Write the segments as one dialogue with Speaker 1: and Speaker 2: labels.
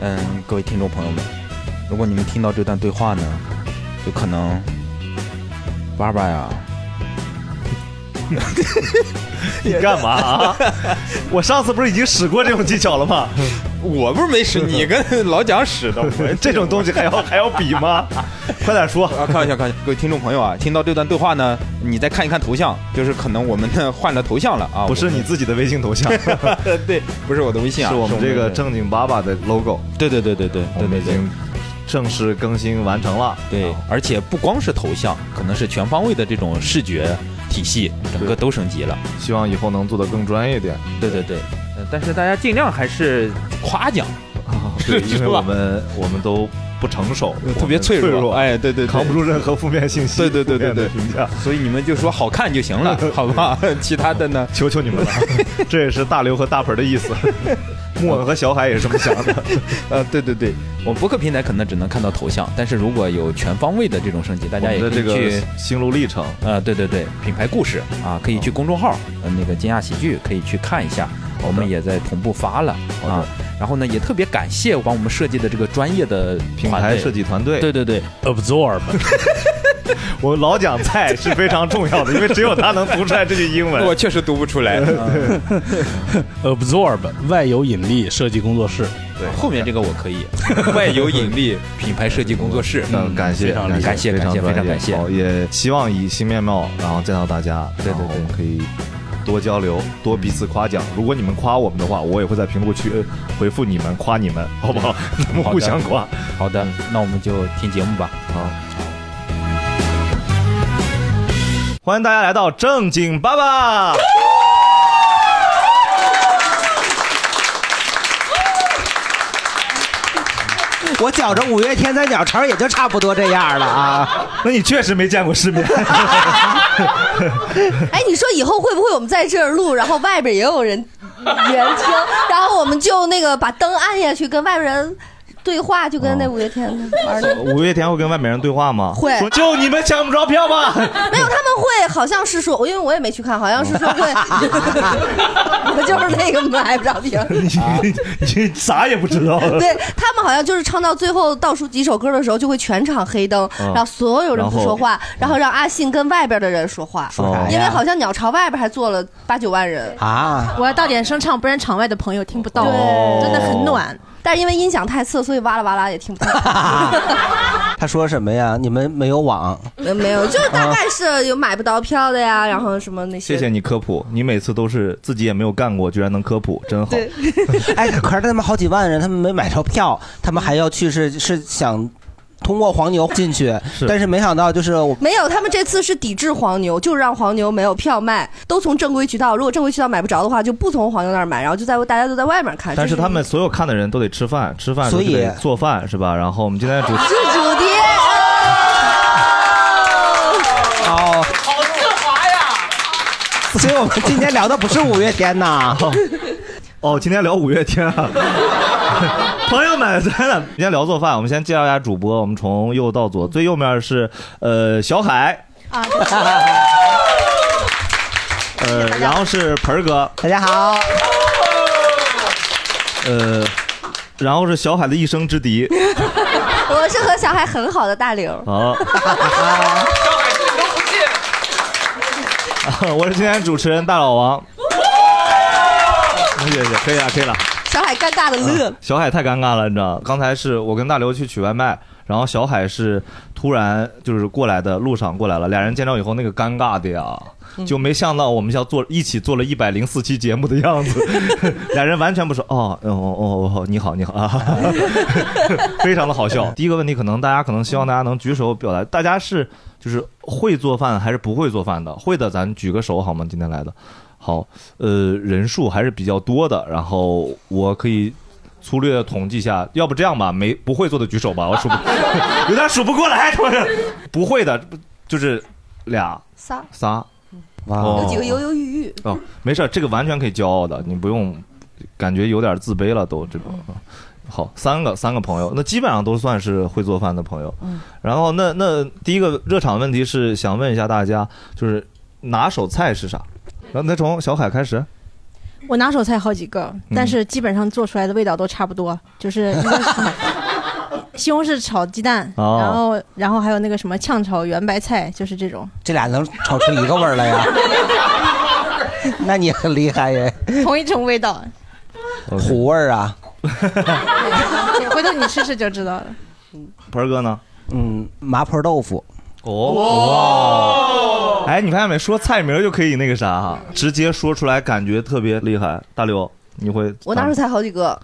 Speaker 1: 嗯，各位听众朋友们，如果你们听到这段对话呢，就可能爸爸呀，
Speaker 2: 你干 嘛啊？我上次不是已经使过这种技巧了吗？
Speaker 1: 我不是 没使，你跟老蒋使的。我
Speaker 2: 这种东西还要还要比 吗？快点说，
Speaker 1: 啊，开玩笑，开玩笑，各位听众朋友啊，听到这段对话呢，你再看一看头像，就是可能我们呢换了头像了啊，
Speaker 2: 不是你自己的微信头像，是
Speaker 1: 我们， 对，不是我的 微 信啊，
Speaker 2: 我们这个正经八百的 logo，
Speaker 1: 对对对对对
Speaker 2: 我
Speaker 1: 对对
Speaker 2: 们已
Speaker 1: 对
Speaker 2: 经正式更新完成了。
Speaker 1: 对，而且不光是头像，可能是全方位的这种视觉体系，整个都升级了。
Speaker 2: 希望以后能做得更专业点。
Speaker 1: 对对对，呃但是大家尽量还是夸奖，
Speaker 2: 啊 对，因
Speaker 1: 是
Speaker 2: 为
Speaker 1: 吧
Speaker 2: 我们我们都不成熟，我
Speaker 1: 特别
Speaker 2: 们脆
Speaker 1: 弱，哎，对对对，
Speaker 2: 扛不。住任何负面信息，
Speaker 1: 对对对对对
Speaker 2: 负面的评价。
Speaker 1: 所以你们就说好看就行 了，好吧？其他的呢？
Speaker 2: 求求 你们了，这也是大刘和大盆的意思。木偶和小海也是这么想的。
Speaker 1: 呃，对对对，我们博客平台可能只能看到头像，但是如果有全方位的这种升级，大
Speaker 2: 我
Speaker 1: 家
Speaker 2: 们
Speaker 1: 也可
Speaker 2: 的
Speaker 1: 以
Speaker 2: 这个
Speaker 1: 去。
Speaker 2: 心路历程，
Speaker 1: 呃，对对对，品牌故事啊，可以去公众号，呃，那个惊讶喜剧可以去看一下，我们也在同步发了
Speaker 2: 好的
Speaker 1: 啊。然后呢，也特别感谢帮我们设计的这个专业的
Speaker 2: 品
Speaker 1: 团
Speaker 2: 牌
Speaker 1: 队
Speaker 2: 设计团队，
Speaker 1: 对对对，
Speaker 3: absorb，
Speaker 2: 我老讲菜是非常重要的，因为只有他能读出来这句英文。
Speaker 1: 确实读不出 来。
Speaker 3: absorb 外有引力设计工作室，
Speaker 2: 对
Speaker 1: 后面这个我可以，外有引力品牌设计工作室，
Speaker 4: 嗯
Speaker 2: 那 嗯感谢，
Speaker 3: 非常
Speaker 1: 感谢
Speaker 2: 非常
Speaker 1: 感谢
Speaker 2: 专业
Speaker 1: 非常感谢
Speaker 2: 好也希望以新面貌，然后见到大家，
Speaker 1: 对对
Speaker 2: 然后
Speaker 1: 对
Speaker 2: 我们可以多交流，多彼此夸奖。如果你们夸我们的话，我也会在评论区呃回复你们，夸你们，好不好？ 咱们
Speaker 1: 好的
Speaker 2: 互相夸。
Speaker 1: 嗯好的，那我们就听节目吧。
Speaker 2: 好。欢迎大家来到正经爸爸。
Speaker 5: 我觉着五月天在鸟巢也就差不多这样了啊。
Speaker 2: 那你确实没见过世面，
Speaker 6: 哎，你说以后会不会我们在这儿录，然后外边也有人 人听，然后我们就那个把灯按下去，跟外边人对话，就
Speaker 2: 哦
Speaker 6: 跟那五月天玩的。
Speaker 2: 五月天会跟外面人对话吗？
Speaker 6: 会
Speaker 2: 说就你们抢不着票吗？
Speaker 6: 没有，他们会好像是说，因为我也没去看，好像是说会，
Speaker 2: 哦
Speaker 6: 我就是那个买不着票。
Speaker 2: 你你啥也不知道。
Speaker 6: 对他们好像就是唱到最后倒数几首歌的时候，就会全场黑灯，
Speaker 2: 嗯
Speaker 6: 然后所有人不说话，然后让阿信跟外边的人说话，
Speaker 2: 说啥呀
Speaker 6: 因为好像鸟巢外边还坐了八九万人，
Speaker 5: 啊，
Speaker 7: 我要到点声唱，不然场外的朋友听不到，
Speaker 6: 对
Speaker 7: 真的很暖。
Speaker 6: 但是因为音响太次，所以哇啦哇啦也听不到。
Speaker 5: 他说什么呀？你们没 有网，
Speaker 6: 没没有，就是大概是有买不到票的呀，然后什么那些。
Speaker 2: 谢谢你科普，你每次都是自己也没有干过，居然能科普，真好。
Speaker 6: 对
Speaker 5: 哎，可是他们好几万人，他们没买着票，他们还要去是是想通过黄牛进去，
Speaker 2: 是
Speaker 5: 但是没想到就是我
Speaker 6: 没有，他们这次是抵制黄牛，就让黄牛没有票卖，都从正规渠道。如果正规渠道买不着的话，就不从黄牛那儿买，然后就在大家都在外面看。
Speaker 2: 但
Speaker 6: 这
Speaker 2: 是
Speaker 6: 是
Speaker 2: 他们所有看的人都得吃饭，吃饭
Speaker 5: 所以
Speaker 2: 就得做饭是吧？然后我们今天的主
Speaker 6: 是主题。
Speaker 5: 哦，好 奢华呀！所以我们今天聊的不是五月天呐，
Speaker 2: 哦，今天聊五月天啊， 朋友们，咱俩今天聊做饭，我们先介绍一下主播，我们从右到左，最右面是呃小海，
Speaker 7: 啊，
Speaker 2: 呃，然后是盆儿哥，
Speaker 5: 大家好，
Speaker 2: 呃，然后是小海的一生之敌，
Speaker 6: 我是和小海很好的大刘，
Speaker 2: 好。啊我是今天主持人大老王。谢谢，可以了，可以了。
Speaker 6: 小海尴尬的乐了。
Speaker 2: 小海太尴尬了，你知道，刚才是我跟大刘去取外卖，然后小海是突然就是过来的路上过来了，俩人见着以后那个尴尬的呀，就没想到我们要做一起做了一百零四期节目的样子， 俩人完全不说哦，哦哦哦，你好你好啊， 非常的好笑。第一个问题可能大家可能希望大家能举手表达，大家是就是会做饭还是不会做饭的？会的咱举个手好吗？今天来的。好，呃，人数还是比较多的，然后我可以粗略的统计一下，要不这样吧，没不会做的举手吧，我数不， 有点数不过来，他们不会的，就是俩
Speaker 6: 仨
Speaker 2: 仨
Speaker 5: 哇，
Speaker 6: 有几个犹犹豫豫，
Speaker 2: 哦，没事，这个完全可以骄傲的，你不用感觉有点自卑了都这种。好，三个三个朋友，那基本上都算是会做饭的朋友。然后那那第一个热场问题是想问一下大家，就是拿手菜是啥？那那从小海开始，
Speaker 8: 我拿手菜好几
Speaker 5: 嗯
Speaker 8: 个，但是基本上做出来的味道都差不多，就是一个 是西红柿炒鸡蛋，
Speaker 5: 哦
Speaker 8: 然后然后还有那个什么炝炒圆白菜，就是这种。
Speaker 5: 这俩能炒出一个味儿来呀？那你很厉害耶，
Speaker 8: 同一种味 道，
Speaker 5: 土味儿啊！
Speaker 8: 回头你吃吃就知道了。
Speaker 2: 盆儿哥呢？
Speaker 5: 嗯，麻婆豆腐。
Speaker 2: 哦，哎，你发现没？说菜名就可以那个啥哈，直接说出来，感觉特别厉害。大刘，你会？
Speaker 6: 我拿手菜好几个，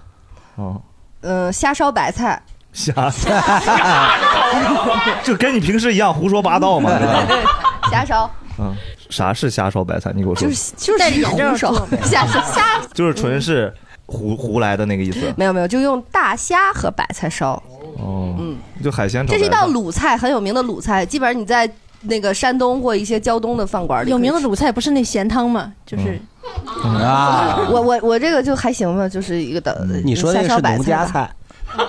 Speaker 2: 哦，
Speaker 6: 嗯，虾烧白菜，
Speaker 2: 瞎 就跟你平时一样胡说八道嘛，对吧？
Speaker 6: 虾烧
Speaker 2: 嗯，啥是虾烧白菜？你给我说，
Speaker 6: 就是就是胡烧，虾烧虾
Speaker 2: 就是纯是
Speaker 6: 嗯
Speaker 2: 胡胡来的那个意思。
Speaker 6: 没有没有，就用大虾和白菜烧，
Speaker 2: 哦，
Speaker 6: 嗯，
Speaker 2: 就海鲜炒
Speaker 6: 这
Speaker 2: 白
Speaker 6: 是
Speaker 2: 菜。
Speaker 6: 一道鲁菜，很有名的鲁菜，基本上你在那个山东或一些胶东的饭馆里
Speaker 8: 有名
Speaker 6: 可
Speaker 8: 的
Speaker 6: 以
Speaker 8: 鲁菜不是那咸汤吗？就是
Speaker 5: 啊
Speaker 2: 嗯
Speaker 6: 我我我这个就还行吧，就是一个的。
Speaker 5: 你说那个
Speaker 6: 下
Speaker 5: 是
Speaker 6: 烧白
Speaker 5: 农家
Speaker 6: 吧
Speaker 5: 菜，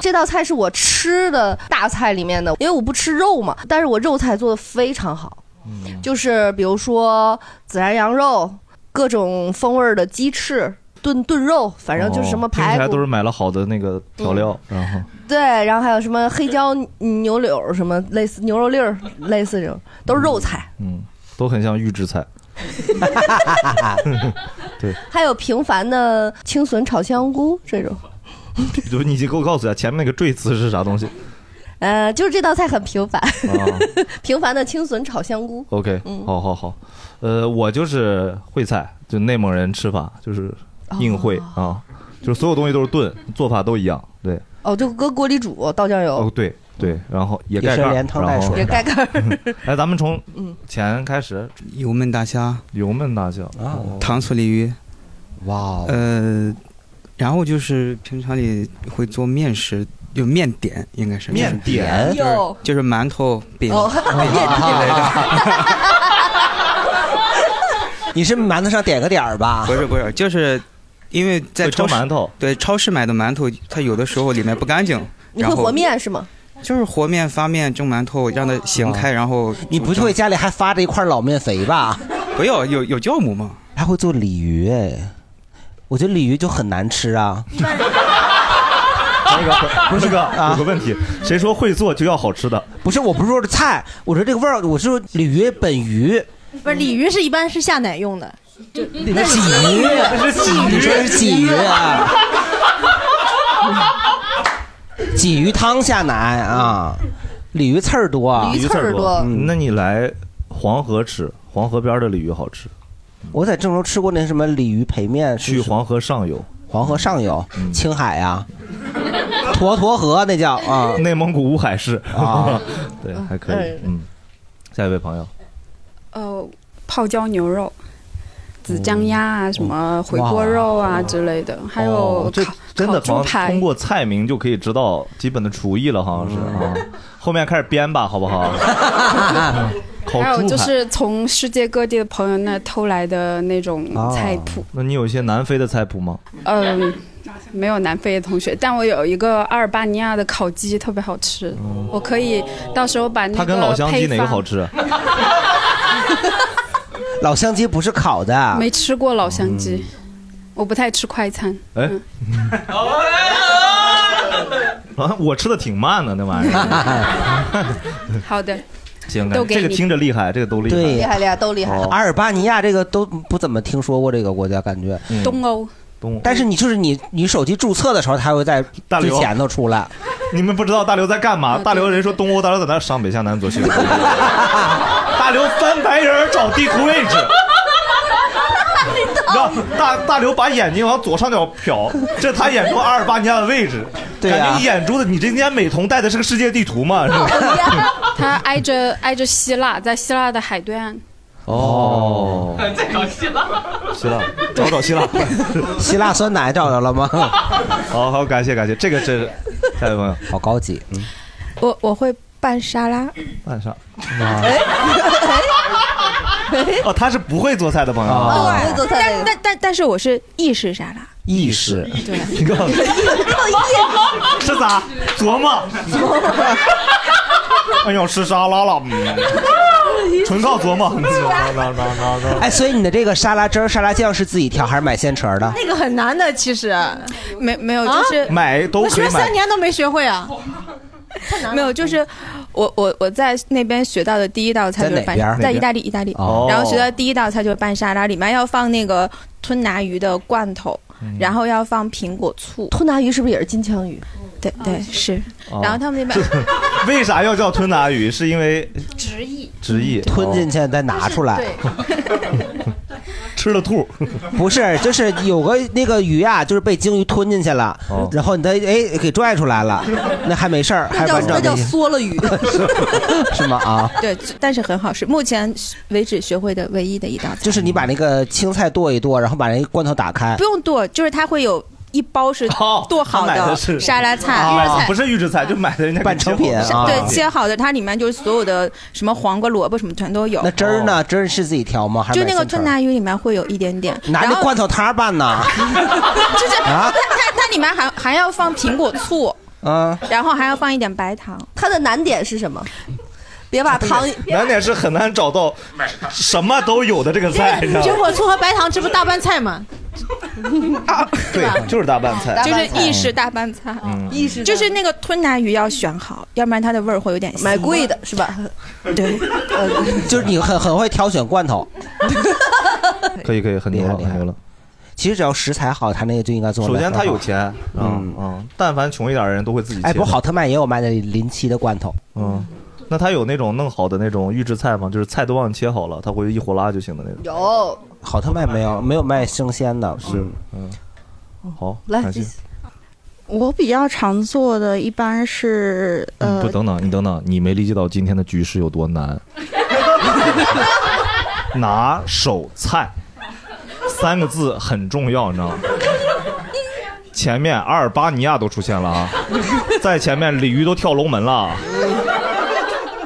Speaker 6: 这道菜是我吃的大菜里面的，因为我不吃肉嘛，但是我肉菜做的非常好，
Speaker 2: 嗯
Speaker 6: 就是比如说孜然羊肉，各种风味儿的鸡翅。炖炖肉，反正就是什么
Speaker 2: 哦听起
Speaker 6: 排
Speaker 2: 来
Speaker 6: 骨嗯
Speaker 2: 都，是买了好的那个调料，然后
Speaker 6: 对，然后还有什么黑椒牛柳儿，什么类似牛肉粒儿，类似这种都是肉菜。
Speaker 2: 嗯，都很像预 制菜。对，
Speaker 6: 还有平凡的青笋炒香菇这种，
Speaker 2: 就你给我告诉一下前面那个坠词是啥东西
Speaker 6: 呃，就是这道菜很平凡，
Speaker 2: 啊
Speaker 6: 平凡的青笋炒香菇。
Speaker 2: ？OK，
Speaker 6: 嗯
Speaker 2: 好好好，呃，我就是烩菜，就内蒙人吃法就是
Speaker 6: 哦
Speaker 2: 硬烩啊，就是所有东西都是炖，做法都一样。对，
Speaker 6: 哦，就搁锅里煮，倒酱油，
Speaker 2: 哦对对，然后也
Speaker 6: 也
Speaker 2: 盖
Speaker 6: 是
Speaker 2: 盖儿，
Speaker 6: 连汤带
Speaker 2: 然后
Speaker 6: 水也盖盖 儿。
Speaker 2: 来，哎咱们从
Speaker 6: 嗯
Speaker 2: 前开始，
Speaker 9: 油焖大虾，哦
Speaker 2: 油焖大虾
Speaker 5: 啊
Speaker 9: 糖醋鲤鱼，
Speaker 1: 哦
Speaker 5: 哇，
Speaker 9: 呃，然后就是平常里会做面食，就面点应该是
Speaker 2: 面点
Speaker 9: 就是就是馒头饼。
Speaker 6: 哦
Speaker 5: 你是馒头上点个点儿吧？
Speaker 9: 不是不是，就是因为在
Speaker 2: 会
Speaker 9: 超
Speaker 2: 蒸
Speaker 9: 市
Speaker 2: 馒头，
Speaker 9: 对超市买的馒头，它有的时候里面不干净。
Speaker 6: 你
Speaker 9: 然
Speaker 6: 会
Speaker 9: 后
Speaker 6: 和面是吗？
Speaker 9: 就是和面、发面、蒸馒头，让它行开，然后
Speaker 5: 哦你不会家里还发着一块老面肥吧？
Speaker 9: 不要有有酵母吗？
Speaker 5: 还会做鲤鱼哎，我觉得鲤鱼就很难吃啊。
Speaker 2: 那 个不是哥，
Speaker 6: 啊
Speaker 5: 啊
Speaker 2: 有个问题，谁说会做就要好吃的？
Speaker 5: 不是，我不是说这菜，我说这个味儿，我是说鲤鱼本鱼，
Speaker 8: 不是鲤鱼是一般是下奶用的，
Speaker 5: 那是 鲫鱼，
Speaker 2: 那是鲫鱼
Speaker 5: 你说的是鲫 鱼啊？鲫鱼汤下奶啊，鲤鱼刺儿多啊，
Speaker 6: 鲤鱼刺儿多
Speaker 2: 嗯那你来黄河吃，黄河边儿的鲤鱼好吃。
Speaker 5: 我在郑州吃过那什么鲤鱼培面，
Speaker 2: 去黄河上游，嗯
Speaker 5: 黄河上游，青海啊呀、沱沱河那叫啊。
Speaker 2: 内蒙古乌海市
Speaker 5: 啊，
Speaker 2: 对，还可以
Speaker 10: 哎
Speaker 6: 嗯。
Speaker 2: 嗯，下一位朋友，
Speaker 10: 呃，泡椒牛肉、紫姜鸭啊，什么回锅肉啊之类的，还有
Speaker 2: 哦这
Speaker 10: 烤
Speaker 2: 真的
Speaker 10: 烤猪
Speaker 2: 好像通
Speaker 10: 排。
Speaker 2: 过菜名就可以知道基本的厨艺了，好像是啊。
Speaker 10: 嗯
Speaker 2: 后面开始编吧，好 不好？嗯烤
Speaker 10: 还有
Speaker 2: 猪
Speaker 10: 就
Speaker 2: 排。
Speaker 10: 是从世界各地的朋友那偷来的那种
Speaker 2: 啊
Speaker 10: 菜谱，
Speaker 2: 那你有一些南非的菜谱吗？
Speaker 10: 嗯、没有南非的同学，但我有一个阿尔巴尼亚的烤鸡特别好吃，我可以到时候把那个
Speaker 2: 哦它跟老乡鸡哪
Speaker 10: 配
Speaker 2: 个
Speaker 10: 方
Speaker 2: 好？ 吃？
Speaker 5: 老乡鸡不是烤的，
Speaker 2: 啊
Speaker 10: 没吃过老乡鸡，
Speaker 2: 嗯
Speaker 10: 我不太吃快餐。
Speaker 2: 哎，啊，我吃的挺慢的那玩意儿。
Speaker 10: 好的，
Speaker 2: 行，
Speaker 10: 都给
Speaker 2: 这个
Speaker 10: 你
Speaker 2: 听着厉害，这个 都厉害。
Speaker 5: 对哦
Speaker 6: 厉害厉害，都厉害。
Speaker 5: 阿尔巴尼亚这个都不怎么听说过这个国家，感觉。
Speaker 2: 嗯
Speaker 10: 东欧。
Speaker 2: 东，
Speaker 5: 但是你就是你，你手机注册的时候，它会在
Speaker 2: 大
Speaker 5: 最
Speaker 2: 刘
Speaker 5: 前头出来。嗯
Speaker 2: 你们不知道大刘在干嘛？
Speaker 10: 对
Speaker 2: 大刘人说东欧，大刘在那上北下南 左西右。大刘翻白眼儿找地图位置。让大 大刘把眼睛往左上角瞟，这是他眼中阿尔巴尼亚的位置。
Speaker 5: 对啊
Speaker 2: 感觉你眼珠子，你这今天美瞳带的是个世界地图嘛？是吧？
Speaker 10: 它挨着挨着希腊，在希腊的海对岸。
Speaker 2: 哦，再找希腊，希腊，找找希腊。
Speaker 5: 希腊酸奶找着了吗？
Speaker 2: 好好，感谢感谢，这个真是，下一位朋友，
Speaker 5: 好高级，嗯
Speaker 11: 我我会拌沙拉，
Speaker 2: 晚上，
Speaker 5: 哎
Speaker 2: 哦，他是不会做菜的朋友啊，
Speaker 6: 我
Speaker 5: 哎
Speaker 6: 会做菜
Speaker 11: 但
Speaker 6: 那个，
Speaker 11: 但但但是我是意式沙拉，
Speaker 5: 意式
Speaker 2: 你告 诉我， 这咋琢磨？哎呦，吃沙拉了，嗯纯靠琢磨。
Speaker 5: 哎，所以你的这个沙拉汁儿、沙拉酱是自己调还是买现成儿的？
Speaker 10: 那个很难的，其实
Speaker 8: 没没有，
Speaker 10: 就是
Speaker 2: 买都
Speaker 10: 我
Speaker 2: 可以
Speaker 10: 学了
Speaker 2: 买
Speaker 10: 三年都没学会啊。
Speaker 8: 没有，就是我我我在那边学到的第一道菜就是
Speaker 10: 在哪
Speaker 8: 拌
Speaker 10: 边
Speaker 8: 沙，
Speaker 10: 儿
Speaker 8: 在意大利意大利，
Speaker 10: 哦
Speaker 8: 然后学到的第一道菜就是拌沙拉，里面要放那个吞拿鱼的罐头，
Speaker 10: 嗯
Speaker 8: 然后要放苹果醋。
Speaker 6: 吞拿鱼是不是也是金枪鱼？
Speaker 8: 对对是，
Speaker 2: 哦
Speaker 8: 然后他们那边
Speaker 2: 为啥要叫吞拿鱼？是因为
Speaker 8: 直译
Speaker 2: 直译，哦
Speaker 5: 吞进去再拿 出来，
Speaker 2: 吃了吐。
Speaker 5: 不是，就是有个那个鱼啊，就是被鲸鱼吞进去了，
Speaker 2: 哦
Speaker 5: 然后你再哎给拽出来了，那还没事儿，还完整的，
Speaker 8: 了鱼，
Speaker 5: 是吗？啊，
Speaker 8: 对，但是很好吃，目前为止学会的唯一的一道菜。
Speaker 5: 就是你把那个青菜剁一剁，然后把那个罐头打开
Speaker 8: 不，用剁，就是它会有一包是剁好
Speaker 2: 他买的是
Speaker 8: 沙拉菜、
Speaker 2: 啊
Speaker 5: 哦
Speaker 8: 预制菜
Speaker 2: 不是预制菜，就买的人家半成品
Speaker 8: 是
Speaker 5: 啊
Speaker 8: 对，切好的，它里面就是所有的什么黄瓜、萝卜什么全都有。
Speaker 5: 那汁儿？呢？汁儿是自己调吗？还是
Speaker 8: 就
Speaker 5: 买
Speaker 8: 那个
Speaker 5: 现成
Speaker 8: 吞拿鱼里面会有一点点，
Speaker 5: 拿
Speaker 8: 然
Speaker 5: 那
Speaker 8: 后
Speaker 5: 罐头汤拌呢？
Speaker 8: 就是
Speaker 5: 啊
Speaker 8: 它它它里面还还要放苹果醋，
Speaker 5: 嗯，
Speaker 8: 然后还要放一点白糖。
Speaker 6: 它的难点是什么？别把糖
Speaker 2: 难点是很难找到什么都有的这个菜，你知道
Speaker 10: 苹
Speaker 2: 吗？
Speaker 10: 果醋和白糖，这不大拌菜吗？
Speaker 2: 对，就是大拌菜，
Speaker 8: 就是意
Speaker 5: 嗯
Speaker 8: 式大拌菜，
Speaker 6: 意式
Speaker 8: 就是那个吞拿鱼要选好，要不然它的味儿会有点腥。
Speaker 6: 买贵的是吧？
Speaker 8: 对，呃
Speaker 5: 就是你很很会挑选罐 头，
Speaker 2: 可以可以，很牛了，很牛了。
Speaker 5: 其实只要食材好，他那个就应该做得
Speaker 2: 首
Speaker 5: 很好。
Speaker 2: 先他有钱，嗯嗯，但凡穷一点的人都会自己切。
Speaker 5: 哎，不，好特卖也有卖的临期的罐头，
Speaker 2: 嗯，那他有那种弄好的那种预制菜吗？就是菜都帮你切好了，他回去一火拉就行的那种。
Speaker 6: 有
Speaker 5: 好特卖没有，没有卖生鲜的，是，
Speaker 2: 嗯，好，
Speaker 6: 来
Speaker 2: 感谢
Speaker 1: 我比较常做的一般是呃
Speaker 2: 嗯不，，等等，你等等，你没理解到今天的局势有多难。拿手菜三个字很重要，你知道吗？前面阿尔巴尼亚都出现了 啊，在前面鲤鱼都跳龙门了，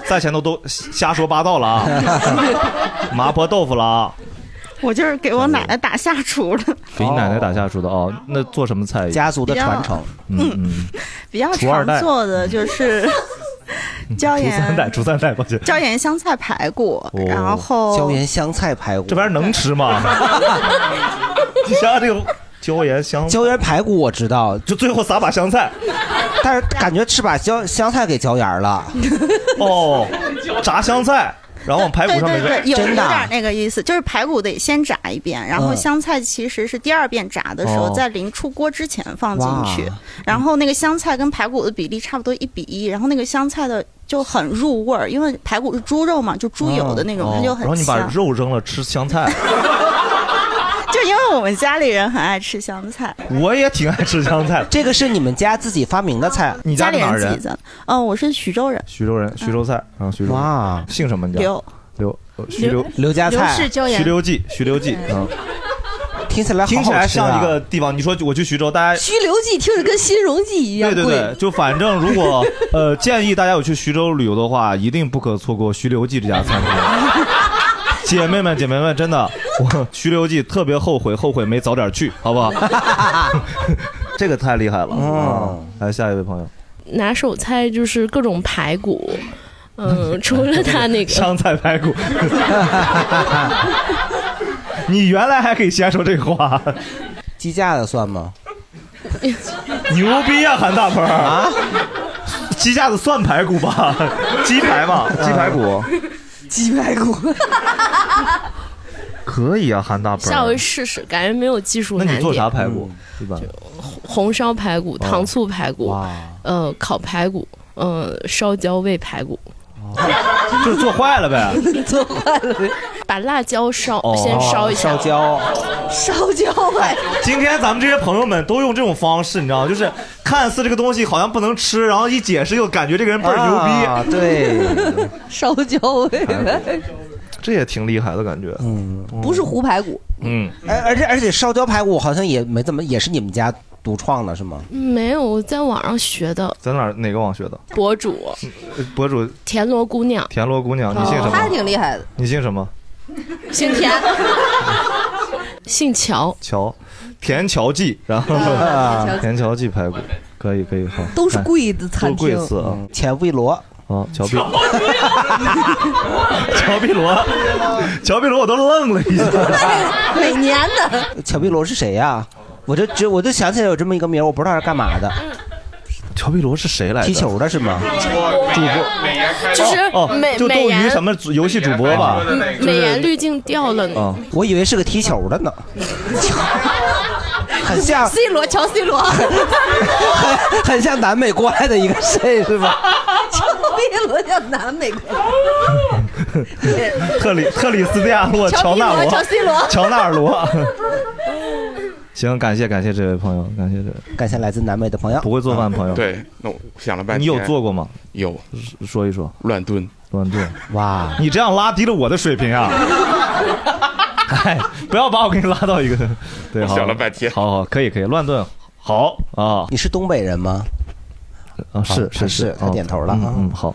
Speaker 2: 在前头都瞎说八道了啊， 麻婆豆腐了啊，
Speaker 1: 我就是给我奶奶打下厨的，
Speaker 2: 给你奶奶打下属的哦。那做什么菜？
Speaker 5: 家族
Speaker 1: 的传承
Speaker 2: 嗯嗯，
Speaker 1: 比较
Speaker 2: 除
Speaker 1: 常
Speaker 2: 二代
Speaker 1: 做的就是椒
Speaker 2: 除三代，
Speaker 1: 盐
Speaker 2: 除三代，抱歉。
Speaker 1: 椒盐香菜排骨， 然后
Speaker 2: 哦
Speaker 5: 椒盐香菜排骨，
Speaker 2: 这玩意儿能 吃吗？你想想这个椒盐香
Speaker 5: 椒盐排骨我知道，
Speaker 2: 就最后撒把香菜，
Speaker 5: 但是感觉吃把椒香菜给椒盐了，
Speaker 2: 哦，炸香菜，然后往排骨
Speaker 1: 对
Speaker 2: 上
Speaker 1: 对
Speaker 2: 面
Speaker 1: 对，有有
Speaker 2: 真的
Speaker 1: 点
Speaker 2: 啊
Speaker 1: 那个意思，就是排骨得先炸一遍，然后
Speaker 2: 嗯
Speaker 1: 香菜其实是第二遍炸的时候，
Speaker 2: 哦
Speaker 1: 在临出锅之前放进去
Speaker 2: 哇，
Speaker 1: 然后那个香菜跟排骨的比例差不多一比一，然后那个香菜的就很入味儿，因为排骨是猪肉嘛，就猪油的那种，
Speaker 2: 哦
Speaker 1: 它就
Speaker 2: 然后
Speaker 1: 很
Speaker 2: 你把
Speaker 1: 香。
Speaker 2: 肉扔了吃香菜，
Speaker 1: 就因为我们家里人很爱吃香菜，
Speaker 2: 我也挺爱吃香菜。
Speaker 5: 这个是你们家自己发明的菜，
Speaker 2: 你
Speaker 1: 家
Speaker 2: 家
Speaker 1: 里
Speaker 2: 是哪儿
Speaker 1: 自己
Speaker 2: 人？
Speaker 1: 做的。嗯，我是徐州人，
Speaker 2: 徐州人，徐州菜啊，徐州。
Speaker 5: 哇，
Speaker 2: 姓什么？你家
Speaker 1: 嗯刘
Speaker 2: 刘呃徐刘
Speaker 1: 刘刘家菜刘氏椒盐
Speaker 2: 徐刘记，徐刘记啊。
Speaker 5: 听起来
Speaker 2: 听起
Speaker 5: 好好
Speaker 2: 来
Speaker 5: 吃啊
Speaker 2: 像一个地方。你说我去徐州，大家
Speaker 6: 徐刘记听着跟新荣记一样
Speaker 2: 对对对，就反正如果呃建议大家有去徐州旅游的话，一定不可错过徐刘记这家餐 厅。姐妹们，姐妹们，真的，我徐刘记特别后悔，后悔没早点去，好不 好？这个太厉害了。嗯，来下一位朋友，
Speaker 12: 拿手菜就是各种排骨， 嗯，除了它那个
Speaker 2: 香菜排 骨。你原来还可以先说这话，
Speaker 5: 鸡架的算吗？
Speaker 2: 牛逼啊，韩大鹏啊！鸡架子算排骨吧，鸡排嘛，鸡排骨
Speaker 6: 鸡排
Speaker 2: 啊
Speaker 6: 骨，
Speaker 2: 可以啊，韩大鹏。
Speaker 12: 下回试试，感觉没有技术
Speaker 2: 那
Speaker 12: 难点。
Speaker 2: 你做啥排骨？哦对吧？
Speaker 6: 嗯
Speaker 12: 红烧排骨、糖醋排骨，呃，烤排骨，呃，烧焦味排 骨。
Speaker 2: 就是做坏了呗。
Speaker 12: 做坏了，把辣椒烧，
Speaker 2: 哦
Speaker 12: 先烧一下。
Speaker 5: 烧焦，
Speaker 6: 烧焦味。
Speaker 2: 今天咱们这些朋友们都用这种方式，你知道吗？就是看似这个东西好像不能吃，然后一解释又感觉这个人倍儿牛逼。 哎
Speaker 5: 啊对，
Speaker 6: 烧焦味呗，
Speaker 2: 这也挺厉害的感觉。
Speaker 5: 嗯，
Speaker 6: 不是糊排骨，
Speaker 2: 嗯，
Speaker 5: 哎，而且而且烧焦排骨好像也没怎么，也是你们家独创的是吗？
Speaker 12: 没有，我在网上学的，
Speaker 2: 在哪儿哪个网学的？
Speaker 12: 博主
Speaker 2: 呃博主
Speaker 12: 田螺姑娘，
Speaker 2: 田螺姑娘，你姓什
Speaker 12: 她
Speaker 2: 么？
Speaker 6: 厉害的，
Speaker 2: 你姓什么？
Speaker 12: 姓 田，姓乔，
Speaker 2: 乔，田乔记，然后
Speaker 5: 啊
Speaker 2: 田乔记排骨，可以可以，好，
Speaker 6: 都是贵的餐
Speaker 2: 都是
Speaker 6: 厅
Speaker 2: 贵。次啊。
Speaker 5: 嗯前卫罗，
Speaker 2: 啊，乔碧， 乔碧罗， 乔碧罗，我都愣了一下。
Speaker 5: 每年的呃乔碧罗是谁呀、我就只我就想起来有这么一个名儿，我不知道是干嘛的。
Speaker 2: 乔碧罗是谁来
Speaker 5: 踢球的是吗？
Speaker 2: 主播
Speaker 12: 就是
Speaker 2: 哦，
Speaker 12: 美
Speaker 2: 就
Speaker 12: 美
Speaker 2: 斗鱼
Speaker 12: 颜嗯
Speaker 2: 什么游戏主播吧？
Speaker 12: 美颜滤镜掉了呢。
Speaker 2: 啊，
Speaker 5: 我以为是个踢球的呢，很像
Speaker 13: C 罗，乔 C 罗，
Speaker 5: 很 很像南美过来的一个谁是吧？
Speaker 13: 乔 C 罗叫南美国。
Speaker 2: 特里特里斯蒂亚洛
Speaker 13: 乔
Speaker 2: 乔
Speaker 13: 碧
Speaker 2: 纳
Speaker 13: 罗
Speaker 2: 罗
Speaker 13: 乔 C 罗
Speaker 2: 乔纳尔罗。 行，感谢感谢这位朋友，感谢这位，
Speaker 5: 感谢来自南美的朋友，
Speaker 2: 不会做饭朋友。
Speaker 4: 对，那我想了半
Speaker 2: 你
Speaker 4: 天，
Speaker 2: 有做过吗？
Speaker 4: 有，
Speaker 2: 说一说。
Speaker 4: 乱炖，
Speaker 2: 乱炖。
Speaker 5: 哇，
Speaker 2: 你这样拉低了我的水平啊！哎，不要把我给你拉到一个。对，
Speaker 4: 我
Speaker 2: 好
Speaker 4: 想了半天
Speaker 2: 好好，可以可以，乱炖好啊。
Speaker 5: 你是东北人吗？
Speaker 2: 啊，
Speaker 14: 是
Speaker 2: 是
Speaker 14: 是，
Speaker 2: 他点
Speaker 14: 头了。
Speaker 5: 啊
Speaker 14: 嗯
Speaker 2: 嗯，好。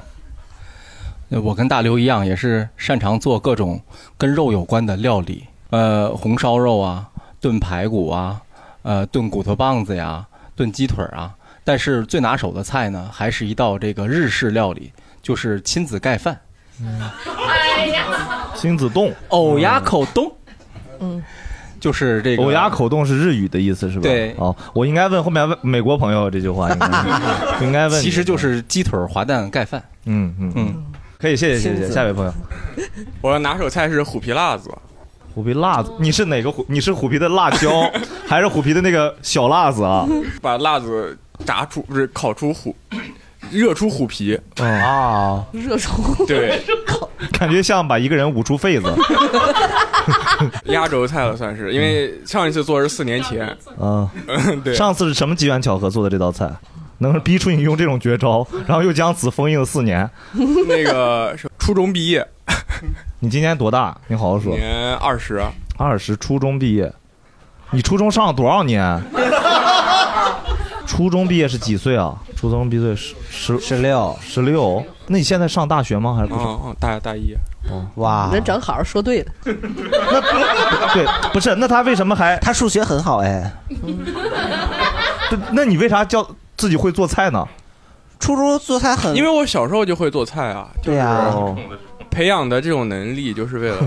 Speaker 14: 我跟大刘一样，也是擅长做各种跟肉有关的料理，呃，红烧肉啊，炖排骨啊，呃，炖骨头棒子呀，炖鸡腿儿啊。但是最拿手的菜呢，还是一道这个日式料理，就是亲子盖饭。
Speaker 2: 哎亲子冻，
Speaker 14: 藕牙口冻，
Speaker 8: 嗯，
Speaker 14: 就是这个
Speaker 2: 欧亚口冻是日语的意思是吧？
Speaker 14: 对
Speaker 2: 哦，我应该问后面问美国朋友这句话，应该 应该问你。
Speaker 14: 其实就是鸡腿儿滑蛋盖饭。
Speaker 2: 嗯嗯
Speaker 14: 嗯，
Speaker 2: 可以，谢谢谢谢，下一位朋友，
Speaker 4: 我的拿手菜是虎皮辣子，
Speaker 2: 虎皮辣子，你是哪个虎？你是虎皮的辣椒， 还是虎皮的那个小辣子啊？
Speaker 4: 把辣子炸出不是烤出虎，热出虎皮，
Speaker 2: 啊，
Speaker 6: 热衷
Speaker 4: 对，
Speaker 2: 感觉像把一个人捂出痱子。
Speaker 4: 压轴菜了算是，因
Speaker 2: 嗯
Speaker 4: 为上一次做是四年前，
Speaker 2: 啊，
Speaker 4: 嗯 对
Speaker 2: 上次是什么机缘巧合做的这道菜，能逼出你用这种绝招，然后又将此封印了四年？
Speaker 4: 那个是初中毕业，
Speaker 2: 你今年多大？你好好说。
Speaker 4: 年二十，啊
Speaker 2: 二十，初中毕业，你初中上了多少年？初中毕业是几岁啊？初中毕业十十
Speaker 5: 十六
Speaker 2: 十六，那你现在上大学吗？还是不上？
Speaker 4: 嗯嗯，大大一，
Speaker 2: 哦
Speaker 5: 哇
Speaker 6: 人正好说对了，
Speaker 2: 对，不是，那他为什么还
Speaker 5: 他数学很好哎？
Speaker 2: 对那你为啥叫自己会做菜呢？
Speaker 5: 初中做菜很
Speaker 4: 因为我小时候就会做菜啊，就
Speaker 5: 对呀
Speaker 4: 是培养的这种能力，就是为了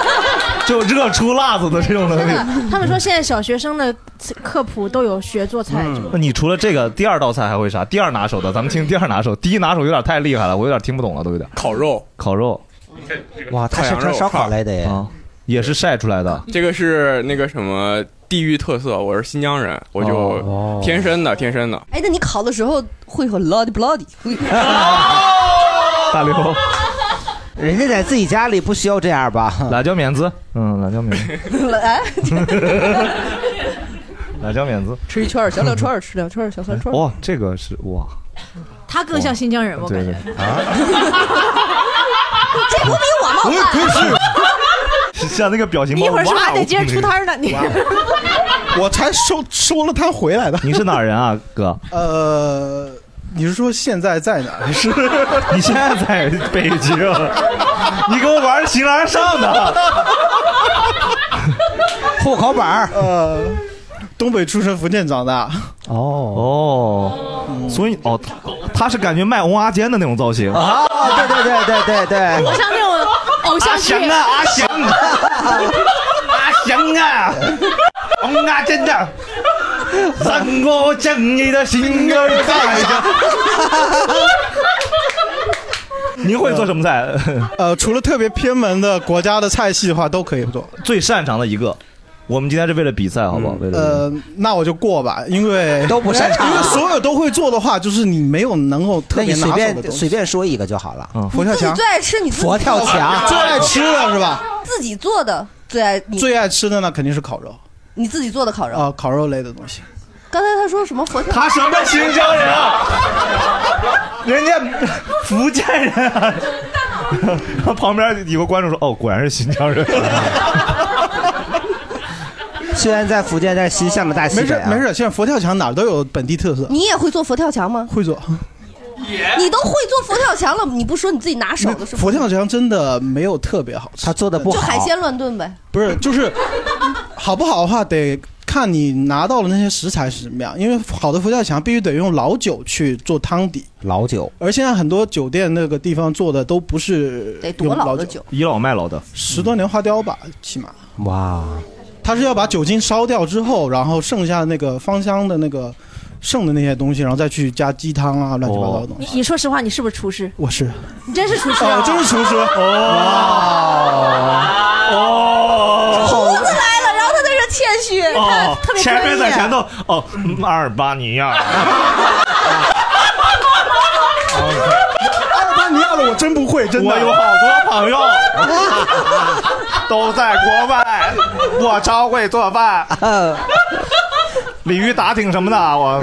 Speaker 2: 就热出辣子的这种能
Speaker 8: 真的，他们说现在小学生的科普都有学做菜，
Speaker 2: 那你除了这个，第二道菜还会啥？第二拿手的，咱们听第二拿手。第一拿手有点太厉害了，我有点听不懂了，都有点。
Speaker 4: 烤肉，
Speaker 2: 烤肉，
Speaker 5: 哇，他是吃烧烤来的耶，
Speaker 2: 啊，也是晒出来的。
Speaker 4: 这个是那个什么地域特色，我是新疆人，我
Speaker 2: 哦
Speaker 4: 就天生的，天生的。
Speaker 6: 哎，那你烤的时候会很 bloody bloody？会
Speaker 2: 大刘，
Speaker 5: 人家在自己家里不需要这样吧？
Speaker 2: 辣椒面子，嗯，辣椒面 子，
Speaker 6: 哎，
Speaker 2: 辣椒面子。
Speaker 6: 吃一圈儿小两串儿，吃两串儿小三串儿。
Speaker 2: 哇，这个是哇，
Speaker 8: 他更像新疆人，我感
Speaker 2: 对
Speaker 8: 觉。
Speaker 2: 对啊，
Speaker 8: 这不比我冒犯？
Speaker 2: 像那个表情包。
Speaker 8: 一会儿是不是还
Speaker 2: 哇哦
Speaker 8: 得接着出摊儿呢？你
Speaker 15: 我才收收了他回来的。
Speaker 2: 你是哪儿人啊，哥？
Speaker 15: 呃，你是说现在在哪 儿？是
Speaker 2: 你现在在北京？你跟我玩形而上的
Speaker 5: 户口本儿？
Speaker 15: 呃，东北出生，福建长大。
Speaker 2: 哦哦，所以哦，他他是感觉卖红阿坚的那种造型
Speaker 5: 啊，对对对对对对，
Speaker 8: 像那种偶像剧。
Speaker 2: 哎阿翔啊阿翔阿翔啊，红阿坚啊的，让我将你的心儿带着。您会做什么菜？
Speaker 15: 呃，除了特别偏门的国家的菜系的话，都可以做。
Speaker 2: 最擅长的一个，我们今天是为了比赛，好不好？为了比赛
Speaker 15: 呃，那我就过吧，因为
Speaker 5: 都不擅长啊
Speaker 15: 因为所有都会做的话，就是你没有能够特
Speaker 5: 那你
Speaker 15: 别拿手
Speaker 5: 随
Speaker 15: 的
Speaker 5: 便
Speaker 15: 东西。嗯
Speaker 5: 随便说一个就好了。
Speaker 15: 佛跳墙
Speaker 6: 最爱吃你自己
Speaker 5: 佛跳墙
Speaker 15: 最爱吃的是吧？
Speaker 6: 自己做的最爱你
Speaker 15: 最爱吃的那肯定是烤肉
Speaker 6: 你自己做的烤肉。
Speaker 15: 啊，烤肉类的东西。
Speaker 6: 刚才他说什么佛跳？
Speaker 2: 他什么新疆人啊？ 人家福建人、啊，然后 旁边有个观众说：“哦，果然是 新疆人。
Speaker 5: 虽然在福建，但是心向着大西
Speaker 15: 没
Speaker 5: 北
Speaker 15: 事
Speaker 5: 啊。
Speaker 15: 没事，现在佛跳墙哪儿都有本地特色。
Speaker 6: 你也会做佛跳墙吗？
Speaker 15: 会做，
Speaker 6: 你都会做佛跳墙了，你不说你自己拿手的是吗？
Speaker 15: 佛跳墙真的没有特别好吃，他
Speaker 5: 做的
Speaker 6: 就海鲜乱炖呗。
Speaker 15: 不是就是好不好的话得看你拿到的那些食材是什么样，因为好的佛跳墙必须得用老酒去做汤底，
Speaker 5: 老酒，
Speaker 15: 而现在很多酒店那个地方做的都不是
Speaker 6: 得
Speaker 15: 用老
Speaker 6: 酒，
Speaker 2: 倚老卖老的，
Speaker 15: 十多年花雕吧，起码。
Speaker 5: 哇，
Speaker 15: 它是要把酒精烧掉之后，然后剩下那个芳香的那个剩的那些东西，然后再去加鸡汤啊，乱七八糟的东 西。
Speaker 8: 你你说实话，你是不是厨师？
Speaker 15: 我 是，
Speaker 8: 你真是厨师
Speaker 15: 哦
Speaker 8: 啊！，
Speaker 15: 真是厨师
Speaker 2: 哦
Speaker 6: 胡子来了，然后他在这谦虚，你看
Speaker 2: 哦
Speaker 6: 特，别
Speaker 2: 前
Speaker 6: 专
Speaker 2: 面
Speaker 6: 业
Speaker 2: 在。前头，哦，嗯阿尔巴 尼亚，
Speaker 15: 阿尔巴尼亚的我真不会，真的。
Speaker 2: 哦我有好多朋友都在国外，我超会做饭，鲤鱼打挺什么的，啊 我。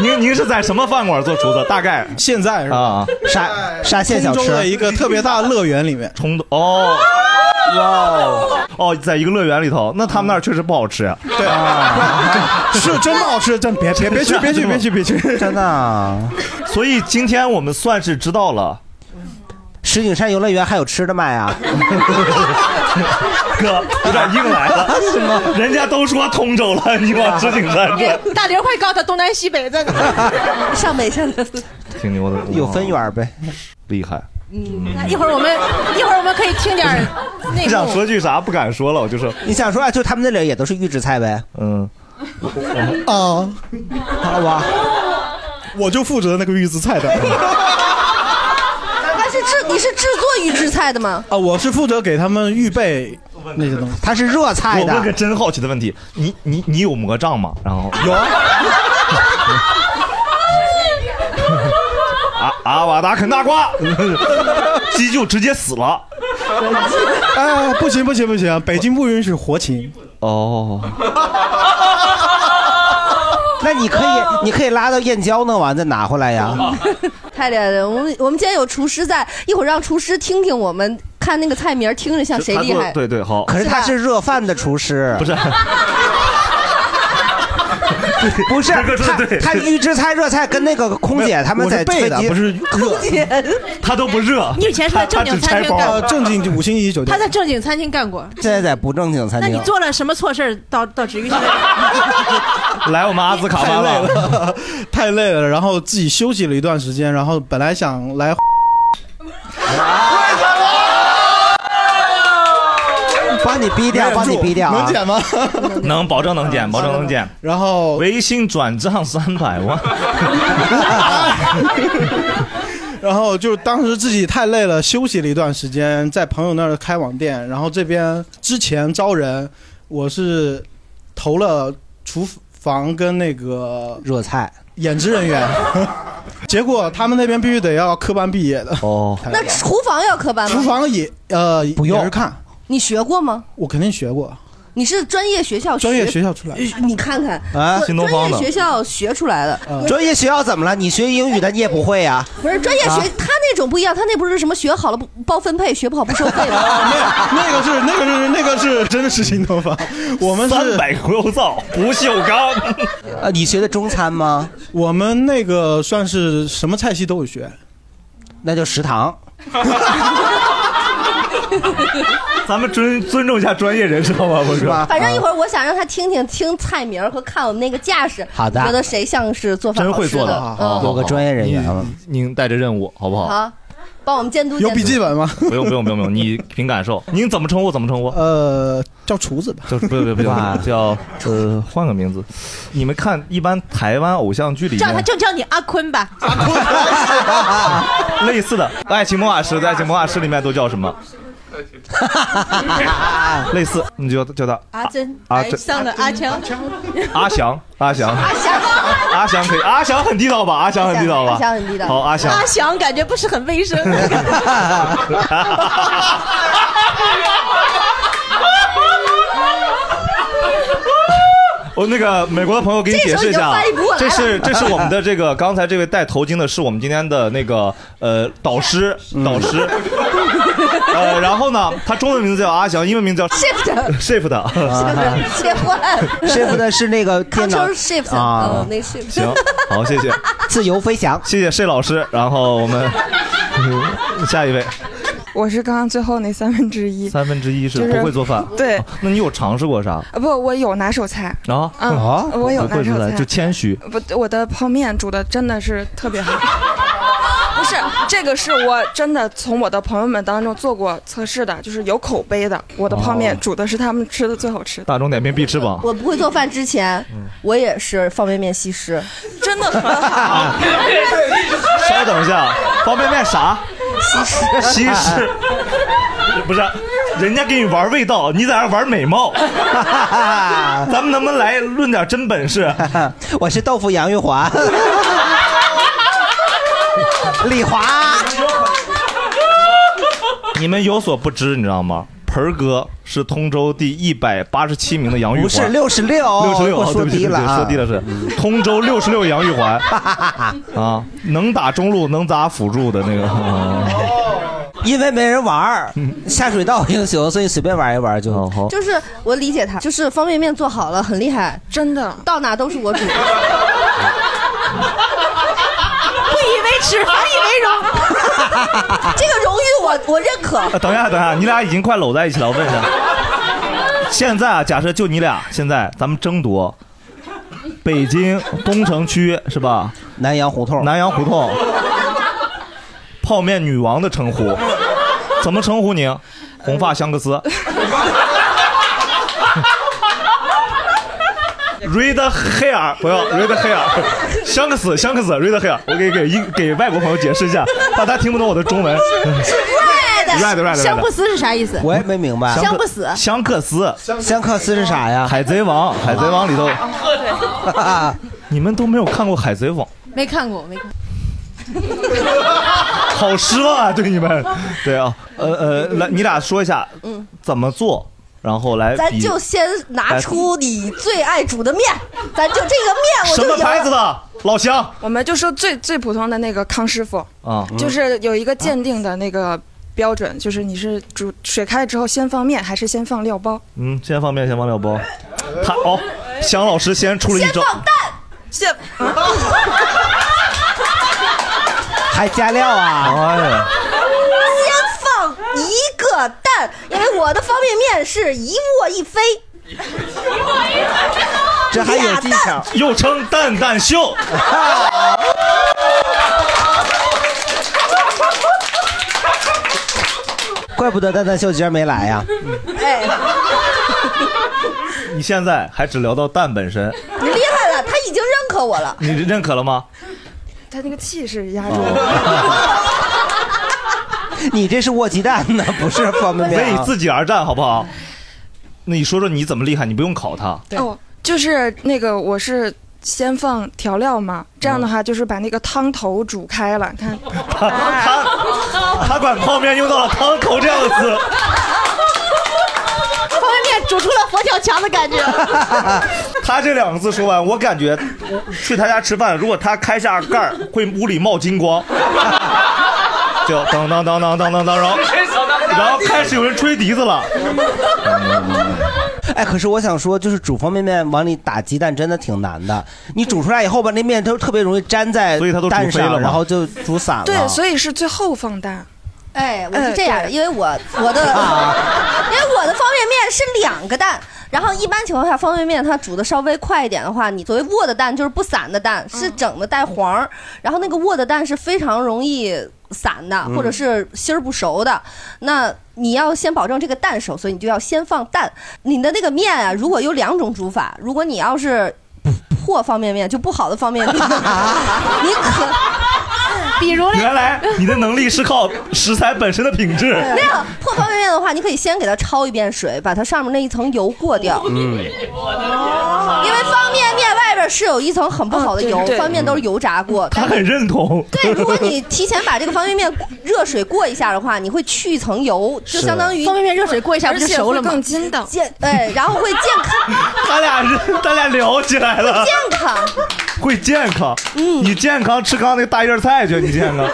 Speaker 2: 您您是在什么饭馆做厨子？大概啊
Speaker 15: 现在是
Speaker 2: 吧？
Speaker 5: 沙沙县小吃
Speaker 15: 通州的一个特别大的乐园里面，
Speaker 2: 冲哦，哇哦哦，在一个乐园里头，那他们那儿确实不好吃呀。
Speaker 15: 对，
Speaker 9: 啊
Speaker 15: 是 真不好吃，真别别别去别去别去别去，
Speaker 5: 真的。啊
Speaker 2: 所以今天我们算是知道了。
Speaker 5: 石景山游乐园还有吃的卖啊？，
Speaker 2: 哥，有点硬来了
Speaker 5: 是吗？
Speaker 2: 人家都说通州了，你往石景山转，
Speaker 8: 大刘快告诉他东南西北 在哪，
Speaker 6: 上北下南。
Speaker 2: 挺牛的，
Speaker 5: 有分园呗，
Speaker 2: 厉害。
Speaker 8: 那一会儿我们一会儿我们可以听点儿内
Speaker 2: 想
Speaker 8: 幕。
Speaker 2: 说句啥不敢说了，我就说
Speaker 5: 你想说啊，就他们那里也都是预制菜呗？
Speaker 2: 嗯，
Speaker 15: 哦，
Speaker 5: 好吧，
Speaker 15: 我就负责那个预制菜的。
Speaker 6: 但是制你是制作预制菜的吗？
Speaker 15: 啊，我是负责给他们预备那些东西。
Speaker 5: 他是热
Speaker 2: 我问个真好奇的问题，你你你有魔杖吗？然 后
Speaker 5: 啊
Speaker 15: 有
Speaker 2: 阿阿啊瓦达啃大瓜， 鸡就直接死了。
Speaker 5: 啊
Speaker 15: 哎，不行不行不行，北京不允许活禽。
Speaker 2: 哦，
Speaker 5: 那你可以，你可以拉到燕郊那完再拿回来呀。
Speaker 6: 太厉害了！我们我们今天有厨师在，一会儿让厨师听听我们看那个菜名儿，听着像谁厉害。
Speaker 2: 对，好。
Speaker 5: 可是他是热饭的厨师，不
Speaker 2: 是？
Speaker 5: 不是，
Speaker 2: 哥说
Speaker 5: 他
Speaker 2: 得对
Speaker 5: 他预制菜、热菜跟那个空姐他们在
Speaker 15: 我是
Speaker 5: 飞
Speaker 15: 备的
Speaker 5: 机，
Speaker 15: 不是热
Speaker 5: 空
Speaker 8: 姐，
Speaker 2: 他都不热。
Speaker 8: 你以前是在正经餐厅干
Speaker 5: 哦
Speaker 8: 过，
Speaker 15: 正经五星级酒
Speaker 8: 他
Speaker 15: 店。
Speaker 8: 在正经餐厅干过。
Speaker 5: 现在在不正经餐
Speaker 8: 那
Speaker 5: 厅
Speaker 8: 你。
Speaker 2: 啊
Speaker 8: 做了什么错事儿到到至于 现在？
Speaker 2: 来，我们阿兹卡
Speaker 15: 太
Speaker 2: 巴
Speaker 15: 累
Speaker 2: 吧。
Speaker 15: 了， 太累了。然后自己休息了一段时间，然后本来想来
Speaker 5: 帮你逼掉
Speaker 15: 忍住
Speaker 5: 帮你逼掉啊
Speaker 15: 能减吗？
Speaker 2: 能保证能减，保证能减。
Speaker 15: 然 后
Speaker 2: 微信转账三百万，
Speaker 15: 然后就当时自己太累了，休息了一段时间，在朋友那儿开网店。然后这边之前招人，我是投了厨房跟那个
Speaker 5: 热菜
Speaker 15: 演职人员，结果他们那边必须得要科班毕业的
Speaker 2: 哦。
Speaker 6: 那厨房要科班吗？
Speaker 15: 厨房也呃不用看，
Speaker 6: 你学过吗？
Speaker 15: 我肯定学过。
Speaker 6: 你是专业学校学
Speaker 15: 专业学校出来的
Speaker 6: 呃你看看
Speaker 5: 啊
Speaker 6: 专
Speaker 5: 新东方的啊
Speaker 6: 专业学校学出来的，
Speaker 5: 专业学校怎么了？你学英语的你也不会呀？
Speaker 6: 不是专业学、
Speaker 5: 啊
Speaker 6: 他那种不一样，他那不是什么学好了不包分配，学不好不收费 吗？
Speaker 15: 那个是那个是那个是真的是新东方，我们
Speaker 2: 三百油皂不锈 钢。
Speaker 5: 呃，你学的中餐吗？
Speaker 15: 我们那个算是什么菜系都有学，
Speaker 5: 那就食堂。
Speaker 2: 咱们尊尊重一下专业人，知道吗？不是吧
Speaker 6: 反正一会儿我想让他听听听菜名儿和看我们那个架势，
Speaker 2: 好的
Speaker 6: 觉得谁像是做饭
Speaker 2: 真
Speaker 6: 好
Speaker 2: 会
Speaker 6: 吃
Speaker 2: 做啊
Speaker 6: 的，嗯，
Speaker 2: 有个专
Speaker 5: 业人员了。
Speaker 2: 您带着任务好不好？
Speaker 6: 好，帮我们监督监督
Speaker 15: 本吗？
Speaker 2: 不用不用不用不用，你凭感受。您怎么称呼？怎么称呼？
Speaker 15: 呃，叫厨子吧。
Speaker 2: 叫不不不不
Speaker 15: 哇
Speaker 2: 叫呃换个名字。你们看，一般台湾偶像剧里
Speaker 8: 叫他
Speaker 2: 面
Speaker 8: 就叫你阿坤 吧。
Speaker 2: 类似的，《爱情魔法师》在《爱情魔法师》里面都叫什么？
Speaker 8: 啊
Speaker 2: 类似，你就叫他
Speaker 8: 阿珍，
Speaker 2: 阿
Speaker 8: 哎
Speaker 2: 珍
Speaker 8: 上的阿强，
Speaker 2: 阿翔，阿翔，
Speaker 8: 翔，
Speaker 2: 阿翔可以，阿翔很地道吧？阿翔很地道吧？好，阿翔，
Speaker 8: 阿翔感觉不是很卫生。
Speaker 2: 我那个美国的朋友给你解释一下啊
Speaker 6: 这时候已经翻译不过，来
Speaker 2: 这
Speaker 6: 了
Speaker 2: 是这是我们的这个刚才这位戴头巾的，是我们今天的那个呃导师
Speaker 5: 嗯
Speaker 2: 导师，呃，然后呢，他中文名字叫阿翔，英文名字叫
Speaker 6: Shift
Speaker 2: Shift，
Speaker 6: 切换
Speaker 5: shift 的是 那个电脑
Speaker 6: Control shift，
Speaker 2: 啊
Speaker 6: 嗯，那 shift
Speaker 2: 行，好，谢谢，
Speaker 5: 自由飞翔，
Speaker 2: 谢谢谢老师，然后我们下一位，
Speaker 16: 我是刚刚最后那三分之一。
Speaker 2: 三分之一是
Speaker 16: 就是
Speaker 2: 不会做饭。
Speaker 16: 对
Speaker 2: 哦那你有尝试过啥？
Speaker 16: 啊不，我有拿手菜。
Speaker 2: 啊
Speaker 16: 嗯我有
Speaker 2: 不会
Speaker 16: 拿手
Speaker 2: 做
Speaker 16: 菜，
Speaker 2: 饭就谦虚。
Speaker 16: 不，我的泡面煮的真的是特 别好。不是，这个是我真的从我的朋友们当中做过测试的，就是有口碑的。我的泡面
Speaker 2: 哦
Speaker 16: 煮的是他们吃的最好吃的。
Speaker 2: 大众点评必吃榜，
Speaker 6: 哦我不会做饭之前，
Speaker 2: 嗯
Speaker 6: 我也是方便面西施，
Speaker 16: 真的很好。
Speaker 2: 哎稍等一下，方便面啥？
Speaker 6: 西施，
Speaker 2: 西施， 不是，人家给你玩味道，你在那玩美貌。
Speaker 5: 啊
Speaker 2: 咱们能不能来论点真本事？
Speaker 5: 我是豆腐杨玉环， 李华，
Speaker 2: 你们有所不知，你知道吗？盆儿哥是通州第一百八十七名的杨玉环，
Speaker 5: 不是66
Speaker 2: 六十六，
Speaker 5: 我说
Speaker 2: 对不起
Speaker 5: 低了
Speaker 2: 对不起
Speaker 5: 啊
Speaker 2: 说低了是通州六十六杨玉 环啊，能打中路，能砸辅助的那个。
Speaker 5: 因为没人玩儿，下水道英雄，所以随便玩一玩就
Speaker 2: 哦好
Speaker 6: 就是我理解他，就是方便面做好了很厉害，
Speaker 16: 真的，
Speaker 6: 到哪都是我煮。
Speaker 15: 不以为耻，反以为荣。
Speaker 6: 这个荣誉我我认可。
Speaker 2: 啊等一下，等一下，你俩已经快搂在一起了，我问一下。现在啊，假设就你俩，现在咱们争夺北京东城区是吧？
Speaker 5: 南洋胡同，
Speaker 2: 南洋胡同，泡面女王的称呼，怎么称呼你？红发香克斯。Red hair，不要 Red hair，香克斯，香克斯，Red hair，我给给英给外国朋友解释一下，怕他听不懂我的 中文。Red Red，
Speaker 8: 香不死是啥意思？
Speaker 5: 我也 没明白。
Speaker 8: 香不死
Speaker 2: 香克斯，
Speaker 5: 香克斯是啥呀？
Speaker 2: 海贼 王，海贼王里头，你们都没有看过海贼王，
Speaker 8: 没看过，没看过。
Speaker 2: 好失望啊！对你 们，对啊，呃呃，来，你俩说一下
Speaker 6: 嗯，
Speaker 2: 怎么做，然后来
Speaker 6: 咱
Speaker 2: 哎比
Speaker 6: 就先拿出你最爱煮的面，咱就这个面我
Speaker 2: 什
Speaker 6: 就
Speaker 2: 么
Speaker 6: 赢了
Speaker 2: 牌子的老乡
Speaker 16: 我们就说最最普通的那个康师傅，
Speaker 2: 啊，
Speaker 16: 就是有一个鉴定的那个标准，就是你是煮水开了之后先放面还是先放料包？
Speaker 2: 嗯，先放面，先放料包，他哦，香老师先出了一招，
Speaker 16: 先。
Speaker 5: 还加料啊？
Speaker 2: 哎呀，
Speaker 6: 先放一个蛋，因为我的方便面是一卧一飞。
Speaker 5: 这还有技巧，
Speaker 2: 又称蛋蛋秀。
Speaker 5: 怪不得蛋蛋秀今儿没来啊呀。
Speaker 6: 哎，
Speaker 2: 你现在还只聊到蛋本身，
Speaker 6: 你厉害了，他已经认可我了。
Speaker 2: 你认可了吗？
Speaker 16: 他那个气势压住
Speaker 5: 你这是卧鸡蛋 呢，不是方便面
Speaker 2: 为
Speaker 5: 啊。
Speaker 2: 自己而战，好不好？那你说说你怎么厉害？你不用考他，
Speaker 16: 哦，就是那个我是先放调料嘛，这样的话就是把那个汤头煮开了，看
Speaker 2: 他管泡面用到了汤头这样的词。
Speaker 8: 方便面煮出了佛跳墙的感 觉。
Speaker 2: 他这两个字说完，我感觉去他家吃饭，如果他开下盖儿，会屋里冒金光。 就当当当当当当当，然后然后开始有人吹笛子了。
Speaker 5: 哎，可是我想说，就是煮方便面往里打鸡蛋真的挺难的。你煮出来以后吧，那面都特别容易粘在
Speaker 2: 都煮
Speaker 5: 蛋
Speaker 2: 飞了
Speaker 5: 上，
Speaker 2: 嘛
Speaker 5: 然后就 煮散了。
Speaker 16: 对，所以是最后放蛋。
Speaker 6: 哎，我是这样的，
Speaker 16: 嗯对
Speaker 6: 因为我我的， 因为我的方便面是两个蛋，然后一般情况下方便面它煮的稍微快一点的话，你所谓卧的蛋就是不散的蛋，是整的带黄儿，然后那个卧的蛋是非常容易散的，
Speaker 17: 嗯
Speaker 6: 或者是芯儿不熟的。那你要先保证这个蛋熟，所以你就要先放蛋。你的那个面啊，如果有两种煮法，如果你要是破方便面，就不好的方便面， 你可。比如
Speaker 2: 原来你的能力是靠食材本身的品 质。
Speaker 6: 那样破方便面的话，你可以先给它焯一遍水，把它上面那一层油过掉。
Speaker 2: 嗯，
Speaker 6: 因为方便面外边是有一层很不好的油，
Speaker 2: 哦对对
Speaker 6: 方便面都是油炸过。
Speaker 2: 他很认同。
Speaker 6: 对，如果你提前把这个方便面热水过一下的话，你会去一层油，就是相当于
Speaker 8: 方便面热水过一下不就熟了吗
Speaker 6: 嗯而且会
Speaker 16: 筋道，
Speaker 6: 健对，然后会健 康，
Speaker 2: 他俩是他俩聊起来了，
Speaker 6: 健康。嗯
Speaker 2: 会健康。你健康吃刚刚那个大叶菜去，你健康，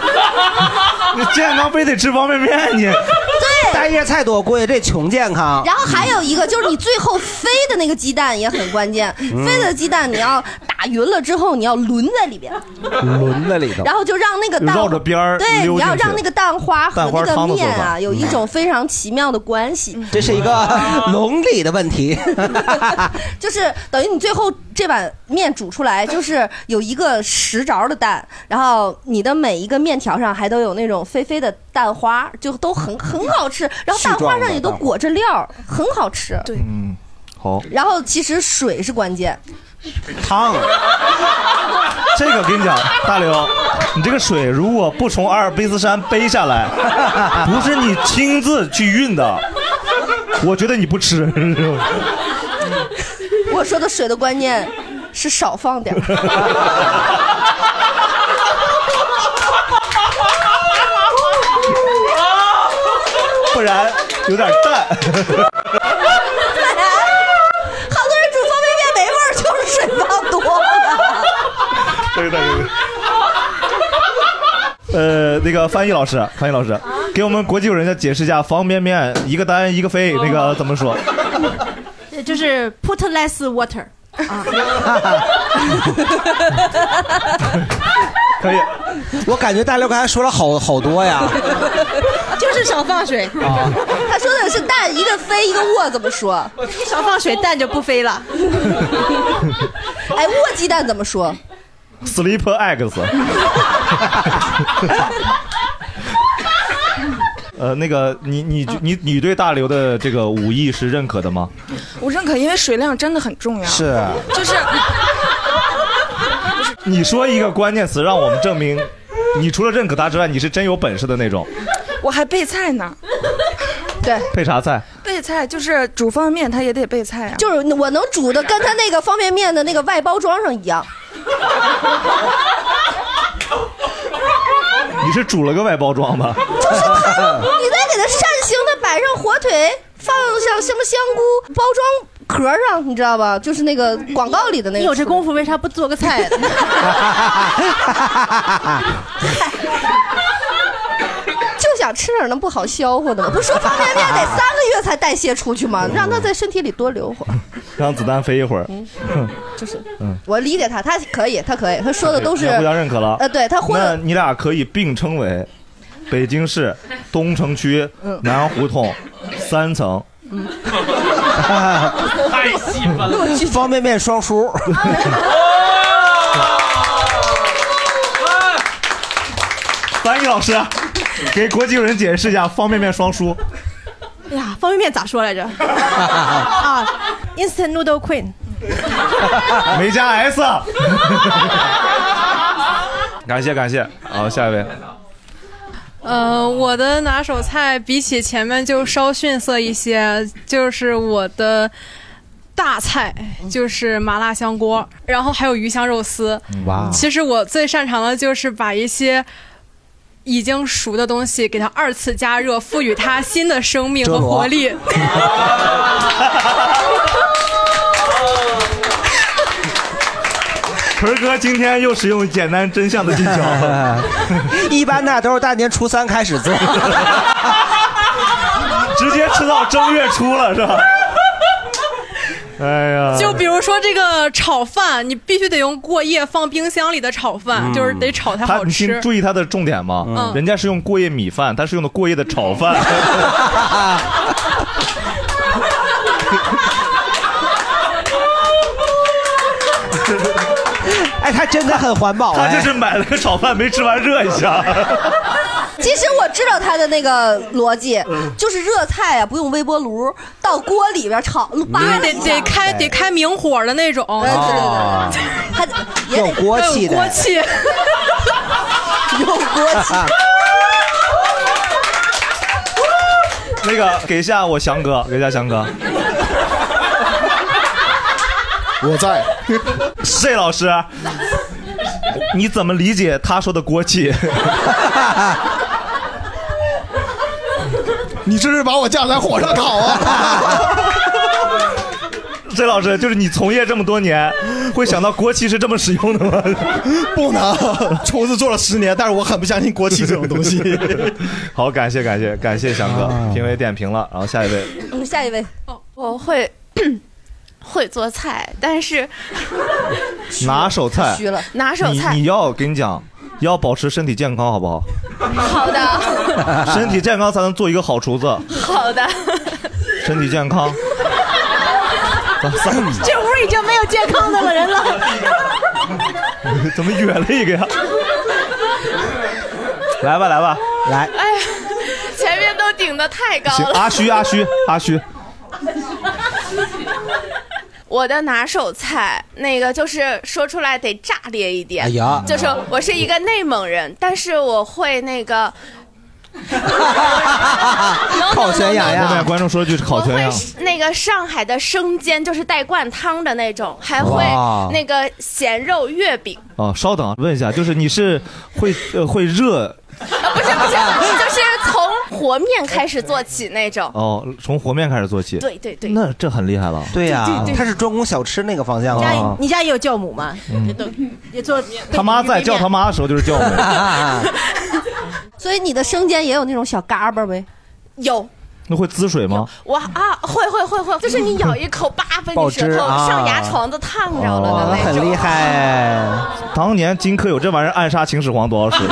Speaker 2: 你健康非得吃方便面你。
Speaker 6: 对，
Speaker 5: 大叶菜多贵，这穷健康。
Speaker 6: 然后还有一个就是你最后飞的那个鸡蛋也很关键，
Speaker 5: 嗯
Speaker 6: 飞的鸡蛋你要打打匀了之后，你要轮在里边，
Speaker 10: 轮在里头
Speaker 6: 然后就让那个蛋
Speaker 2: 绕着边儿
Speaker 6: 对，
Speaker 2: 溜
Speaker 6: 你
Speaker 2: 进
Speaker 6: 要
Speaker 2: 去
Speaker 6: 让那个蛋花和
Speaker 2: 蛋花
Speaker 6: 那个
Speaker 2: 汤的做
Speaker 6: 面啊
Speaker 2: 法
Speaker 6: 有一种非常奇妙的关系。
Speaker 5: 嗯这是 一个笼里的问题。
Speaker 6: 就是等于你最后这碗面煮出来，就是有一个实着的蛋，然后你的每一个面条上还都有那种飞飞的蛋花，就都很很好吃。然后蛋花上也都裹着料儿，很好吃。对，
Speaker 2: 嗯，好，
Speaker 6: 然后其实水是关键，
Speaker 2: 汤。这个跟你讲，大刘，你这个水如果不从阿尔卑斯山背下 来，不是你亲自去运的，我觉得你不吃。 嗯
Speaker 6: 我说的水的观念是少放点儿。
Speaker 2: 不然有点淡。
Speaker 6: 好多人煮方便面没味儿，就是水放多 了。
Speaker 2: 对对对。呃，那个翻译老师，翻译老师，给我们国际友人家解释一下方便面一个单一个飞那个怎么说？
Speaker 8: 对 就是 put less water 啊。
Speaker 2: 可以。
Speaker 5: 我感觉大刘刚才说了好好多呀。
Speaker 8: 就是少放 水。
Speaker 17: 哦
Speaker 5: 啊
Speaker 6: 他说的是蛋，一个飞，一个卧，怎么说？
Speaker 8: 少放水，蛋就不飞了。
Speaker 6: 哎，卧鸡蛋怎么说？
Speaker 2: Sleep eggs。呃，那个，你你你你对大刘的这个武艺是认可的吗？
Speaker 16: 我认可，因为水量真的很重要。
Speaker 2: 是，
Speaker 16: 就是
Speaker 2: 你说一个关键词，让我们证明，你除了认可他之外，你是真有本事的那种。
Speaker 16: 我还备菜呢，
Speaker 6: 对，
Speaker 2: 配啥菜？
Speaker 16: 备菜就是煮方便面，它也得备菜啊。
Speaker 6: 就是我能煮的跟他那个方便面的那个外包装上一样。
Speaker 2: 你是煮了个外包装 吧？
Speaker 16: 嗯
Speaker 6: 你再给它扇形的摆上火腿，放上什么香菇，包装壳上，你知道吧？就是那个广告里的那个。
Speaker 8: 你有这功夫，为啥不做个菜？
Speaker 17: 哦
Speaker 6: 就想吃点能不好消化的吗？不是说方便面得三个月才代谢出去吗？让它在身体里多留会儿。
Speaker 2: 让子弹飞一会儿。
Speaker 6: 就是
Speaker 2: 嗯，
Speaker 6: 我理解他，他可以，他可以，他说的都是
Speaker 2: 哎互相认可了。
Speaker 6: 呃，对他混
Speaker 2: 那你俩可以并称为北京市东城区
Speaker 6: 嗯
Speaker 2: 南洋胡同三层。
Speaker 6: 太
Speaker 2: 细
Speaker 6: 分了
Speaker 5: 方便面双叔，
Speaker 2: 翻译老师，给国际友人解释一下方便面 双输。
Speaker 8: 哎呀，方便面咋说来着？啊，instant noodle queen。
Speaker 2: 没加 S。感谢感谢，好，下一位。
Speaker 18: 呃，我的拿手菜比起前面就稍逊色一些，就是我的大菜就是麻辣香锅，然后还有鱼香肉丝。
Speaker 14: 哇
Speaker 18: 其实我最擅长的就是把一些。已经熟的东西给它二次加热，赋予它新的生命和
Speaker 14: 折磨
Speaker 18: 活力。
Speaker 2: 屯儿哥今天又使用简单真相的技巧，
Speaker 5: 一般那都是大年初三开始做。
Speaker 2: 直接吃到正月初了是吧？哎呀，
Speaker 18: 就比如说这个炒饭，你必须得用过夜放冰箱里的炒饭，就是得炒它
Speaker 2: 他
Speaker 18: 好
Speaker 2: 嗯你听
Speaker 18: 吃。
Speaker 2: 注意他的重点嘛，
Speaker 18: 嗯
Speaker 2: 人家是用过夜米饭，他是用的过夜的炒饭。
Speaker 5: 哎，他真的很环保
Speaker 2: 他
Speaker 5: 哎。
Speaker 2: 就是买了个炒饭没吃完热一下。
Speaker 6: 其实我知道他的那个逻辑，就是热菜啊，不用微波炉，到锅里边炒，扒
Speaker 18: 得得开得开明火的那种，
Speaker 6: 对
Speaker 8: 哎
Speaker 6: 对
Speaker 18: 哦
Speaker 5: 哦
Speaker 6: 对对，还也得
Speaker 5: 有锅气的
Speaker 18: 有锅气，
Speaker 6: 有锅气。
Speaker 2: 那个给一下我翔哥，给一下翔哥。
Speaker 15: 我在。
Speaker 2: 谢老师，你怎么理解他说的锅气？
Speaker 15: 你这是把我架在火上烤啊！
Speaker 2: 谢老师，就是你从业这么多年，会想到锅气是这么使用的吗？
Speaker 15: 不能，厨子做了十年，但是我很不相信锅气这种东西。啊
Speaker 2: 好，感谢感谢感谢翔哥，评委点评了，然后下一位，
Speaker 6: 嗯，下一位，
Speaker 18: 我会
Speaker 17: 哦 会做菜，但 是
Speaker 2: 拿手菜，
Speaker 17: 虚了拿手菜
Speaker 2: 你你要跟你讲，要保持身体健康，好不好？
Speaker 17: 好的，
Speaker 2: 身体健康才能做一个好厨子，
Speaker 17: 好的，
Speaker 2: 身体健康。咋咋
Speaker 17: 这屋已经没有健康的了人了。
Speaker 2: 怎么远了一个呀？来吧，来吧，
Speaker 5: 来，
Speaker 17: 哎呀，前面都顶的太高
Speaker 2: 行，
Speaker 17: 了。
Speaker 2: 阿虚，阿虚，阿虚，
Speaker 17: 我的拿手菜，那个就是说出来得炸裂一点。
Speaker 5: 哎呀
Speaker 17: 就是我是一个内蒙人，但是我会那 个
Speaker 2: 烤全
Speaker 5: 羊呀
Speaker 2: 后面观众说句烤全羊，
Speaker 17: 那个上海的生煎，就是带灌汤的那种，还会
Speaker 2: 哇
Speaker 17: 那个咸肉月饼。
Speaker 2: 哦，稍等，问一下，就是你是会呃会热
Speaker 17: 啊，不是不是，就是从和面开始做起那种。
Speaker 2: 哦，从和面开始做起，
Speaker 17: 对对对
Speaker 2: 那这很厉害了，
Speaker 5: 对呀、
Speaker 2: 对对对
Speaker 5: 他是专攻小吃那个方向
Speaker 2: 你
Speaker 5: 啊的
Speaker 2: 家里
Speaker 8: 啊
Speaker 2: 哦
Speaker 8: 你家也有酵母吗？
Speaker 2: 嗯
Speaker 8: 这都也做
Speaker 2: 他妈在叫他妈的时候就是叫我 们，
Speaker 6: 所以你的生煎也有那种小嘎巴呗？
Speaker 17: 有，
Speaker 2: 那会滋水吗？
Speaker 17: 哇啊，会会会会，就是你咬一口，叭，被
Speaker 2: 爆
Speaker 17: 你
Speaker 2: 汁
Speaker 17: 舌头
Speaker 2: 啊
Speaker 17: 上牙床子烫着了哦的那种。
Speaker 2: 厉
Speaker 5: 害。
Speaker 2: 当年荆轲有这玩意儿暗杀秦始皇多少次？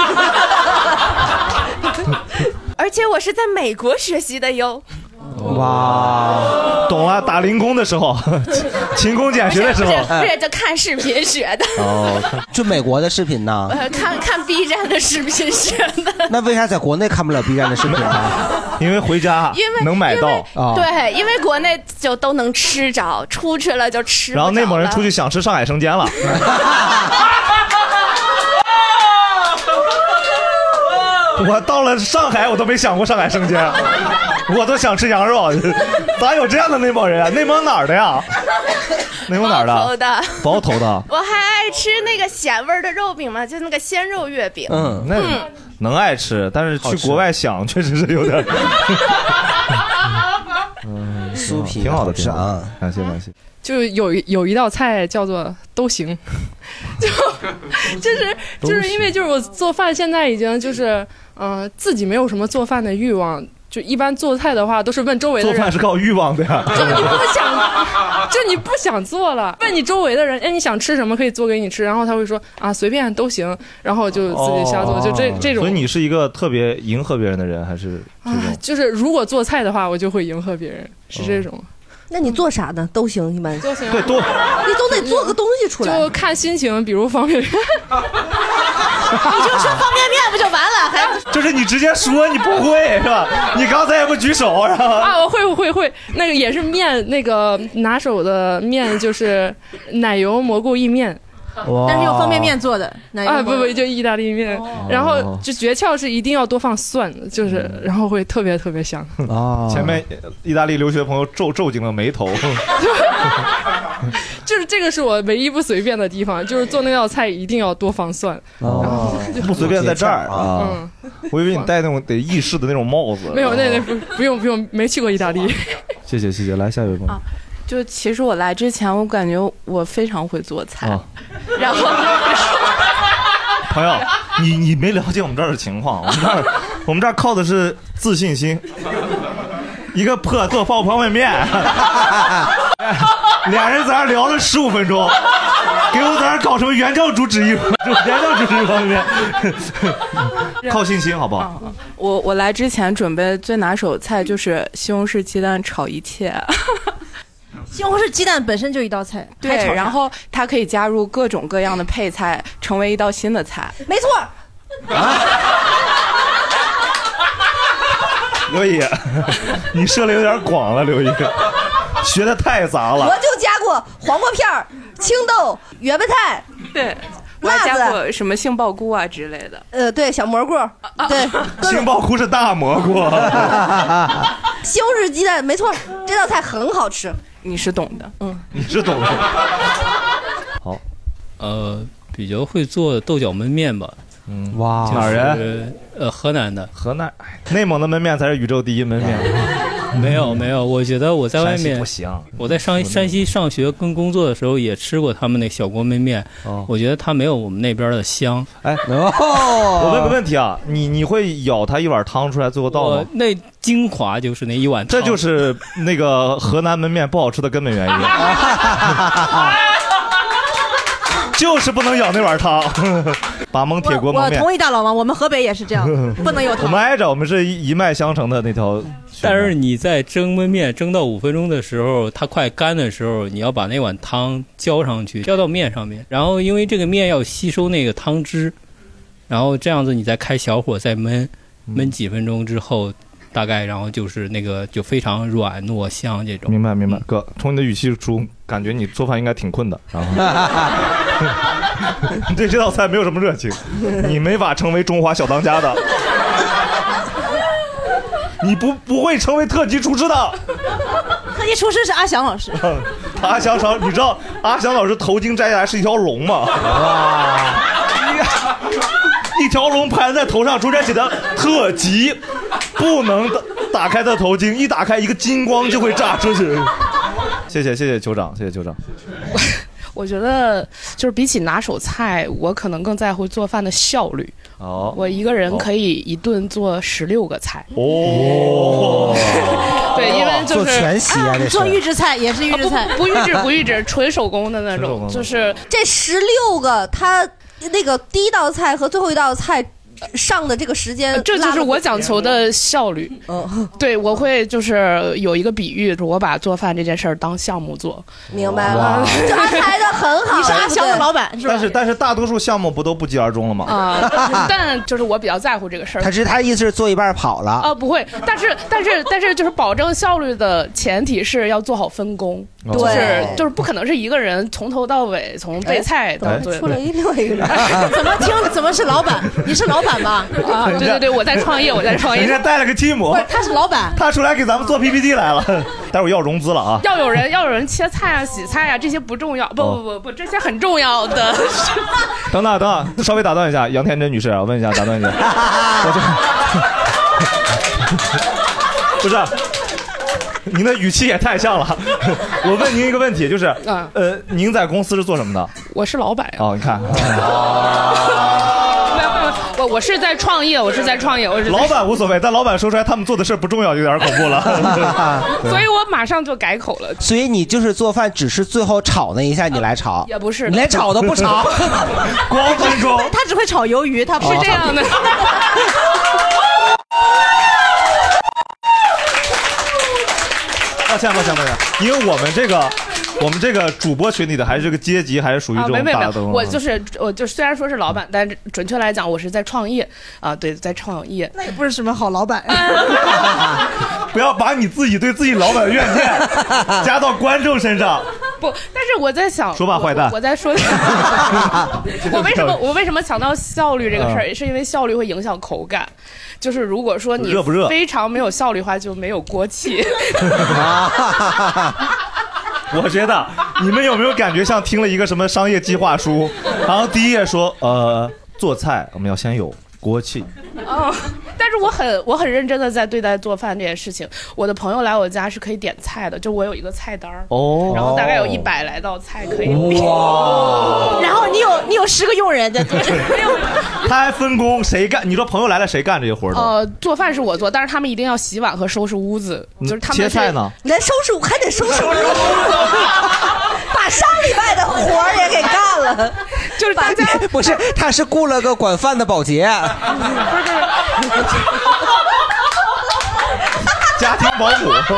Speaker 17: 而且我是在美国学习的 哟，
Speaker 2: 哇，懂了，打零工的时候，勤工俭学的时
Speaker 17: 不
Speaker 2: 候哎
Speaker 17: 是，对，就看视频学的，
Speaker 2: 哦，
Speaker 5: 就美国的视频呢？
Speaker 17: 呃看看 B 站的视频学 的。
Speaker 5: 那为啥在国内看不了 B 站的视频呢？哦
Speaker 2: 因为回家
Speaker 17: 因为能买到
Speaker 2: 哦
Speaker 17: 对，因为国内就都能吃着，出去了就吃不着了。
Speaker 2: 然后内蒙人出去想吃上海生煎了，我到了上海我都没想过上海生煎，我都想吃羊肉，咋有这样的内蒙人啊？内蒙哪儿的呀？内蒙哪儿
Speaker 17: 包头
Speaker 2: 的？
Speaker 17: 的，
Speaker 2: 包头的。
Speaker 17: 我还爱吃那个咸味儿的肉饼嘛，就那个鲜肉月饼。
Speaker 2: 嗯，那能爱吃，但是去国外想确实是有点。嗯，
Speaker 5: 酥皮
Speaker 2: 挺好
Speaker 5: 好
Speaker 2: 的，
Speaker 5: 吃
Speaker 2: 挺好的
Speaker 5: 啊，
Speaker 2: 感谢感谢。
Speaker 19: 就是有一有一道菜叫做都行， 就就是就是因为就是我做饭现在已经就是嗯、呃自己没有什么做饭的欲望，就一般做菜的话都是问周围的
Speaker 2: 做
Speaker 19: 人。
Speaker 2: 饭是靠欲望的呀。
Speaker 19: 就你不想， 就你不想做了，问你周围的人，哎，你想吃什么可以做给你吃，然后他会说啊，随便都行，然后就自己瞎做，就这
Speaker 2: 哦
Speaker 19: 这种
Speaker 2: 所以。你是一个特别迎合别人的人，还是
Speaker 19: 啊，
Speaker 6: 嗯
Speaker 19: 就是如果做菜的话，我就会迎合别人，
Speaker 6: 哦
Speaker 19: 是这种。
Speaker 6: 那你做啥呢？都行，一般
Speaker 19: 都行
Speaker 2: 对都
Speaker 6: 你总得做个东西出来。
Speaker 19: 就看心情，比如方 便面，
Speaker 8: 你哦就说方便面不就完了？还
Speaker 2: 就是你直接说你不会是吧？你刚才也不举手，然后
Speaker 19: 啊，我会我会会，那个也是面，那个拿手的面就是奶油蘑菇意面，
Speaker 2: 哇
Speaker 8: 但是用方便面做的，奶油
Speaker 19: 啊
Speaker 8: 锅
Speaker 19: 不不就意大利面，
Speaker 6: 哦
Speaker 19: 然后就诀窍是一定要多放蒜，就是
Speaker 6: 嗯
Speaker 19: 然后会特别特别香。
Speaker 5: 啊
Speaker 2: 前面意大利留学的朋友皱皱紧了眉头。
Speaker 19: 就是这个是我唯一不随便的地方，就是做那道菜一定要多放蒜。
Speaker 2: 哦， 不随便在这儿啊！我以为你戴那种得意式的那种帽子。
Speaker 19: 没有，那那不不用不用，没去过意大利。
Speaker 2: 谢谢谢谢，来下一位朋友。
Speaker 20: 就其实我来之前，我感觉我非常会做菜，
Speaker 2: 啊
Speaker 20: 然 后
Speaker 2: 朋友，你你没了解我们这儿的情况，我们这儿我们这儿靠的是自信心，一个破做泡方便面，哎俩人在那儿聊了十五分钟，给我在那儿搞什么原教旨主义，原教旨主义方便面，靠信心好不
Speaker 6: 嗯
Speaker 2: 好？
Speaker 20: 我我来之前准备最拿手菜就是西红柿鸡蛋炒一切，
Speaker 8: 西红柿鸡蛋本身就一道菜，还炒
Speaker 20: 对，
Speaker 8: 啥
Speaker 20: 然后它可以加入各种各样的配菜，成为一道新的菜。
Speaker 8: 没错，
Speaker 6: 嗯
Speaker 2: 刘姨，你涉猎有点广了，刘姨，学的太杂了
Speaker 6: 我。就加过黄瓜片儿、青豆、圆白菜，
Speaker 20: 对，我还
Speaker 6: 辣
Speaker 20: 加
Speaker 6: 子
Speaker 20: 过什么杏鲍菇啊之类的。
Speaker 6: 呃，对，小蘑菇，对，各
Speaker 2: 杏
Speaker 6: 种
Speaker 2: 鲍菇是大蘑菇，
Speaker 6: 西红柿鸡蛋，没错，这道菜很好吃。
Speaker 20: 你是懂的，
Speaker 6: 嗯，
Speaker 2: 你是懂的。
Speaker 14: 呃，比较会做豆角焖面吧。嗯，
Speaker 2: 哇哪儿人？
Speaker 14: 呃，河南的。
Speaker 2: 河南，内蒙的焖面才是宇宙第一焖面。
Speaker 21: 没有没有，我觉得我在外
Speaker 2: 山西
Speaker 21: 面
Speaker 2: 不行嗯
Speaker 21: 我在上山西上学跟工作的时候也吃过他们那小锅焖面，我觉得它没有我们那边的香。
Speaker 2: 哦哎， 我问个问题啊，你你会舀它一碗汤出来最后倒吗
Speaker 21: 我？那精华就是那一碗汤，
Speaker 2: 这就是那个河南焖面不好吃的根本原因， 就是不能舀那碗汤。 把蒙 铁锅
Speaker 7: 我
Speaker 2: 蒙面，
Speaker 7: 同意大老王，我们河北也是这样， 不能有
Speaker 2: 我
Speaker 7: 糖
Speaker 2: 们。挨着，我们是一一脉相承的那条。
Speaker 21: 但是你在蒸焖面蒸到五分钟的时候，它快干的时候，你要把那碗汤浇上去，浇到面上面，然后因为这个面要吸收那个汤汁，然后这样子你再开小火再焖，焖几分钟之后，大概然后就是那个就非常软糯香这种。
Speaker 2: 明白明白，哥，从你的语气出，感觉你做饭应该挺困的，然后 你对这道菜没有什么热情，你没法成为中华小当家 的，你不不会成为特级厨师的。
Speaker 7: 科技厨师是阿翔老师，
Speaker 2: 阿翔老，你知道阿翔老师头巾摘下来是一条龙吗？啊，一条龙盘在头上，中间写的特级，不能打打开的头巾，一打开一个金光就会炸出去。谢谢谢谢酋长，谢谢酋长。
Speaker 22: 我觉得就是比起拿手菜，我可能更在乎做饭的效率。
Speaker 2: 哦，
Speaker 22: 我一个人可以一顿做十六个菜。
Speaker 2: 哦，
Speaker 22: 对，因为就是
Speaker 5: 做全席啊这是做
Speaker 22: 预
Speaker 7: 制菜也是预
Speaker 22: 制菜，啊不不预 制不预 制，纯手工的那
Speaker 5: 纯手
Speaker 22: 种，
Speaker 5: 工的
Speaker 22: 就是
Speaker 6: 这十六个，他那个第一道菜和最后一道菜上的这个时间，
Speaker 22: 呃这就是我讲求的效率。嗯，对，我会就是有一个比喻，我把做饭这件事儿当项目做。啊
Speaker 6: 明白 了，这安排的很好。
Speaker 22: 你是阿
Speaker 6: 对不对
Speaker 22: 香的老板
Speaker 2: 但是但是大多数项目不都不疾而终了吗？
Speaker 22: 啊，但就是我比较在乎这个事儿。
Speaker 5: 他是他意思是做一半跑了，
Speaker 22: 啊，不会，但是但是但是就是保证效率的前提是要做好分工，
Speaker 2: 哦
Speaker 22: 就是
Speaker 2: 对
Speaker 22: 就是不可能是一个人从头到尾从备菜到
Speaker 2: 哎
Speaker 22: 做。
Speaker 2: 出来一
Speaker 22: 另外一个 人
Speaker 7: 怎么听怎么是老板？你是老板 吧？
Speaker 22: 啊，对对对，我在创业，我在创业。
Speaker 2: 人家带了个 team，
Speaker 22: 不是他是老板
Speaker 2: 他出来给咱们做 PPT 来了， 待会儿要融资了啊。
Speaker 22: 要有人要有人切菜啊、洗菜啊，这些不重要，不
Speaker 2: 哦
Speaker 22: 不不不，这些很重要的。
Speaker 2: 等等等等，稍微打断一下，杨天真女士，我问一下，打断一下，我这不是。您的语气也太像了。我问您一个问题，就是，呃，您在公司是做什么的？
Speaker 22: 啊我是老板呀。
Speaker 2: 哦，你看，
Speaker 22: 没有没有，我我是在创业，我是在创业，我是在
Speaker 2: 老板无所谓，但老板说出来他们做的事儿不重要，就有点恐怖了。
Speaker 22: 所以我马上就改口 了。
Speaker 5: 所以你就是做饭，只是最后炒那一下你来炒，
Speaker 22: 也不是
Speaker 5: 你连炒都不 炒，
Speaker 2: 光分 钟。
Speaker 7: 他只会炒鱿鱼，他不
Speaker 22: 是这样的。
Speaker 2: 抱歉抱歉抱歉，因为我们这个，我们这个主播群里的还是这个阶级，还是属于
Speaker 22: 啊，
Speaker 2: 这
Speaker 22: 没
Speaker 2: 种
Speaker 22: 没没
Speaker 2: 大的，东西。
Speaker 22: 我就是我就虽然说是老板，但是准确来讲，我是在创业啊，对，在创业。啊
Speaker 7: 那也不是什么好老板。
Speaker 2: 不要把你自己对自己老板的怨 念加到观众身上。
Speaker 22: 不，但是我在想，
Speaker 2: 说吧
Speaker 22: 我
Speaker 2: 坏蛋
Speaker 22: 我我在 说，我为什么我为什么强调效率这个事儿，
Speaker 2: 嗯
Speaker 22: 是因为效率会影响口感。就是如果说你
Speaker 2: 热不热
Speaker 22: 非常没有效率的话，就没有锅 气。哦
Speaker 2: 啊我觉得你们有没有感觉像听了一个什么商业计划书？然后第一页说，呃，做菜我们要先有锅气。
Speaker 22: 哦，但是我很我很认真的在对待做饭这件事情。我的朋友来我家是可以点菜的，就我有一个菜单儿，
Speaker 2: 哦
Speaker 22: 然后大概有一百来道菜可以点。
Speaker 2: 哇
Speaker 7: 然后你有你有十个佣 人在。
Speaker 2: 他还分哦工谁干？你说朋友来了谁干这些活儿呢？
Speaker 22: 呃，做饭是我做，但是他们一定要洗碗和收拾屋子，
Speaker 2: 嗯
Speaker 22: 就是他们
Speaker 2: 切菜
Speaker 22: 是
Speaker 2: 呢
Speaker 6: 连收拾还得收拾屋子，把上礼拜的活儿也给干了，
Speaker 22: 就是大家
Speaker 5: 哎不是，他是雇了个管饭的保洁，
Speaker 2: 家庭保姆。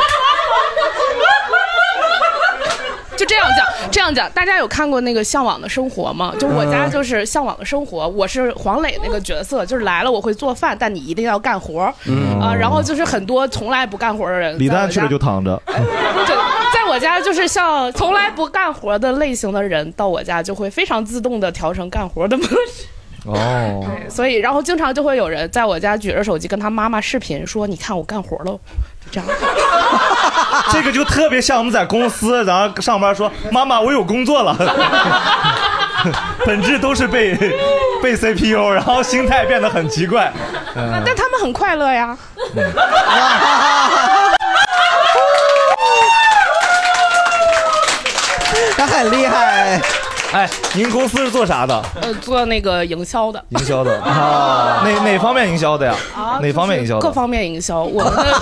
Speaker 22: 就这样讲，这样讲，大家有看过那个《向往的生活》吗？就我家
Speaker 2: 嗯
Speaker 22: 就是《向往的生活》，我是黄磊那个角色，就是来了我会做饭，但你一定要干活儿，
Speaker 2: 嗯
Speaker 22: 啊，然后就是很多从来不干活儿的人，
Speaker 2: 李诞去了就 躺着。
Speaker 22: 对，在我家就是像从来不干活的类型的人到我家就会非常自动的调成干活的模式，
Speaker 2: 哦，
Speaker 22: 所以然后经常就会有人在我家举着手机跟他妈妈视频说：“你看我干活喽。”就这样，
Speaker 2: 这个就特别像我们在公司，然后上班说：“妈妈，我有工作了。” 本质都是被被 CPU，然后心态变得很奇怪。
Speaker 22: 但他们很快乐呀。
Speaker 5: 很厉害。
Speaker 2: 哎，您公司是做啥的？
Speaker 22: 呃， 做那个营销的，
Speaker 2: 营销 的
Speaker 5: 哦
Speaker 2: 啊，哪哪方面营销的呀？
Speaker 22: 啊
Speaker 2: 哪方面营销
Speaker 22: 各
Speaker 2: 的？
Speaker 22: 方面营销。我们的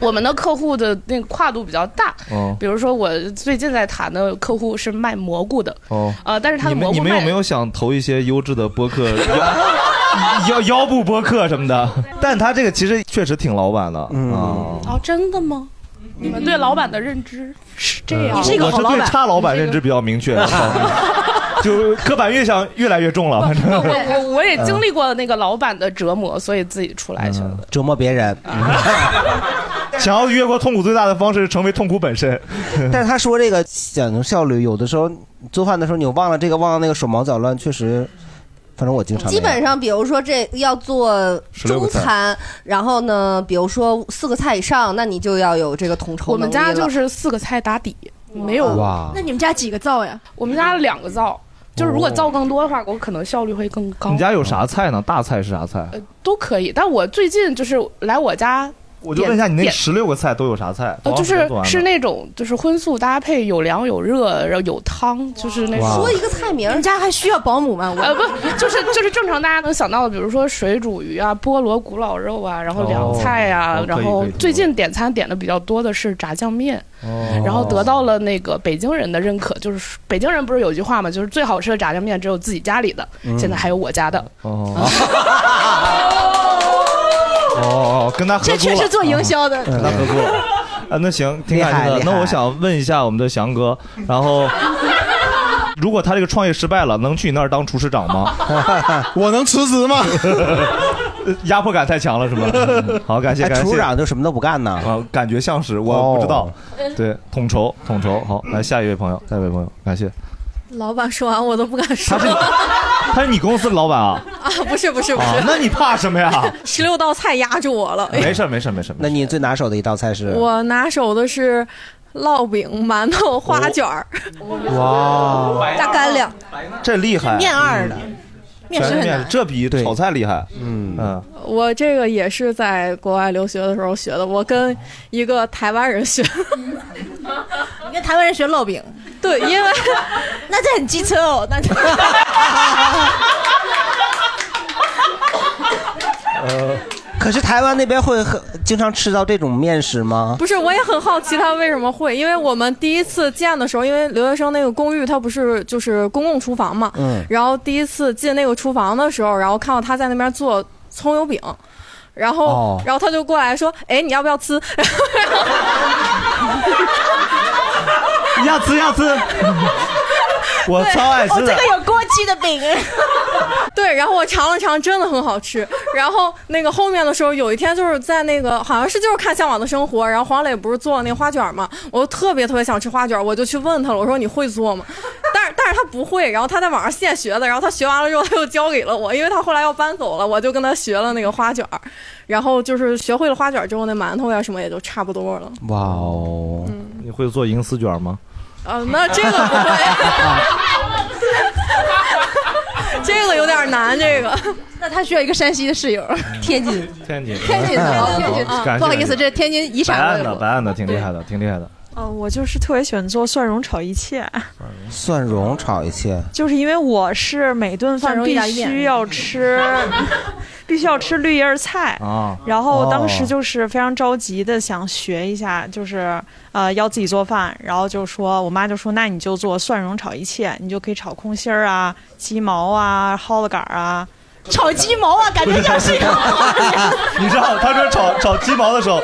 Speaker 22: 我们的客户的那个跨度比较大，
Speaker 2: 哦
Speaker 22: 比如说我最近在谈的客户是卖蘑菇的，
Speaker 2: 哦，
Speaker 22: 呃，但是他
Speaker 2: 你
Speaker 22: 的
Speaker 2: 们
Speaker 22: 蘑
Speaker 2: 你
Speaker 22: 菇
Speaker 2: 们有
Speaker 22: 卖
Speaker 2: 没有想投一些优质的 播客， 腰腰腰部播客什么的？但他这个其实确实挺老板的
Speaker 5: 嗯
Speaker 2: 啊。
Speaker 22: 哦，真的吗？你们对老板的认 知是这样？
Speaker 2: 嗯我是对差老板认知比较明确， 就刻板印象越来越 重了，反
Speaker 22: 我
Speaker 2: 正。
Speaker 22: 我我也经历过那个老板的折磨，所以自己出
Speaker 2: 嗯
Speaker 22: 来选的。
Speaker 5: 折嗯磨别人。
Speaker 2: 想要越过痛苦最大的方式，成为痛苦本身。
Speaker 5: 但是他说这个讲究效率，有的时候做饭的时候你忘了这个忘了那个手忙脚乱，确实，反正我经常那样
Speaker 6: 基本上，比如说这要做
Speaker 5: 16
Speaker 6: 中
Speaker 5: 个菜
Speaker 6: 餐，然后呢，比如说四个菜以上，那你就要有这个统筹
Speaker 22: 我们
Speaker 6: 能力
Speaker 22: 家
Speaker 6: 了
Speaker 22: 就是四个菜打底，没有
Speaker 6: 哇
Speaker 22: 那你们家几个灶呀？哎我们家两个灶，就是如果灶更多的话，我可能效率会更高呃
Speaker 2: 哦你。家有啥菜呢？大菜是啥菜？
Speaker 22: 都可以，但我最近就是来我家，
Speaker 2: 我就问一下，你那十六个菜都有啥菜？
Speaker 7: 哦
Speaker 22: 呃，就
Speaker 2: 多少
Speaker 22: 是
Speaker 2: 做完了
Speaker 22: 是那种就是荤素搭配，有凉有热，然后有汤，就是那种。
Speaker 2: 哇说一
Speaker 22: 个
Speaker 6: 菜名，
Speaker 22: 人家还需要保姆吗？呃，不，就是就是正常大家能想到的，比如说水煮鱼啊、菠萝古老肉啊，然后凉菜呀、
Speaker 17: 哦哦可以
Speaker 22: 然后
Speaker 17: 可以可以
Speaker 22: 最近点餐点的比较多的是炸酱面，然后得到了那个北京人的认可，就是北京人不是有句话嘛，就是最好吃的炸酱面只有自己家里的，
Speaker 2: 嗯
Speaker 22: 现在还有我家的。
Speaker 2: 哦 哦哦，跟他合嗯
Speaker 7: 这确实做营销的。
Speaker 2: 跟他合作了。啊，那行，挺感谢
Speaker 7: 厉害
Speaker 2: 的
Speaker 7: 厉。害
Speaker 2: 那我想问一下我们的翔哥，然后如果他这个创业失败了，能去你那儿当厨师长 吗？我能辞职吗？ 压迫感太强了，是 吗？嗯好，感谢
Speaker 5: 哎
Speaker 2: 感谢。
Speaker 5: 厨师长就什么都不干呢？
Speaker 2: 啊，感觉像是，我不知道
Speaker 5: 哦。
Speaker 2: 对，统筹统筹。好，来下一位朋友，下一位朋友，感谢。
Speaker 7: 老板说完我都不敢说
Speaker 2: 他是他是你公司的老板啊？
Speaker 7: 啊， 不是不是不
Speaker 2: 啊，
Speaker 7: 是，
Speaker 2: 那你怕什么呀？
Speaker 7: 十六道菜压住我了。哎呀
Speaker 2: 没事儿没事儿没事儿。
Speaker 5: 那你最拿手的一道菜是？
Speaker 7: 我拿手的是烙饼、馒头、花卷儿、
Speaker 2: 哦哇，
Speaker 7: 大干粮。
Speaker 2: 这厉害！嗯
Speaker 7: 面二的面
Speaker 2: 哎全
Speaker 7: 食
Speaker 2: 是
Speaker 7: 很
Speaker 2: 面
Speaker 7: 难，
Speaker 2: 这比炒菜厉害。嗯嗯，
Speaker 7: 我这个也是在国外留学的时候学的，我跟一个台湾人学。你跟台湾人学烙饼？ 对，因 为那这很机车哦，那
Speaker 5: 哦可是台湾那边会很经常吃到这种面食吗？
Speaker 7: 不是，我也很好奇他为什么会，因为我们第一次见的时候，因为留学生那个公寓它不是就是公共厨房嘛，
Speaker 5: 嗯
Speaker 7: 然后第一次进那个厨房的时候，然后看到他在那边做葱油饼，然后、
Speaker 8: 哦
Speaker 7: 然后他就过来说，哎，你要不要吃？
Speaker 2: 要吃要 吃，我
Speaker 7: 对
Speaker 2: 超爱吃
Speaker 8: 哦
Speaker 2: 的。
Speaker 7: 有过期的饼。 对，然后我尝了尝，真的很好吃。然后那个后面的时候，有一天就是在那个好像是就是看《向往的生活》，然后黄磊不是做那个花卷嘛，我就特别特别想吃花卷，我就去问他了，我说你会做吗？但是但是他不会，然后他在网上现学的，然后他学完了之后他又教给了我，因为他后来要搬走了，我就跟他学了那个花卷儿，然后就是学会了花卷之后，那馒头呀什么也就差不多了。
Speaker 2: 哇哦，你会做银丝卷吗？
Speaker 7: 啊，那这个不 会， 这个有点难，这个。
Speaker 8: 那他需要一个山西的 室友，天津，
Speaker 2: 天津，
Speaker 8: 天津的，哦天津
Speaker 2: 好
Speaker 8: 的，
Speaker 2: 感谢
Speaker 8: 不好意思，这是天津遗
Speaker 2: 白
Speaker 8: 产
Speaker 2: 案
Speaker 8: 我
Speaker 2: 的
Speaker 8: 有。
Speaker 2: 白案的，挺厉害的，挺厉害的。
Speaker 17: 哦，我就是特别喜欢做蒜蓉炒一切，
Speaker 5: 蒜蓉炒一切，
Speaker 17: 就是因为我是每顿
Speaker 8: 蒜
Speaker 17: 饭
Speaker 8: 蓉意
Speaker 17: 必
Speaker 8: 大利面
Speaker 17: 须要吃， 必须要吃绿叶菜。
Speaker 2: 啊
Speaker 17: 然后当时
Speaker 2: 哦
Speaker 17: 就是非常着急的想学一下，就是呃要自己做饭，然后就说我妈就说那你就做蒜蓉炒一切，你就可以炒空心儿啊、鸡毛啊、蒿子杆儿啊。
Speaker 8: 炒鸡毛啊，感 觉像 是一个
Speaker 2: 你知道他说炒炒鸡毛的时候，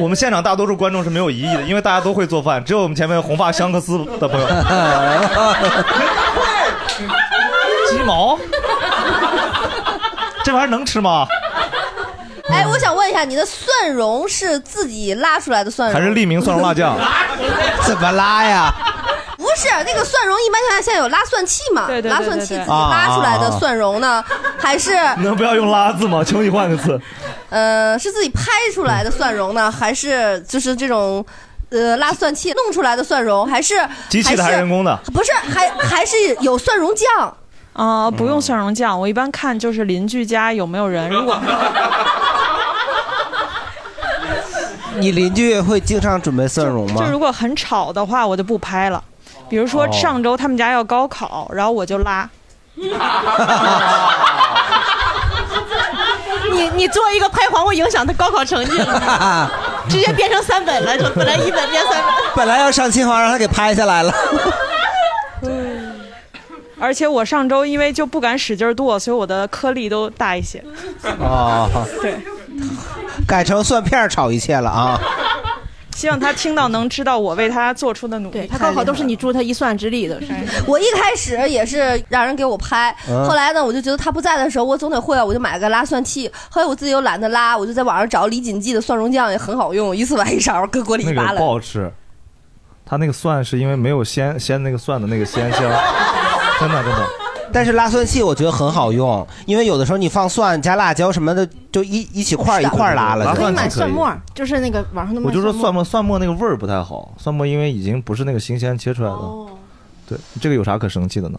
Speaker 2: 我们现场大多数观众是没有疑义的，因为大家都会做饭，只有我们前面红发香克斯的 朋友。鸡 毛，这玩意儿能吃吗？
Speaker 6: 哎，我想问一下，你的蒜蓉是自己拉出来的蒜蓉，
Speaker 2: 还是利民蒜蓉辣 酱？
Speaker 5: 怎么拉 呀？
Speaker 6: 不是那个蒜蓉，一般情况下现在有拉蒜器嘛？
Speaker 17: 对对对
Speaker 6: 拉蒜器
Speaker 17: 对对
Speaker 6: 自己
Speaker 2: 啊
Speaker 6: 拉出来的蒜蓉呢，还是
Speaker 2: 能不要用“拉”字吗？求你换个字。
Speaker 6: 呃是自己拍出来的蒜蓉呢，还是就是这种呃拉蒜器弄出来的蒜蓉，还是
Speaker 2: 机器的还是人工的？
Speaker 6: 不是，还还是有蒜蓉酱。
Speaker 17: 啊、不
Speaker 2: 嗯
Speaker 17: 用蒜蓉酱，我一般看就是邻居家有没有人，如果
Speaker 5: 你邻居会经常准备蒜蓉
Speaker 17: 就
Speaker 5: 吗
Speaker 17: 如？果很吵的话，我就不拍了。比如说
Speaker 8: 哦
Speaker 17: 上周他们家要高考，然后我就拉。
Speaker 8: 你你做一个拍黄瓜，影响他高考成绩了，直接变成三本了，就本来一本变三本。
Speaker 5: 本来要上清华，让他给拍下来了。
Speaker 17: 而且我上周因为就不敢使劲剁，所以我的颗粒都大一些。
Speaker 5: 哦，
Speaker 17: 对，
Speaker 5: 改成蒜片儿炒一切了啊！
Speaker 17: 希望他听到能知道我为他做出的努力。他高考都是
Speaker 8: 你助他一算之力的，
Speaker 17: 哎
Speaker 6: 我一开始也是让人给我拍，
Speaker 8: 嗯
Speaker 6: 后来呢，我就觉得他不在的时候，我总得会啊，我就买个拉蒜器。后来我自己又懒得拉，我就在网上找李锦记的蒜蓉酱，也很好用，一次把一勺搁锅里
Speaker 2: 那
Speaker 6: 一
Speaker 2: 个
Speaker 6: 扒拉
Speaker 2: 不。好吃，它那个蒜是因为没有鲜鲜那个蒜的那个鲜香，真的真的。
Speaker 5: 但是拉蒜器我觉得很好用，因为有的时候你放蒜加辣椒什么的，就一一起块儿一块儿拉了。
Speaker 2: 是的
Speaker 5: 就
Speaker 2: 拉蒜器可以蒜末，
Speaker 8: 就是那个网上的
Speaker 2: 我就说蒜末，蒜末那个味儿不太好，蒜末因为已经不是那个新鲜切出来的。
Speaker 8: 哦
Speaker 2: 对，这个有啥可生气的呢？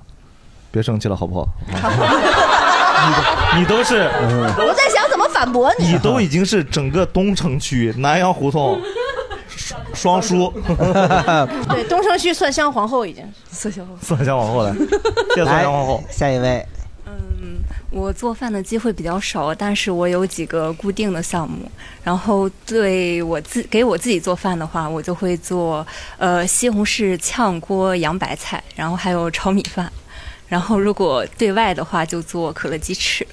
Speaker 2: 别生气了，好不好？ 你都是，
Speaker 6: 我在想怎么反驳你。
Speaker 2: 嗯你都已经是整个东城区南阳胡同双双 叔，
Speaker 8: 对，东城区蒜香皇后已经蒜香皇后。
Speaker 2: 蒜香往后来，谢谢蒜香往后。
Speaker 5: 下一位，
Speaker 14: 我做饭的机会比较少，但是我有几个固定的项目。然后对我自给我自己做饭的话，我就会做呃西红柿炝锅洋白菜，然后还有炒米饭。然后如果对外的话，就做可乐鸡翅。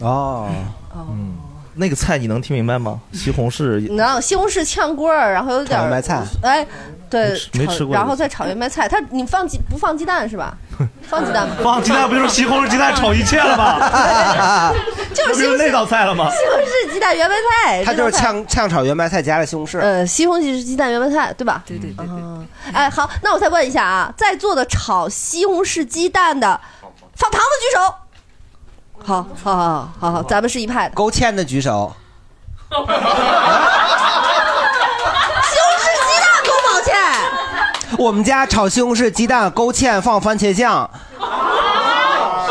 Speaker 2: 哦，嗯，那个菜你能听明白吗？西红柿
Speaker 6: 你知道西红柿炝锅儿，然后有点
Speaker 2: 炒
Speaker 6: 儿
Speaker 2: 洋白菜
Speaker 6: 哎，对，
Speaker 2: 没吃没
Speaker 6: 炒
Speaker 2: 吃过
Speaker 6: 然后再炒圆白菜。它你放鸡不放鸡蛋是吧？放鸡蛋 吗？
Speaker 2: 放鸡蛋不就是西红柿鸡蛋炒一切了
Speaker 5: 啊
Speaker 2: 吗？
Speaker 6: 就是西
Speaker 2: 那
Speaker 6: 红柿
Speaker 2: 不那道菜了吗？
Speaker 6: 西红柿鸡蛋圆白菜，
Speaker 5: 它就是
Speaker 6: 这道菜
Speaker 5: 炝炝炒圆白菜加了西红柿。
Speaker 6: 呃，西红柿鸡蛋圆白菜，对吧？
Speaker 14: 对对
Speaker 6: 对哎，好，那我再问一下啊，在座的炒西红柿鸡蛋的，放糖的举手。好，好，好，好，好，咱们是一派的。
Speaker 5: 勾芡的举手，
Speaker 6: 西红柿鸡蛋宫保芡，
Speaker 5: 我们家炒西红柿鸡蛋勾芡放番茄酱，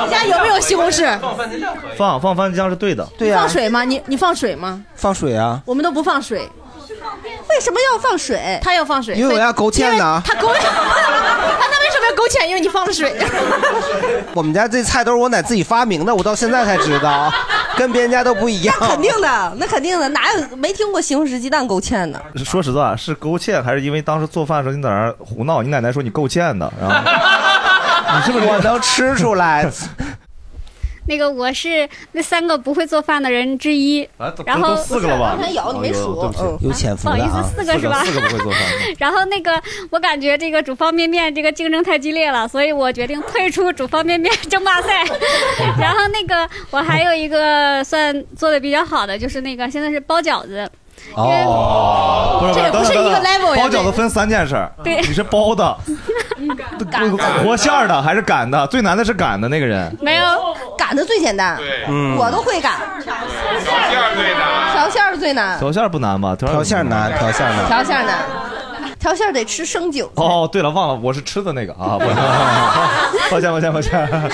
Speaker 8: 你家有没有西红柿？
Speaker 2: 放放番茄酱是对啊的，
Speaker 5: 对呀
Speaker 8: 放水吗？你你放水吗？
Speaker 5: 放水啊。
Speaker 8: 我们都不放水。
Speaker 6: 为什么要放水？
Speaker 8: 他要放水，
Speaker 5: 因为我要勾芡呢
Speaker 8: 呢。他勾，他那为什么要勾芡？因为你放了 水。
Speaker 5: 我们家这菜都是我奶自己发明的，我到现在才知道，跟别人家都不一样。
Speaker 6: 那肯定的，那肯定的，哪有没听过西红柿鸡蛋勾芡的？
Speaker 2: 说实话，是勾芡还是因为当时做饭的时候你在那儿胡闹？你奶奶说你勾芡的，然后 你是不是
Speaker 5: 我能吃 出来？
Speaker 23: 那个我是那三个不会做饭的人之一，然后
Speaker 6: 刚才有你
Speaker 2: 哦
Speaker 6: 没数，嗯
Speaker 5: 有潜伏的
Speaker 23: 不好
Speaker 5: 啊
Speaker 23: 意思，四个是吧
Speaker 2: 四个不 会做饭的。
Speaker 23: 然后那个我感觉这个煮方便面这个竞争太激烈了，所以我决定退出煮方便面争霸赛。然后那个我还有一个算做的比较好的，就是那个现在是包饺子。
Speaker 2: 哦，不是
Speaker 23: 这个
Speaker 2: 等
Speaker 23: 不是
Speaker 2: 等
Speaker 23: 一个
Speaker 2: 等
Speaker 23: level 呀
Speaker 2: 包饺子分三件事儿，
Speaker 23: 对
Speaker 2: 你是包 的、和馅儿的还是擀的？最难的是擀的那个人。
Speaker 23: 没有，
Speaker 6: 擀的最简单，
Speaker 2: 嗯
Speaker 6: 我都会擀。调馅儿最难，
Speaker 2: 调馅儿不难吧？调馅
Speaker 5: 难，调馅难
Speaker 6: 调馅儿难，调馅儿得吃生酒。
Speaker 2: 哦，对了，忘了我是 吃的那个啊，我抱歉抱歉抱歉。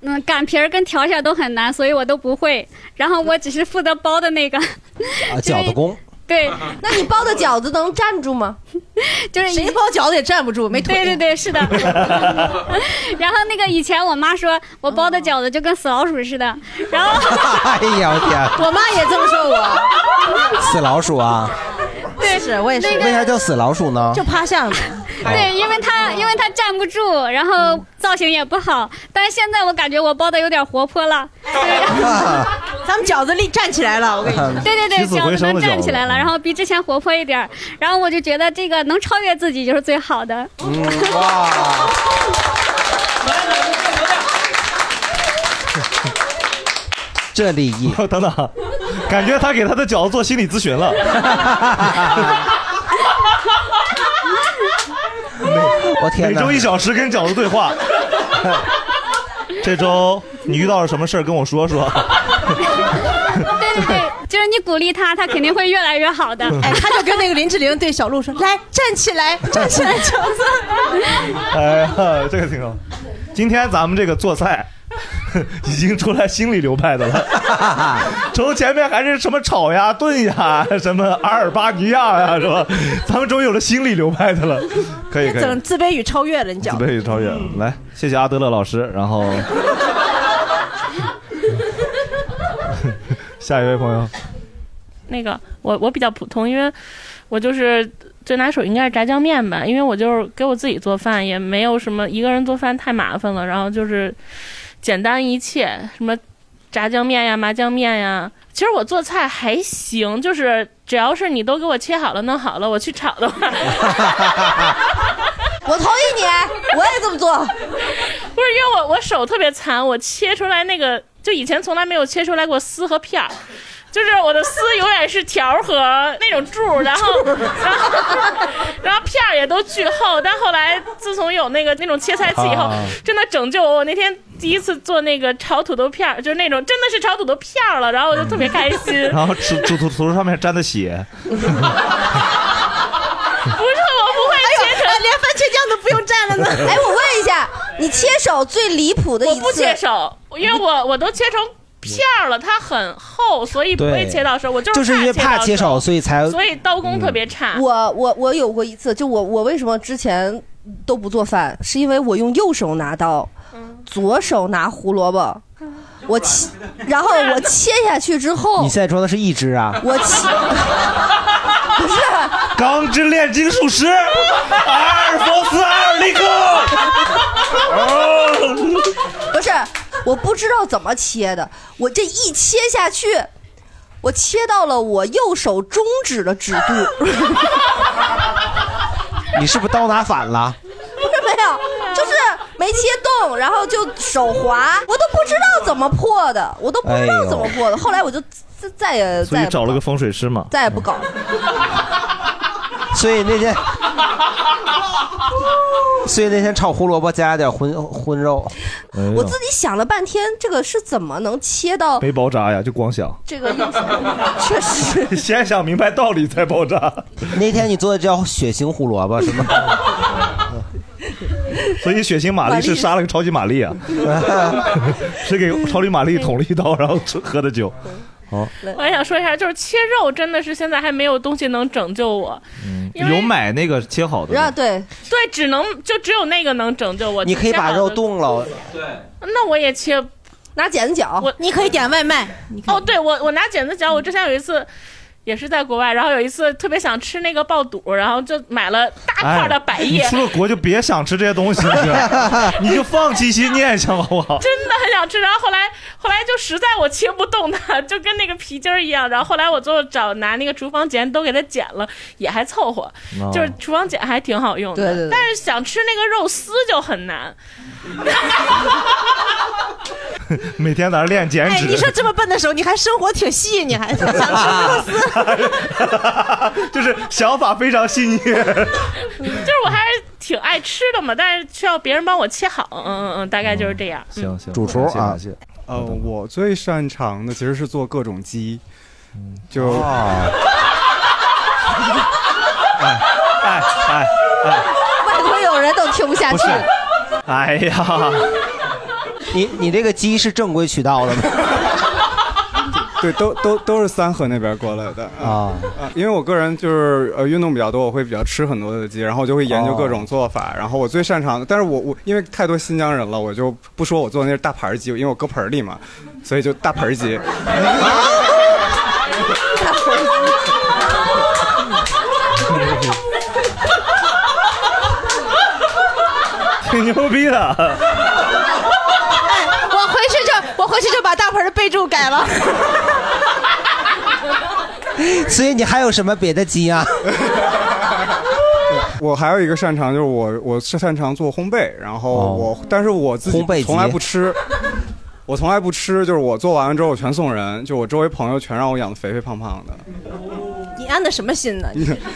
Speaker 23: 嗯，擀皮儿跟调馅儿都很难，所以我都不会。然后我只是负责包的那个。
Speaker 5: 啊饺子工。
Speaker 23: 对，
Speaker 6: 那你包的饺子能站住吗？
Speaker 23: 就是
Speaker 8: 谁包饺子也站不住，没腿。
Speaker 23: 对对对，是 的。然后那个以前我妈说我包的饺子就跟死老鼠似的，
Speaker 8: 哦
Speaker 23: 然 后
Speaker 5: 哎呀，我天，
Speaker 23: 我妈也这么说我。
Speaker 5: 死老鼠啊！
Speaker 23: 对，是我也那
Speaker 5: 为啥
Speaker 23: 个
Speaker 5: 叫死老鼠呢？
Speaker 8: 趴下嘛。
Speaker 23: 对，因为她因为她站不住，然后造型也不好，但是现在我感觉我包的有点活泼了。
Speaker 8: 咱们饺子立站起来了，我跟你 说。
Speaker 23: 对对对，
Speaker 8: 起死回
Speaker 23: 饺子
Speaker 8: 生
Speaker 23: 能
Speaker 8: 的
Speaker 23: 站
Speaker 8: 饺
Speaker 23: 起来
Speaker 8: 嗯子嗯
Speaker 23: 了，然后比之前活泼一点儿，然后我就觉得这个能超越自己就是最好的。
Speaker 5: 嗯哇，这利益。
Speaker 2: 等等，感觉他给他的饺子做心理咨询了。
Speaker 5: 我天
Speaker 2: 每
Speaker 5: 哪
Speaker 2: 周一小时跟饺子对 话。这周你遇到了什么事儿跟我说 说。
Speaker 23: 对对对，就是你鼓励他，他肯定会越来越好的。
Speaker 8: 哎，他就跟那个林志玲对小鹿说：“来，站起来，站起来， 饺子。
Speaker 2: 哎呀，这个挺好。今天咱们这个做菜 已经出来心理流派的 了，从前面还是什么炒呀、炖呀、什么阿尔巴尼亚 呀，是吧？咱们终于有了心理流派的了，可以可以，
Speaker 8: 整自卑与超越了，你
Speaker 2: 自
Speaker 8: 讲。
Speaker 2: 卑与超越。来，谢谢阿德勒老师，然 后 下一位朋友，
Speaker 24: 那个我我比较普通，因为我就是最拿手应该是炸酱面吧，因为我就是给我自己做饭，也没有什么一个人做饭太麻烦了，然后就是简单一切，什么炸酱面呀、麻酱面呀。其实我做菜还行，就是只要是你都给我切好了、弄好了，我去炒的话，
Speaker 6: 我同意你，我也这么做。
Speaker 24: 不是因为我我手特别残，我切出来那个就以前从来没有切出来过丝和片儿，就是我的丝永远是条儿和那种柱儿，然后 然后然后片儿也都巨厚。但后来自从有那个那种切菜器以后
Speaker 16: 啊，
Speaker 24: 真的拯救我。我那天第一次做那个炒土豆片儿，就是那种真的是炒土豆片儿了，然后我就特别开 心。
Speaker 2: 然 后土土土土上面沾的血，
Speaker 24: 不是我不会
Speaker 8: 切成，连番茄酱都不用蘸了 呢。
Speaker 6: 哎，我问一下，你切手最离谱的一
Speaker 24: 我
Speaker 6: 次？
Speaker 24: 不切手，因为我
Speaker 5: 嗯
Speaker 24: 我都切成片儿了，它很厚，所以不会
Speaker 5: 对
Speaker 24: 切到手。我
Speaker 5: 就是是因为怕
Speaker 24: 到
Speaker 5: 切手，所以才
Speaker 24: 所以刀工特别差。
Speaker 6: 嗯我我我有过一次，就我我为什么之前都不做饭，是因为我用右手拿刀，左手拿胡萝卜，我切，然后我切下去之后
Speaker 5: 你，现在装的是一只啊？
Speaker 6: 我 切，不是，
Speaker 2: 钢之炼金术师阿尔佛斯阿尔利克。
Speaker 6: 不是，我不知道怎么切的，我这一切下去，我切到了我右手中指的指肚， 不是
Speaker 5: 你是不是刀拿反了？
Speaker 6: 没有，就是没切动，然后就手滑，我都不知道怎么破的，我都不知道怎么破的，后来我就再再
Speaker 5: 呃
Speaker 6: 也
Speaker 2: 哎所
Speaker 6: 再
Speaker 2: 以
Speaker 6: 也
Speaker 2: 找了个风水师嘛。
Speaker 6: 再也不搞了。
Speaker 5: 所以那天， 所以那天炒胡萝卜加了点荤荤肉。
Speaker 2: 哎
Speaker 6: 我自己想了半天，这个是怎么能切 到
Speaker 2: 没包扎呀，就光想。
Speaker 6: 这个右手？确实，
Speaker 2: 先想明白道理再爆炸。
Speaker 5: 那天你做的叫血腥胡萝卜是吗？
Speaker 2: 所以血腥玛丽是杀了个超级玛丽啊， 是给超级玛丽捅了一刀，然后喝的 酒。
Speaker 5: 哦
Speaker 2: 好，
Speaker 24: 我还想说一下，就是切肉真的是现在还没有东西能拯救我，
Speaker 5: 嗯
Speaker 2: 有买那个切好的吗，
Speaker 6: 啊对
Speaker 24: 对，只能就只有那个能拯救我。
Speaker 5: 你可以把肉冻了。
Speaker 24: 那我也切，
Speaker 6: 拿剪子绞。
Speaker 24: 我
Speaker 8: 你可以点外卖。
Speaker 24: 哦，对我我拿剪子
Speaker 5: 嗯
Speaker 24: 绞。我之前有一次。也是在国外，然后有一次特别想吃那个爆肚，然后就买了大块的百叶，
Speaker 2: 哎
Speaker 5: 哎
Speaker 2: 你出了国就别想吃这些东西，你知道 吗你就放弃一些念想好不好？
Speaker 24: 真的很想吃。然后后来后来就实在我切不动它，就跟那个皮筋儿一样。然后后来我就找拿那个厨房剪都给它剪了，也还凑合，
Speaker 2: 哦
Speaker 24: 就是厨房剪还挺好用的。
Speaker 6: 对对对
Speaker 24: 但是想吃那个肉丝就很难。
Speaker 2: 每天在那练减
Speaker 8: 哎，
Speaker 2: 脂。
Speaker 8: 你说这么笨的时候，你还生活挺细，你还想吃肉丝？
Speaker 2: 就是想法非常细腻。
Speaker 24: 就是我还是挺爱吃的嘛，但是需要别人帮我切好。嗯嗯嗯，大概就是这样。嗯
Speaker 2: 行
Speaker 4: 主厨啊
Speaker 2: 感谢感谢，
Speaker 4: 呃，我最擅长的其实是做各种鸡，
Speaker 2: 嗯
Speaker 4: 就。
Speaker 2: 哦 哎哎
Speaker 6: 外国友人都听不下去。
Speaker 2: 哎呀，
Speaker 5: 你你这个鸡是正规渠道的吗？
Speaker 4: 对，都都都是三河那边过来的啊、啊因为我个人就是呃运动比较多，我会比较吃很多的鸡，然后我就会研究各
Speaker 5: 哦
Speaker 4: 种做法。然后我最擅长的，但是我我因为太多新疆人了，我就不说我做的那是大盘儿鸡，因为我搁盆儿里嘛，所以就大盘儿鸡。
Speaker 2: 挺牛逼的。
Speaker 8: 哎我回去就我回去就把大盆的备注改了。
Speaker 5: 所以你还有什么别的鸡啊？
Speaker 4: 我还有一个擅长就是我我是擅长做烘焙，然后
Speaker 2: 哦
Speaker 4: 我、但是我自己
Speaker 5: 烘焙机
Speaker 4: 从来不吃，我从来不吃，就是我做完了之后我全送人，就我周围朋友全让我养的肥肥胖胖的，
Speaker 8: 你安的什么心呢？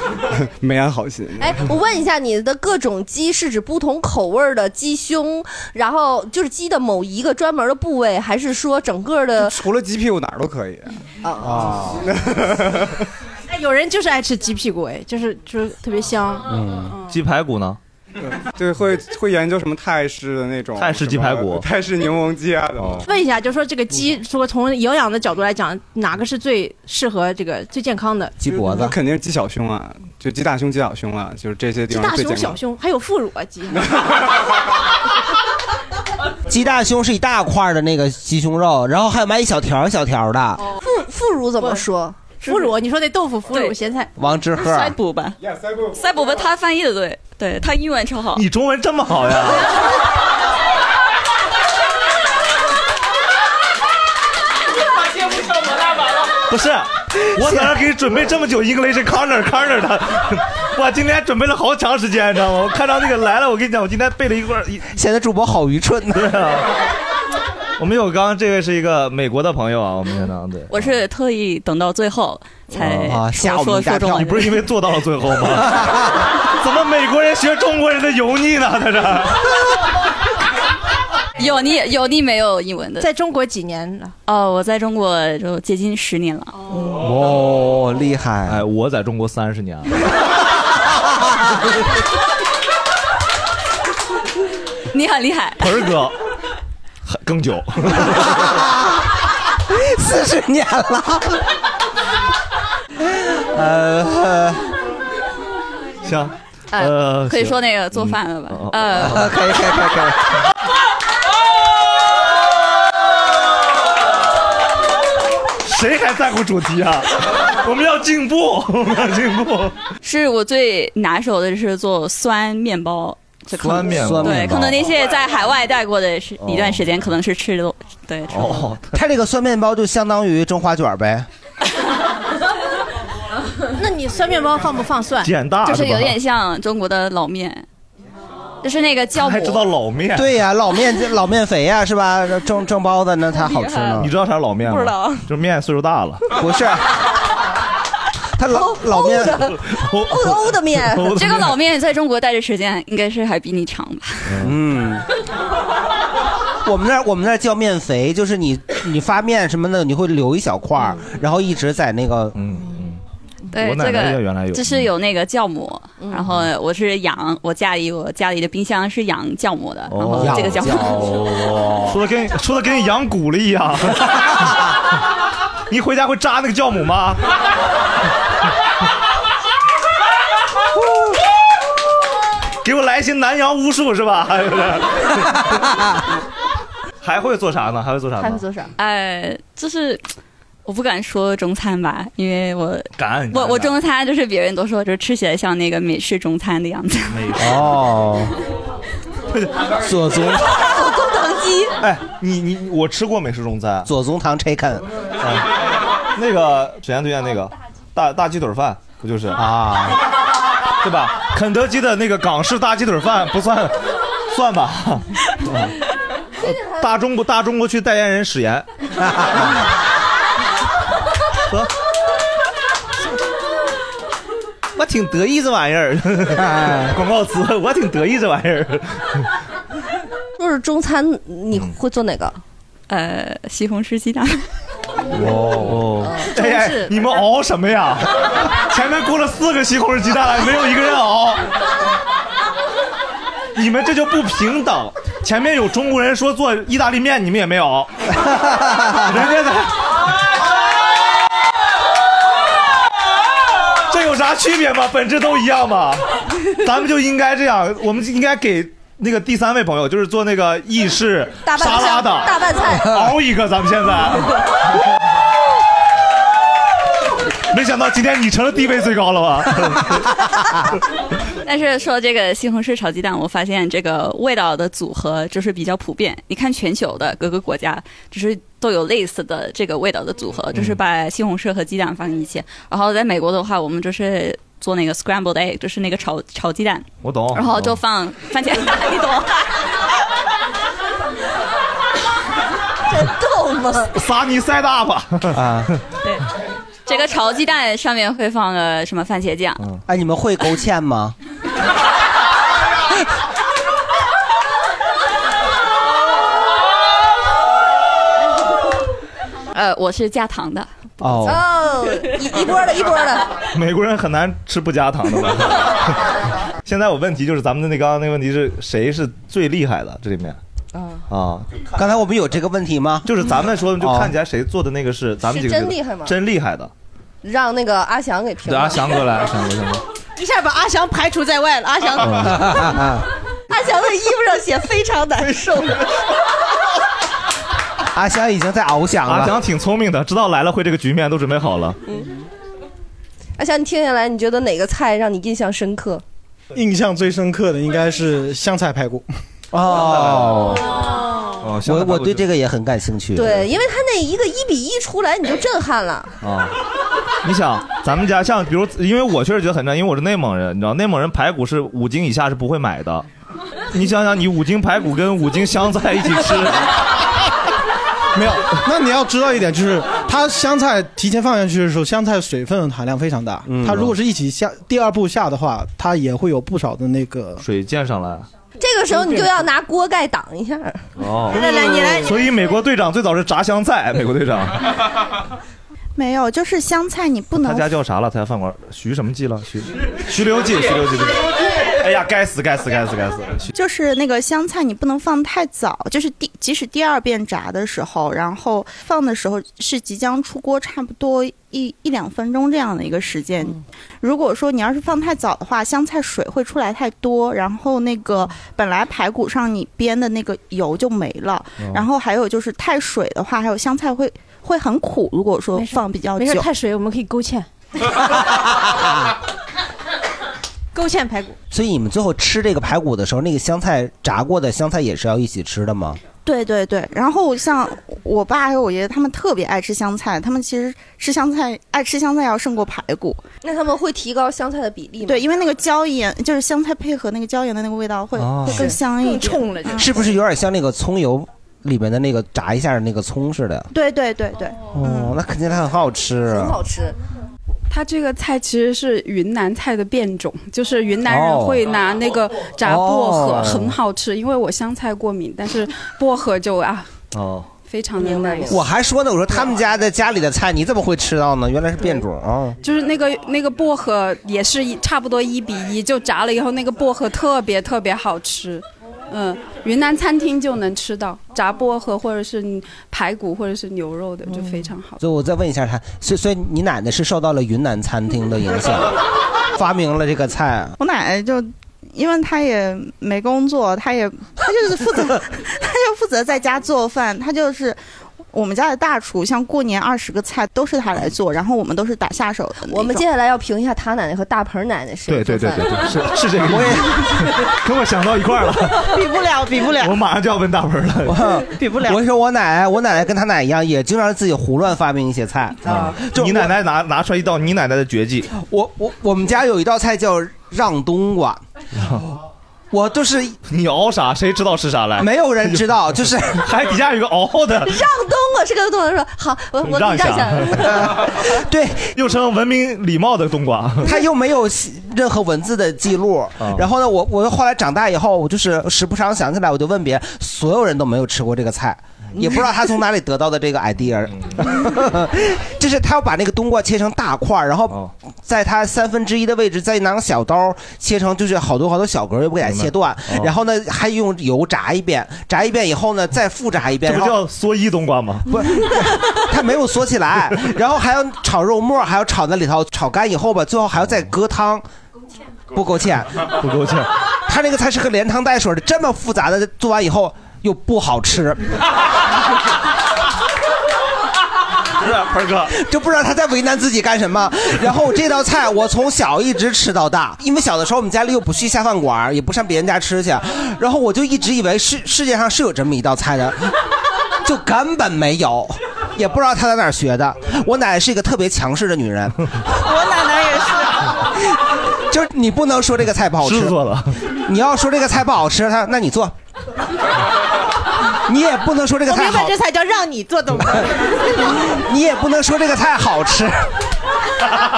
Speaker 4: 没安好心。
Speaker 6: 哎，我问一下，你的各种鸡是指不同口味儿的鸡胸，然后就是鸡的某一个专门的部位，还是说整个 的？
Speaker 4: 除了鸡屁股哪儿都可以
Speaker 8: 哦
Speaker 4: 啊，
Speaker 8: 哎，有人就是爱吃鸡屁股，哎，就是就是特别香。
Speaker 2: 嗯，鸡排骨呢？
Speaker 4: 对，会会研究什么泰式的那种
Speaker 2: 泰式鸡排骨
Speaker 4: 什
Speaker 2: 哦
Speaker 4: 么泰式柠檬鸡啊，
Speaker 8: 问一下，就说这个鸡，说从营养的角度来讲，哪个是最适合这个最健康的？
Speaker 4: 鸡脖子肯定是鸡小胸啊，就鸡大胸、鸡小胸啊，就是这些地
Speaker 8: 鸡
Speaker 4: 方
Speaker 8: 大
Speaker 4: 最
Speaker 8: 胸、
Speaker 4: 健
Speaker 8: 小
Speaker 4: 康。
Speaker 8: 胸，还有副乳啊，鸡。
Speaker 5: 鸡大胸是一大块的那个鸡胸肉，然后还有买一小条一小条
Speaker 8: 啊
Speaker 5: 的。
Speaker 3: 哦
Speaker 6: 副副乳怎么说？
Speaker 8: 腐乳，你说那豆腐腐乳、咸菜，
Speaker 5: 王致和，啊
Speaker 3: 塞补吧，塞补吧，他翻译的对，对他英文超好。
Speaker 2: 你中文这么好呀？
Speaker 16: 他接不上我大板了。
Speaker 2: 不是，我在那给你准备这么久 English corner corner 的， 我今天准备了好长时间，你知道吗？我看到那个来了，我跟你讲，我今天背了一 块。
Speaker 5: 现在主播好愚蠢
Speaker 2: 对啊。我们有刚刚这位是一个美国的朋友啊，我们现场对。
Speaker 3: 我是特意等到最后
Speaker 8: 哦
Speaker 3: 才
Speaker 2: 啊，
Speaker 3: 说说哎说中文。
Speaker 2: 你不是因为做到了最后吗？ 怎么美国人学中国人的油腻呢？在这儿，
Speaker 3: 有你有你没有英文的？
Speaker 8: 在中国几年了？
Speaker 3: 哦，我在中国就接近十年了。
Speaker 2: 哦，厉害！哎，我在中国三十年了。
Speaker 3: 嗯 你很厉 害，
Speaker 2: 盆儿哥，更久。
Speaker 5: 四十年 了。
Speaker 2: 呃，行，呃，
Speaker 3: 可以
Speaker 2: 行嗯哦
Speaker 3: 说那个做饭了吧？呃，
Speaker 5: 可以可以可以可以。
Speaker 2: 谁还在乎主题 啊？我们要进步，我们要进步。
Speaker 3: 是我最拿手的是做酸面包。就可能
Speaker 2: 酸面包哦
Speaker 3: 对，可能那些在海外待过的是一段时间，可能是吃的，对，吃的
Speaker 5: 哦，它这个酸面包就相当于蒸花卷呗。
Speaker 8: 那你酸面包放不放蒜？
Speaker 5: 碱大
Speaker 3: 就是
Speaker 5: 是
Speaker 3: 有
Speaker 5: 吧
Speaker 3: 点像中国的老面，就是那个酵母。
Speaker 2: 老面
Speaker 5: 对呀、老面老面肥呀、是吧？蒸蒸包子那才好吃呢。
Speaker 2: 你知道啥是老面吗？
Speaker 3: 不知道，
Speaker 2: 就是面岁数大了。
Speaker 5: 不是，他老老面
Speaker 2: 欧
Speaker 3: 欧的
Speaker 2: 面欧的面
Speaker 3: 这个老面在中国待的时间应该是还比你长吧？
Speaker 5: 嗯，我们那儿我们那儿叫面肥，就是你你发面什么的，你会留一小块儿，然后一直在那个
Speaker 2: 嗯
Speaker 3: 对，
Speaker 5: 我奶
Speaker 3: 这
Speaker 5: 奶
Speaker 3: 个
Speaker 5: 也原来有
Speaker 3: 就是有那个酵母，
Speaker 8: 嗯
Speaker 3: 然后我是养我家里我家里的冰箱是养酵母的，然
Speaker 2: 哦
Speaker 3: 后这个酵 母，
Speaker 2: 说的跟说的跟羊骨了一样。 你回家会扎那个酵母吗？ 给我来一些南洋巫术是吧？ 还会做啥呢？还会做啥呢？
Speaker 3: 啥？哎，就是。我不敢说中餐吧，因为我
Speaker 2: 敢
Speaker 3: 我我中餐就是别人都说，就是吃起来像那个美式中餐的样子。
Speaker 2: 哦，
Speaker 5: 左宗
Speaker 3: 左宗棠鸡，
Speaker 2: 哎，你你我吃过美式中餐，啊
Speaker 5: 左宗棠 chicken，
Speaker 2: 那个沈阳推荐那个大大鸡腿饭不就是啊？对吧？肯德基的那个港式大鸡腿饭不算，算吧。嗯大中国大中国区代言人史岩，得我挺得意这玩意儿，
Speaker 5: 哎
Speaker 2: 广告词，我挺得意这玩意儿。
Speaker 6: 就是中餐，你会做哪个？
Speaker 3: 呃，西红柿 鸡蛋。
Speaker 2: 哦，
Speaker 3: 中
Speaker 2: 哎
Speaker 3: 式
Speaker 2: 哎，你们熬什么 呀？前面过了四个西红柿鸡蛋了，没有一个人熬。你们这就不平等。前面有中国人说做意大利面，你们也没熬，人家在。这有啥区别吗？本质都一样嘛。咱们就应该这样，我们应该给那个第三位朋友，就是做那个意式
Speaker 6: 大拌
Speaker 2: 沙拉的
Speaker 6: 菜大 拌菜
Speaker 2: 熬一个。咱们现 在。没想到今天你成了地位最高 了吧？
Speaker 3: 但是说这个西红柿炒鸡蛋，我发现这个味道的组合就是比较普遍。你看全球的各个国家，就是都有类似的这个味道的组合，就是把西红柿和鸡蛋放在一起。然后在美国的话，我们就是做那个 scrambled egg，就是那个炒炒鸡蛋，
Speaker 2: 我
Speaker 5: 哦
Speaker 2: 懂
Speaker 3: 然后就放番茄，你懂？
Speaker 6: 真逗吗？
Speaker 2: 撒你塞大吧！
Speaker 5: 啊，
Speaker 3: 对，这个炒鸡蛋上面会放个什么番茄酱？
Speaker 5: 哎，你们会勾芡吗？
Speaker 3: 呃，我是加糖的。
Speaker 2: 哦，
Speaker 6: 哦，一一波的一波的。
Speaker 2: 美国人很难吃不加糖的吧？ 现在我问题就是咱们的那刚刚那个问题是谁是最厉害的这里面
Speaker 6: 嗯，
Speaker 2: 啊？
Speaker 5: 刚才我们有这个问题吗？
Speaker 2: 就是咱们说就看起来谁做的那个是咱们几个
Speaker 6: 哦是
Speaker 2: 觉得
Speaker 6: 真厉害吗
Speaker 2: 真厉害的，
Speaker 6: 让那个阿翔给评
Speaker 2: 对
Speaker 6: 了。
Speaker 2: 啊，翔哥来，翔哥，翔哥。
Speaker 8: 一下把阿翔排除在外了。阿翔，
Speaker 2: 嗯
Speaker 8: 阿翔的衣服上写非常难受。
Speaker 5: 阿翔已经在翱翔了。
Speaker 2: 阿翔挺聪明的，知道来了会这个局面都准备好了。
Speaker 6: 阿翔，你听下来，你觉得哪个菜让你印象深刻？
Speaker 15: 印象最深刻的应该是香菜排骨。
Speaker 5: 哦，
Speaker 2: 哦
Speaker 5: 我我对这个也很感兴趣。
Speaker 6: 对，因为他那一个一比一出来，你就震撼了。
Speaker 2: 啊。你想，咱们家像比如，因为我确实觉得很震撼，因为我是内蒙人，你知道，内蒙人排骨是五斤以下是不会买的。你想想，你五斤排骨跟五斤香菜一起吃，
Speaker 15: 没有，那你要知道一点，就是它香菜提前放下去的时候，香菜水分含量非常大。
Speaker 5: 嗯
Speaker 15: 它如果是一起下第二步下的话，它也会有不少的那个
Speaker 2: 水溅上来。
Speaker 6: 这个时候你就要拿锅盖挡一下。
Speaker 2: 哦，
Speaker 8: 来来你来你来
Speaker 2: 所以美国队长最早是炸香菜， 美国队长，
Speaker 1: 没有，就是香菜你不
Speaker 2: 他
Speaker 1: 能
Speaker 2: 家叫啥了？他家饭馆徐什么记了？徐徐留记，徐留记。对哎呀，该死，该死，该死，该死！徐
Speaker 1: 就是那个香菜，你不能放太早，就是第即使第二遍炸的时候，然后放的时候是即将出锅，差不多一一两分钟这样的一个时间。
Speaker 8: 嗯
Speaker 1: 如果说你要是放太早的话，香菜水会出来太多，然后那个本来排骨上你煸的那个油就没了，
Speaker 6: 哦
Speaker 1: 然后还有就是太水的话，还有香菜会会很苦。如果说放比较久，
Speaker 8: 没事太水我们可以勾 芡。勾芡排骨，
Speaker 5: 所以你们最后吃这个排骨的时候，那个香菜炸过的香菜也是要一起吃的吗？
Speaker 1: 对对对，然后像我爸还有我爷爷，他们特别爱吃香菜，他们其实吃香菜爱吃香菜要胜过排骨。
Speaker 6: 那他们会提高香菜的比例吗？
Speaker 1: 对，因为那个椒盐就是香菜配合那个椒盐的那个味道会、
Speaker 5: 哦
Speaker 1: 会更香一点，嗯
Speaker 5: 更冲
Speaker 1: 了
Speaker 5: 是不是有点像那个葱油里面的那个炸一下那个葱似的？
Speaker 1: 对对对对，
Speaker 5: 哦，那肯定它很好吃。啊
Speaker 6: 吃。
Speaker 10: 它这个菜其实是云南菜的变种，就是云南人会拿那个炸薄荷，
Speaker 5: 哦
Speaker 10: 很好吃。因为我香菜过敏，但是薄荷就啊，
Speaker 5: 哦，
Speaker 10: 非常的 nice。
Speaker 5: 我还说呢，我说他们家的家里的菜你怎么会吃到呢？原来是变种啊。
Speaker 10: 就是那个那个薄荷也是一差不多一比一，就炸了以后，那个薄荷特别特别好吃。嗯，云南餐厅就能吃到炸薄荷，或者是排骨，或者是牛肉的，就非常好。
Speaker 5: 所以我再问一下他，所以所以你奶奶是受到了云南餐厅的影响， 发明了这个菜。啊
Speaker 1: 我奶奶就。因为她也没工作，她也她就是负责， 她就负责在家做饭，她就是我们家的大厨，像过年二十个菜都是她来做，然后我们都是打下手的。
Speaker 6: 我们接下来要评一下他奶奶和大盆奶奶谁
Speaker 2: 对对对对对，
Speaker 6: 做饭
Speaker 2: 是是这个意思， 跟我想到一块儿了，
Speaker 1: 比不了，比不了。
Speaker 2: 我马上就要问大盆了，
Speaker 1: 比不了。
Speaker 5: 我说我奶奶，我奶奶跟她奶一样，也经常自己胡乱发明一些菜啊。
Speaker 2: 你奶奶拿拿出来一道你奶奶的绝技，
Speaker 5: 我我我们家有一道菜叫让冬瓜，
Speaker 2: 哦
Speaker 5: 我都是
Speaker 2: 你熬啥，谁知道是啥来？
Speaker 5: 没有人知道，就是
Speaker 2: 还底下有个熬的，
Speaker 6: 让冬瓜这个动作说好，我我
Speaker 2: 让一下啊
Speaker 6: 下
Speaker 5: 对，
Speaker 2: 又称文明礼貌的啊冬瓜。
Speaker 5: 他又没有任何文字的记录。
Speaker 2: 啊
Speaker 5: 然后呢，我我后来长大以后，我就是时不常想起来，我就问别人，所有人都没有吃过这个菜，也不知道他从哪里得到 的这个 idea。就是
Speaker 2: 嗯
Speaker 5: 他要把那个冬瓜切成大块儿，然
Speaker 2: 哦
Speaker 5: 后在它三分之一的位置再拿个小刀切成，就是好多好多小格儿，又不给它切断
Speaker 2: 明白哦。
Speaker 5: 然后呢，还用油炸一遍，炸一遍以后呢，再复炸一遍。
Speaker 2: 这不
Speaker 5: 然后
Speaker 2: 叫蓑衣冬瓜吗？
Speaker 5: 不是，它没有缩起来，然后还要炒肉末，还要炒那里头，炒干以后吧，最后还要
Speaker 2: 哦
Speaker 5: 再搁汤，不勾芡，
Speaker 2: 不勾芡。
Speaker 5: 它那个菜是个连汤带水的，这么复杂的做完以后又不好吃，
Speaker 2: 不是盆哥，
Speaker 5: 就不知道他在为难自己干什么。然后这道菜我从小一直吃到大，因为小的时候我们家里又不去下饭馆儿，也不上别人家吃去，然后我就一直以为世世界上是有这么一道菜的， 就根本没有。也不知道他在哪儿学的。我奶奶是一个特别强势的女人，
Speaker 1: 我奶奶也是。
Speaker 5: 就是你不能说这个菜不好吃，
Speaker 2: 是做的。
Speaker 5: 你要说这个菜不好吃，他那你做。你也不能说这个
Speaker 1: 我
Speaker 5: 菜
Speaker 1: 明白
Speaker 5: 好
Speaker 1: 这，菜叫让你做冬瓜。
Speaker 5: 你也不能说这个菜好 吃。让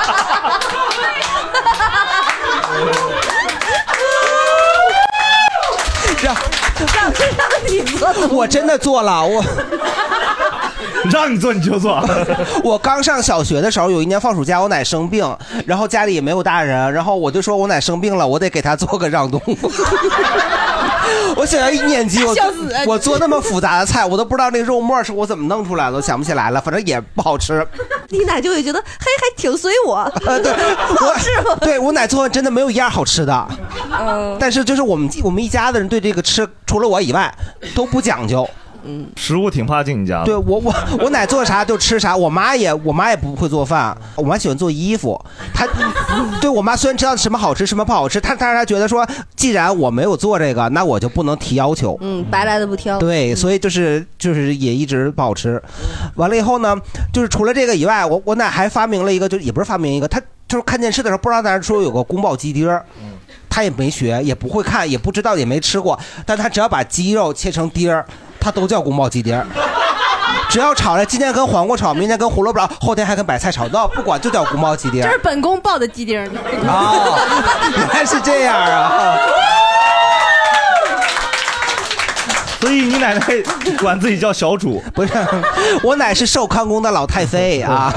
Speaker 6: 让让你做
Speaker 5: 我真的做了，我
Speaker 2: 让你做你就做。
Speaker 5: 我刚上小学的时候，有一年放暑假，我奶生病，然后家里也没有大人，然后我就说我奶生病了，我得给她做个让渡。 我小学一年级，我
Speaker 16: 笑死
Speaker 5: 我做那么复杂的菜，我都不知道那个肉末是我怎么弄出来的，我想不起来了，反正也不好 吃。呃
Speaker 6: 你奶就会觉得，嘿，还挺随我。
Speaker 5: 对，我是对我奶做饭真的没有一样好吃的，
Speaker 6: 嗯
Speaker 5: 但是就是我们我们一家的人对这个吃，除了我以外都不讲究。
Speaker 6: 嗯，
Speaker 2: 食物挺怕进你家的。
Speaker 5: 对我我我奶做啥就吃啥，我妈也我妈也不会做饭，我妈喜欢做衣服。她嗯对我妈虽然知道什么好吃什么不好吃，她但是她觉得说，既然我没有做这个，那我就不能提要求。
Speaker 6: 嗯，白来的不挑。
Speaker 5: 对，所以就是就是也一直不好吃。完了以后呢，就是除了这个以外，我我奶还发明了一个，就也不是发明一个，她就是看电视的时候不知道哪儿说有个宫保鸡丁儿。她也没学，也不会看，也不知道，也没吃过。但她只要把鸡肉切成丁儿，她都叫宫保鸡丁儿。只要炒了，今天跟黄瓜炒，明天跟胡萝卜炒，后天还跟白菜炒，那不管就叫宫保鸡丁
Speaker 8: 这
Speaker 5: 儿
Speaker 8: 是。本宫爆的鸡丁儿。
Speaker 5: 哦， 原来是这样啊！
Speaker 2: 所以你奶奶管自己叫小主，
Speaker 5: 不是？ 我奶是寿康宫的老太 妃啊，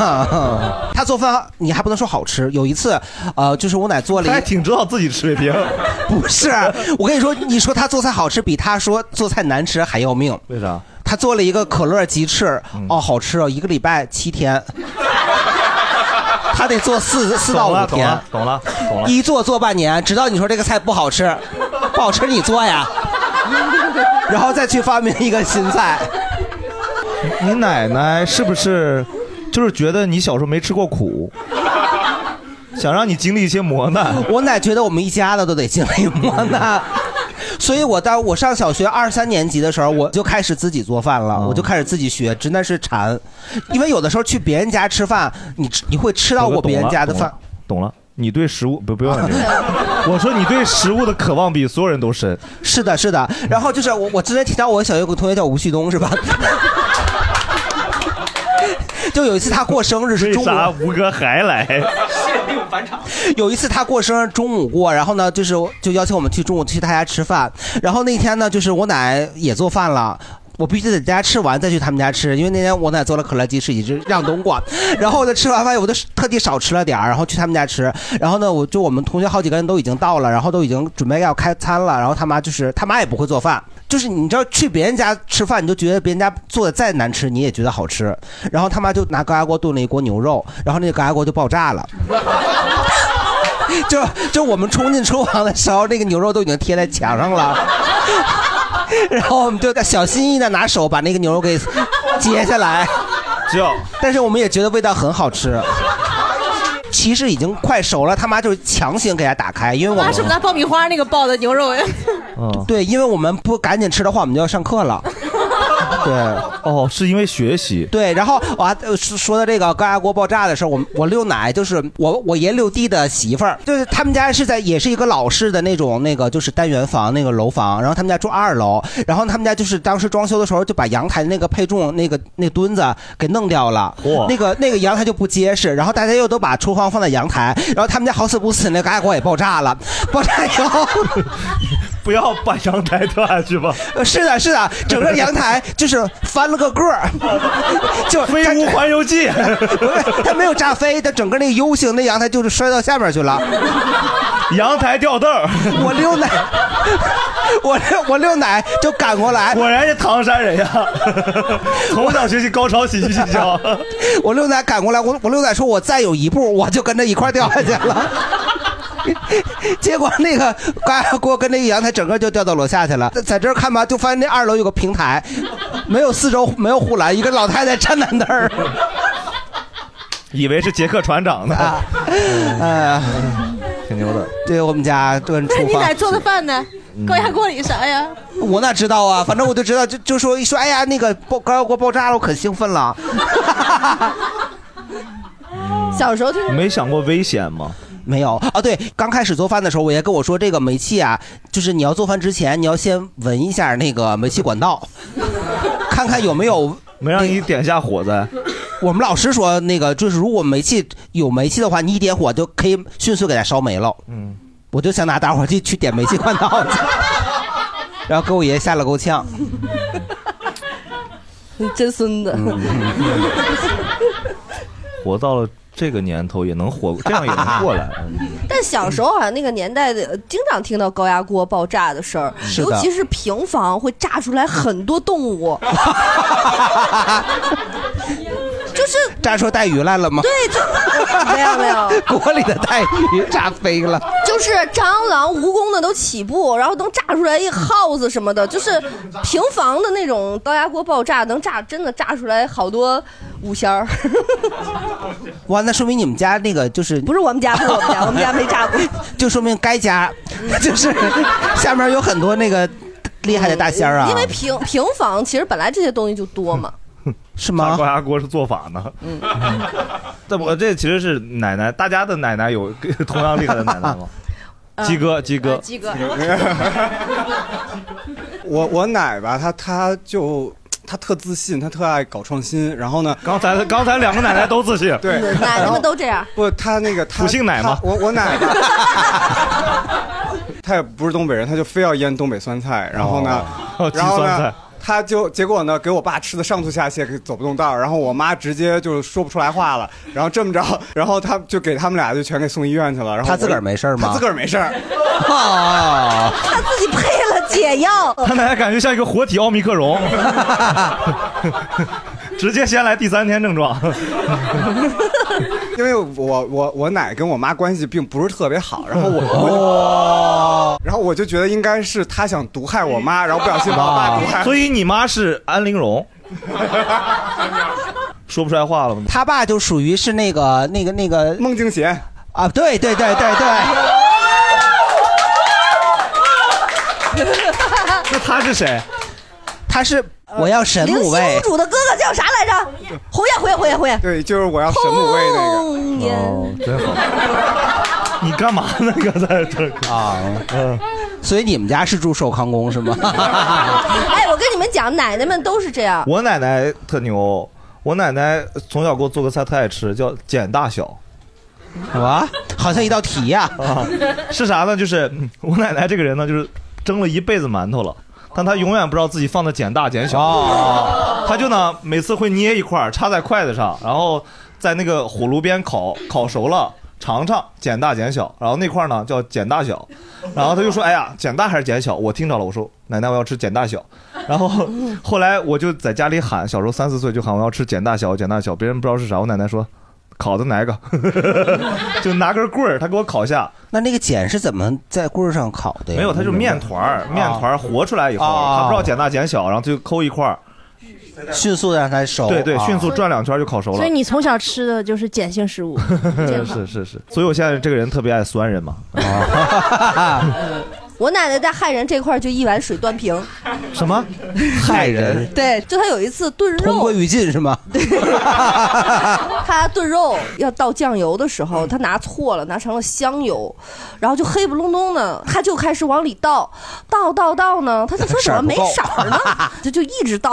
Speaker 5: 她做饭你还不能说好吃。有一次，呃，就是我奶做了一，
Speaker 2: 她还挺知道自己吃水平。
Speaker 5: 不是，我跟你说，你说她做菜好吃，比她说做菜难吃还要命。
Speaker 2: 为啥？嗯
Speaker 5: 她做了一个可乐鸡翅，哦，好吃哦，一个礼拜七天， 她得做四四到
Speaker 2: 懂
Speaker 5: 五
Speaker 2: 了，懂
Speaker 5: 天
Speaker 2: 了，，懂了，懂了。
Speaker 5: 一做做半年，直到你说这个菜不好吃，不好吃你做呀， 然后再去发明一个新菜。
Speaker 2: 你奶奶是不是就是觉得你小时候没吃过苦，想让你经历一些磨难？
Speaker 5: 我奶觉得我们一家的都得经历磨难。所以，我当我上小学二三年级的时候，我就开始自己做饭了，我
Speaker 2: 哦
Speaker 5: 就开始自己学，真的是馋。因为有的时候去别人家吃饭，你吃你会吃到过别人家的饭。
Speaker 2: 懂了。懂了懂了你对食物不不用 了这个，我说你对食物的渴望比所有人都深。
Speaker 5: 是的，是的。然后就是我，我之前提到我小学有个同学叫吴旭东，是吧？ 就有一次他过生日是中午，
Speaker 2: 为啥吴哥还 来？
Speaker 16: 限定返场。
Speaker 5: 有一次他过生日，中午过，然后呢，就是就邀请我们去中午去他家吃饭。然后那天呢，就是我奶也做饭了。我必须得在家吃完再去他们家吃，因为那天我奶做了可乐鸡翅，一直让东莞。 然后呢，吃完饭我就特地少吃了点儿，然后去他们家吃。然后呢，我就我们同学好几个人都已经到了，然后都已经准备要开餐了。然后他妈就是他妈也不会做饭，就是你知道去别人家吃饭，你就觉得别人家做的再难吃，你也觉得好吃。然后他妈就拿高压锅炖了一锅牛肉，然后那个高压锅就爆炸了。 就就我们冲进厨房的时候，那个牛肉都已经贴在墙上了， 然后我们就在小心翼翼的拿手把那个牛肉给揭下来，
Speaker 2: 叫，
Speaker 5: 但是我们也觉得味道很好吃。其实已经快熟了，他妈就是强行给它打开，因为我
Speaker 8: 那是不是
Speaker 5: 们
Speaker 8: 拿爆米花那个爆的牛肉？
Speaker 5: 对，因为我们不赶紧吃的话，我们就要上课了。对，
Speaker 2: 哦，是因为学习。
Speaker 5: 对，然后我还呃说说到这个高压锅爆炸的时候，我我六奶就是我我爷六弟的媳妇儿，就是他们家是在也是一个老式的那种那个就是单元房那个楼房，然后他们家住二楼，然后他们家就是当时装修的时候就把阳台那个配重那个那墩子给弄掉了，
Speaker 2: 嚯
Speaker 5: 那个那个阳台就不结实，然后大家又都把厨房放在阳台，然后他们家好死不死那高压锅也爆炸了，爆炸以后
Speaker 2: 不要把阳台掉下去吧。
Speaker 5: 是的，是的，整个阳台就是翻了个个儿， 就《
Speaker 2: 飞屋环游记》
Speaker 5: 不是，它没有炸飞，它整个那个 U 型那阳台就是摔到下面去了，
Speaker 2: 阳台吊凳
Speaker 5: 我六奶，我六我六奶就赶过来，
Speaker 2: 果然是唐山人呀， 从小学习高超喜剧技巧。
Speaker 5: 我六奶赶过来，我我六奶说，我再有一步我就跟着一块儿掉下去了。 结果那个高压锅跟那个阳台整个就掉到楼下去了，在在这儿看吧，就发现那二楼有个平台，没有四周没有护栏，一个老太太站在那儿。
Speaker 2: 以为是杰克船长呢。
Speaker 5: 哎，
Speaker 2: 挺牛的。
Speaker 5: 对我们家炖
Speaker 8: 那
Speaker 5: 厨
Speaker 8: 你
Speaker 5: 房
Speaker 8: 奶，做的饭呢？高压锅里啥呀？
Speaker 5: 我哪知道啊？反正我就知道，就就说一说，哎呀，那个爆高压锅爆炸了，我可兴奋了。
Speaker 6: 小时候就
Speaker 2: 没想过危险吗？
Speaker 5: 没有啊，对，刚开始做饭的时候，我爷跟我说，这个煤气啊，就是你要做饭之前，你要先闻一下那个煤气管道， 看看有没有
Speaker 2: 没让你点下火灾。
Speaker 5: 我们老师说，那个就是如果煤气有煤气的话，你一点火就可以迅速给它烧没了。
Speaker 2: 嗯，
Speaker 5: 我就想拿打火机去点煤气管 道去，然后给我爷吓了够呛。
Speaker 6: 你真孙子。
Speaker 2: 嗯活到了这个年头也能活，这样也能过来。
Speaker 6: 但小时候好像那个年代的，呃经常听到高压锅爆炸的事儿，
Speaker 2: 是的
Speaker 6: 尤其是平房会炸出来很多动 物，就是
Speaker 5: 炸出带鱼来了吗？
Speaker 6: 对，就 没有没有，
Speaker 5: 锅里的带鱼炸飞了。
Speaker 6: 就是蟑螂、蜈蚣的都起步，然后能炸出来一耗子什么的，就是平房的那种高压锅爆炸，能炸真的炸出来好多五仙儿。
Speaker 5: 哇，那说明你们家那个就是不
Speaker 6: 是我们家，不是我 们家，我们家没炸过，
Speaker 5: 就说明该家， 就是下面有很多那个厉害的
Speaker 2: 嗯
Speaker 5: 大仙儿啊，
Speaker 6: 因为平平房其实本来这些东西就多嘛。
Speaker 5: 是吗？
Speaker 2: 高压 锅是做法呢。嗯，但我这其实是奶奶，大家的奶奶有 同样厉害的奶奶吗？鸡哥，鸡哥，
Speaker 8: 呃鸡哥
Speaker 4: 我我奶吧，她她就她特自信，她特爱搞创新。然后呢，
Speaker 2: 刚才刚才两个奶奶都自信，
Speaker 4: 对，
Speaker 6: 嗯奶奶们都这样。
Speaker 4: 不，她那个她
Speaker 2: 不姓奶吗
Speaker 4: 她我我奶吧，她也不是东北人，她就非要腌东北酸菜。然后呢，
Speaker 2: 哦
Speaker 4: 然后
Speaker 2: 鸡酸
Speaker 4: 呢
Speaker 2: 菜，
Speaker 4: 她就结果呢，给我爸吃的上吐下泻，给走不动道儿。然后我妈直接就说不出来话了。然后这么着，然后她就给他们俩就全给送医院去了。然后
Speaker 5: 她
Speaker 4: 我
Speaker 5: 自个儿没事儿吗
Speaker 4: 她自个儿没事儿。
Speaker 5: 啊，
Speaker 6: 她自己配了解药。
Speaker 2: 他奶奶感觉像一个活体奥密克 戎， 直接先来第三天症状。
Speaker 4: 因为我我我奶跟我妈关系并不是特别好，然后我
Speaker 2: 哦
Speaker 5: 我，
Speaker 4: 然后我就觉得应该是她想毒害我妈，然后不小心把我爸毒害了。
Speaker 2: 所以你妈是安陵容，说不出来话了吗？
Speaker 5: 他爸就属于是那个那个那个
Speaker 4: 孟静娴
Speaker 5: 啊，对对对对对，
Speaker 2: 那他是谁？
Speaker 5: 他是
Speaker 6: 呃
Speaker 5: 我要神
Speaker 6: 灵
Speaker 5: 武卫
Speaker 6: 公，主的哥哥叫啥来着？侯爷，侯爷，侯爷，侯爷。
Speaker 4: 对，就是我要神武卫那个。
Speaker 6: 红颜
Speaker 2: 哦真好。你干嘛呢？刚才这
Speaker 5: 啊，嗯，所以你们家是住寿康宫是吗？
Speaker 6: 哎，我跟你们讲，奶奶们都是这样。
Speaker 2: 我奶奶特牛，我奶奶从小给我做个菜特爱吃，叫简大小。
Speaker 5: 什么？好像一道题呀、
Speaker 2: 啊！是啥呢？就是 嗯我奶奶这个人呢，就是蒸了一辈子馒头了，但她永远不知道自己放的减大减小。她就呢，每次会捏一块儿插在筷子上，然后在那个火炉边烤，烤熟了尝尝减大减小，然后那块儿呢叫减大小，然后她就说：“哎呀，减大还是减小？”我听着了，我说：“奶奶，我要吃减大小。”然后后来我就在家里喊，小时候三四岁就喊我要吃减大小，减大小，别人不知道是啥，我奶奶说。烤的哪个？ 就拿根棍儿，她给我烤下，
Speaker 5: 那那个碱是怎么在棍儿上烤的呀？
Speaker 2: 没有，它就是面团儿，面团儿和出来以后，
Speaker 5: 啊
Speaker 2: 它不知道减大减小，然后就抠一块儿，
Speaker 5: 迅速的让它熟
Speaker 2: 对对，
Speaker 5: 啊
Speaker 2: 迅速转两圈就烤熟了
Speaker 8: 所以。你从小吃的就是碱性食物。
Speaker 2: 是是是，所以我现在这个人特别爱酸人嘛。
Speaker 6: 我奶奶在害人这块儿就一碗水端平。
Speaker 2: 什么？害人？
Speaker 6: 对，就她有一次炖
Speaker 5: 同
Speaker 6: 肉
Speaker 5: 归，于尽是 吗？
Speaker 6: 她炖肉要倒酱油的时
Speaker 2: 嗯
Speaker 6: 候，她拿错了，拿成了香油，然后就黑不隆咚的，她就开始往里倒，倒倒倒呢，她就说怎么没色儿 呢？她就一直倒，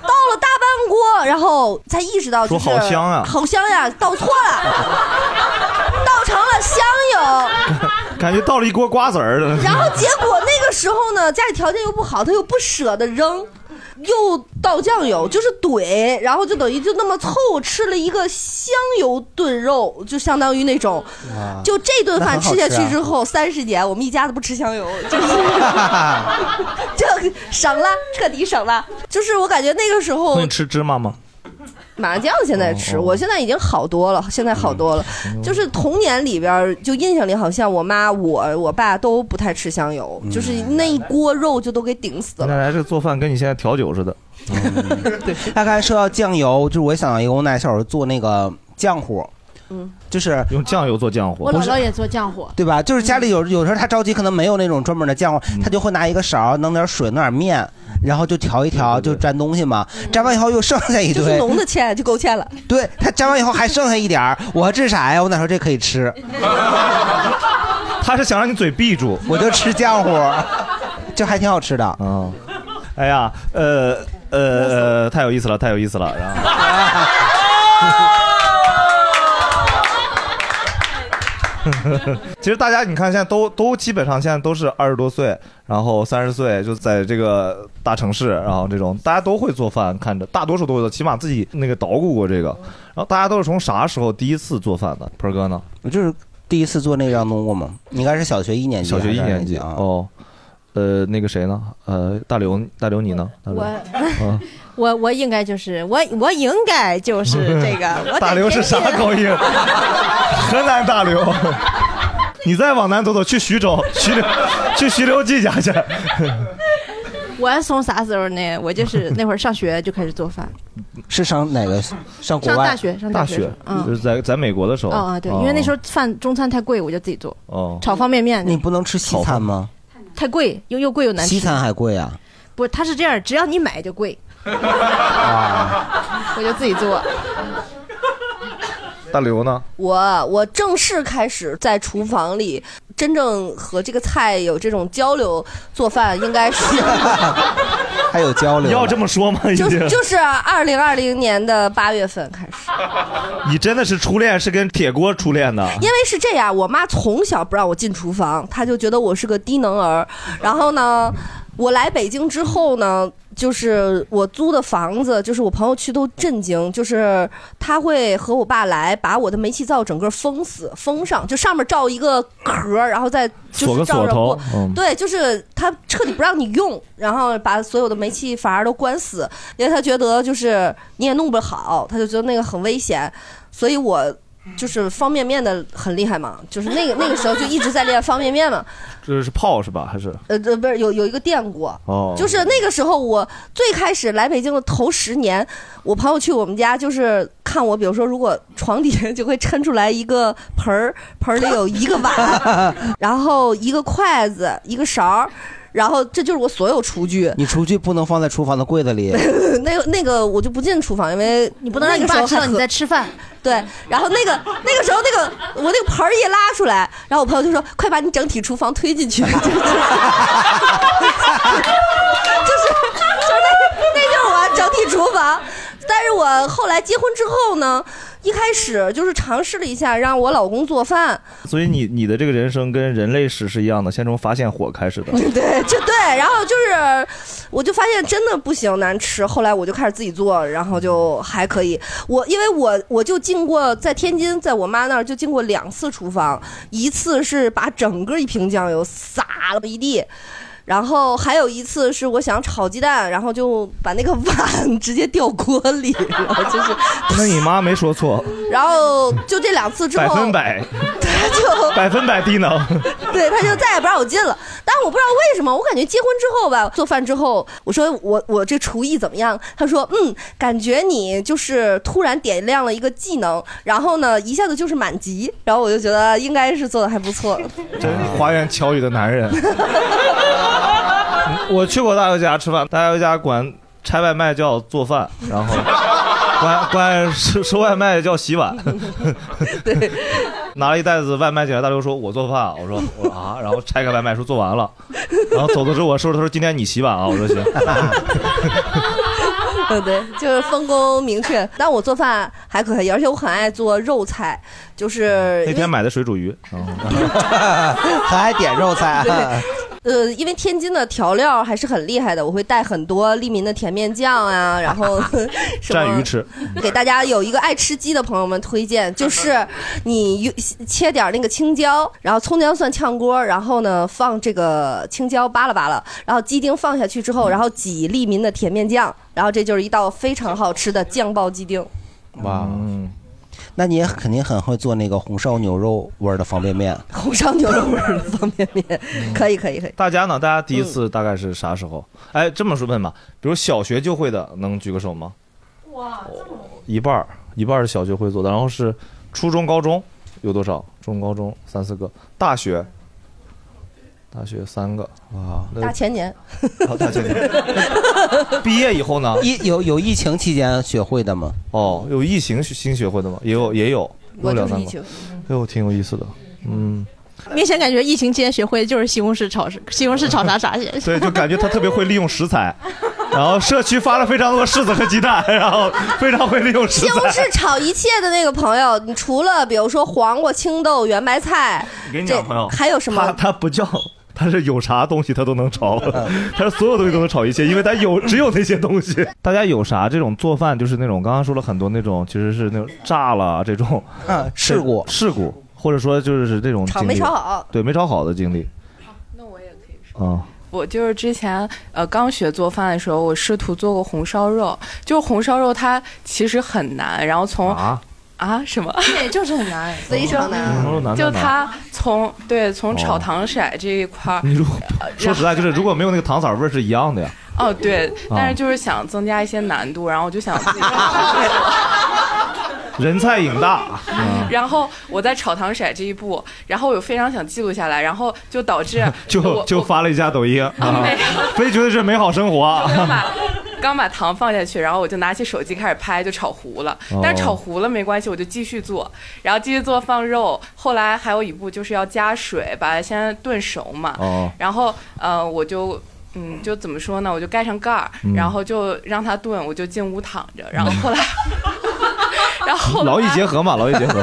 Speaker 6: 倒了大半锅，然后才意识到就是
Speaker 2: 说好香啊
Speaker 6: 好香呀，倒错了，倒成了 香油。
Speaker 2: 感觉倒了一锅瓜子儿的。
Speaker 6: 然后结果那个时候呢，家里条件又不好，他又不舍得扔，又倒酱油，就是怼，然后就等于就那么凑合吃了一个香油炖肉，就相当于那种，就这顿饭吃下去之后，三十、年我们一家子不吃香油，就是就省了，彻底省了。就是我感觉那个时候
Speaker 2: 那你吃芝麻吗？
Speaker 6: 麻酱现在吃，我现在已经好多了，现在好多了。就是童年里边儿，就印象里好像我妈、我、我爸都不太吃香油，就是那一锅肉就都给顶死
Speaker 2: 奶
Speaker 6: 了。
Speaker 2: 奶这做饭跟你现在调酒似的。
Speaker 5: 嗯 他刚才说到酱油，就是我想到一个我奶小时候做那个浆糊，
Speaker 8: 嗯，
Speaker 5: 就是
Speaker 2: 用酱油做浆糊
Speaker 8: 我姥姥也做浆 糊，
Speaker 5: 对吧？就是家里有有时候他着急，可能没有那种专门的浆糊，
Speaker 2: 嗯
Speaker 5: 他就会拿一个勺，弄点水，弄点面，然后就调一调，就沾东西嘛。沾完以后又剩下一
Speaker 6: 就是
Speaker 5: 堆，
Speaker 6: 浓的芡就够芡了，
Speaker 5: 对他沾完以后还剩下一点儿，我说这是啥呀？我奶说这可以吃，
Speaker 2: 他是想让你嘴闭住，
Speaker 5: 我就吃浆糊，就还挺好吃的。
Speaker 2: 嗯，哎呀，呃呃呃，太有意思了，太有意思了。然后， 其实大家你看，现在都都基本上现在都是二十多岁，然后三十岁就在这个大城市，然后这种大家都会做饭，看着大多数都会做，起码自己那个捣鼓过这个。然后大家都是从啥时候第一次做饭的？鹏哥呢？
Speaker 5: 我就是第一次做那个让冬菇嘛，你应该是小学一年级，
Speaker 2: 小学一年级
Speaker 5: 啊。
Speaker 2: 哦，呃，那个谁呢？呃，大刘，大刘你呢？大刘
Speaker 8: 我
Speaker 2: 嗯。
Speaker 8: 我我应该就是我我应该就是这个 我
Speaker 2: 大刘是啥 口音？河南大刘。你再往南走走，去徐州，徐州，去徐州记家去。
Speaker 8: 我从啥时候呢？我就是那会儿上学就开始做饭，
Speaker 5: 是上哪个？上国
Speaker 8: 上
Speaker 5: 外？
Speaker 8: 大学上
Speaker 2: 大
Speaker 8: 大
Speaker 2: 学
Speaker 8: 学，嗯
Speaker 2: 就是在在美国的时候。哦
Speaker 8: 啊啊对，因为那时
Speaker 2: 候
Speaker 8: 候饭中餐太贵，我就自己做，
Speaker 2: 哦，
Speaker 8: 炒方便面
Speaker 5: 你不能吃西餐吗？
Speaker 8: 太贵又又贵又难吃。
Speaker 5: 西餐还贵啊！
Speaker 8: 不，它是这样，只要你买就贵，啊
Speaker 6: 我就自己做。
Speaker 2: 大刘呢？
Speaker 6: 我我正式开始在厨房里真正和这个菜有这种交流做饭，应该是
Speaker 5: 还有交流？
Speaker 2: 要这么说吗？已
Speaker 6: 就
Speaker 2: 经
Speaker 6: 是就是二零二零年的八月份开始。
Speaker 2: 你真的是初恋，是跟铁锅初恋的。
Speaker 6: 因为是这样，我妈从小不让我进厨房，她就觉得我是个低能儿。然后呢，我来北京之后呢，就是我租的房子，就是我朋友去都震惊，就是他会和我爸来把我的煤气灶整个封死，封上，就上面罩一个壳儿，然后再就
Speaker 16: 锁个
Speaker 6: 是罩
Speaker 16: 锁
Speaker 6: 着
Speaker 16: 头
Speaker 6: 不，
Speaker 16: 嗯
Speaker 6: 对，就是他彻底不让你用，然后把所有的煤气阀都关死，因为他觉得就是你也弄不好，他就觉得那个很危险，所以我。就是方便面的很厉害嘛，就是那个那个时候就一直在练方便面嘛，
Speaker 2: 这是泡是吧？还是
Speaker 6: 呃，这不是有有一个电锅，
Speaker 2: 哦
Speaker 6: 就是那个时候我最开始来北京的头十年，我朋友去我们家就是看我，比如说如果床底下就会抻出来一个盆儿，盆儿里有一个碗，然后一个筷子，一个勺儿，然后这就是我所有厨具。
Speaker 5: 你厨具不能放在厨房的柜子里。
Speaker 6: 那个那个我就不进厨房，因为你不
Speaker 8: 能让你爸知道你在
Speaker 6: 吃饭。对，然后那个那个时候那个我那个盆儿一拉出来，然后我朋友就说：“快把你整体厨房推进去。” 就是就是就是那那就是我整体厨房。但是我后来结婚之后呢，一开始就是尝试了一下让我老公做饭，
Speaker 2: 所以你你的这个人生跟人类史是一样的，先从发现火 开 始的。
Speaker 6: 嗯对，就对，然后就是，我就发现真的不行，难吃。后来我就开始自己做，然后就还可以。我因为我我就进过在天津，在我妈那儿就进过两次厨房，一次是把整个一瓶酱油撒了一地。然后还有一次是我想炒鸡蛋，然后就把那个碗 直接掉锅里，然后就是，
Speaker 2: 那你妈没说错，
Speaker 6: 然后就这两次之
Speaker 2: 百
Speaker 6: 后，
Speaker 2: 分百，
Speaker 6: 他就
Speaker 2: 百分百低能。
Speaker 6: 对，他就再也不让我进了。但是我不知道为什么，我感觉结婚之后吧，做饭之后，我说我我这厨艺怎么样？他说嗯，感觉你就是突然点亮了一个技能，然后呢一下子就是满级，然后我就觉得应该是做的还不错。
Speaker 2: 真花言巧语的男 人。我去过大舅家吃饭，大舅家管拆外卖叫做饭，然 后管管收收外卖叫洗 碗。 拿了一袋子外卖进来，大刘说：“我做饭啊。”我说：“我说啊。”然后拆开外卖说：“做完了。”然后走的时候我收拾，他说：“今天你洗碗啊。”我说：“行。
Speaker 6: 对嗯对，就是分工明确。但我做饭还可以，而且我很爱做肉菜，就”是因
Speaker 2: 那
Speaker 6: 为
Speaker 2: 天买的水煮鱼，
Speaker 5: 还爱点肉 菜啊
Speaker 6: 对呃，因为天津的调料还是很厉害的，我会带很多利民的甜面酱啊，然后什么
Speaker 2: 蘸鱼吃。
Speaker 6: 给大家有一个爱吃鸡的朋友们推荐，就是你用切点那个青椒，然后葱姜蒜炝锅，然后呢放这个青椒扒拉扒拉，然后鸡丁放下去之后，然后挤利民的甜面酱，然后这就是一道非常好吃的酱爆鸡丁。
Speaker 5: 哇，嗯那你也肯定很会做那个红烧牛肉味儿的方便面。
Speaker 6: 红烧牛肉味儿的方便面，可以可以可以。
Speaker 2: 大家呢？大家第一
Speaker 8: 嗯
Speaker 2: 次大概是啥时候？哎，这么说问吧，比如小学就会的，能举个手吗？哇，一半儿，一半儿是小学会做的，然后是初中、高中有多少？初中、高中三四个，大学，大学三个，哇，那
Speaker 6: 大前年，
Speaker 2: 哦大前年 毕业以后呢？
Speaker 5: 疫有有疫情期间学会的吗？
Speaker 2: 哦，有疫情新学会的吗？也有也有，
Speaker 8: 我
Speaker 2: 有
Speaker 8: 就
Speaker 2: 两
Speaker 8: 是
Speaker 2: 三
Speaker 8: 疫
Speaker 2: 个
Speaker 8: 情，
Speaker 2: 哎呦，挺有意思的，嗯，
Speaker 8: 明显感觉疫 情期间学会的就是西红柿炒西红柿炒啥啥
Speaker 2: 对，就感觉他特别会利用食材，然后社区发了非常多柿子和鸡蛋，然后非常会利用食
Speaker 6: 西
Speaker 2: 材。
Speaker 6: 红柿炒一切的那个朋友，你除了比如说黄瓜、青豆、圆白菜，
Speaker 2: 给你讲，啊朋友，
Speaker 6: 还有什么
Speaker 2: 他他不叫，他是有啥东西他都 能炒，他是所有东西都能炒一些，因为他有只有那些东西。大家有啥这种做饭，就是那种刚刚说了很多那种，其实是那种炸了啊这种，
Speaker 5: 嗯，事故
Speaker 2: 事故，或者说就是这种
Speaker 20: 炒
Speaker 2: 经历
Speaker 20: 没炒好，
Speaker 2: 对，没炒好的经历。那我也可以说啊。
Speaker 20: 我就是之前呃刚学做饭的时候，我试图做过红烧肉，就是红烧肉它其实很难，然后从
Speaker 2: 啊
Speaker 20: 什么
Speaker 6: 对，
Speaker 20: 就是很 难，
Speaker 6: 非常难。
Speaker 2: 红烧肉难在
Speaker 20: 就
Speaker 2: 哪
Speaker 20: 它从对从炒糖色这一块儿，
Speaker 2: 哦你如
Speaker 20: 呃
Speaker 2: 说实在，就是如果没有那个糖色儿味儿是一样的呀。
Speaker 20: 哦对，但是就是想增加一些难度，然后我 就想自 己对
Speaker 2: 人菜瘾大，嗯
Speaker 20: 然后我在炒糖色这一步，然后我非常想记录下来，然后就导致
Speaker 2: 就
Speaker 20: 我
Speaker 2: 就发了一下抖音啊
Speaker 20: 没有，
Speaker 2: 非觉得这美好生活啊。
Speaker 20: 刚把 刚把糖放下去，然后我就拿起手机开始拍，就炒糊了
Speaker 2: 哦。
Speaker 20: 但是炒糊了没关系，我就继续做，然后继续做放肉。后来还有一步就是要加水，把它先炖熟嘛。
Speaker 24: 嗯
Speaker 2: 哦
Speaker 20: 然后呃，我就。嗯，就怎么说呢？我就盖上盖儿，
Speaker 2: 嗯
Speaker 20: 然后就让它炖，我就进屋躺着。然后 后来，然后
Speaker 2: 劳逸结合嘛，劳逸结合。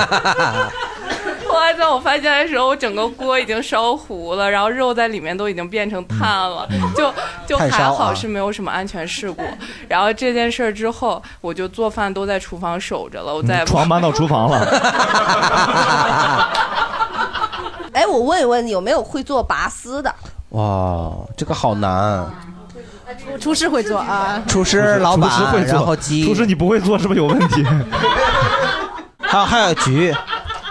Speaker 20: 后来在我发现的时候，我整个锅已经烧糊了，然后肉在里面都已经变成炭了，就就
Speaker 5: 炭
Speaker 20: 还
Speaker 5: 烧啊
Speaker 20: 好是没有什么安全事故。然后这件事儿之后，我就做饭都在厨房守着了，我再也
Speaker 2: 嗯
Speaker 20: 不
Speaker 2: 床搬到厨房了，
Speaker 6: 哎，我问一问，有没有会做拔丝的？
Speaker 5: 哇，这个好难。
Speaker 8: 厨师会做啊，
Speaker 5: 厨师老板，
Speaker 2: 厨师会做
Speaker 5: 然后鸡，厨师
Speaker 2: 你不会做是不是有问题？
Speaker 5: 还有还有菊，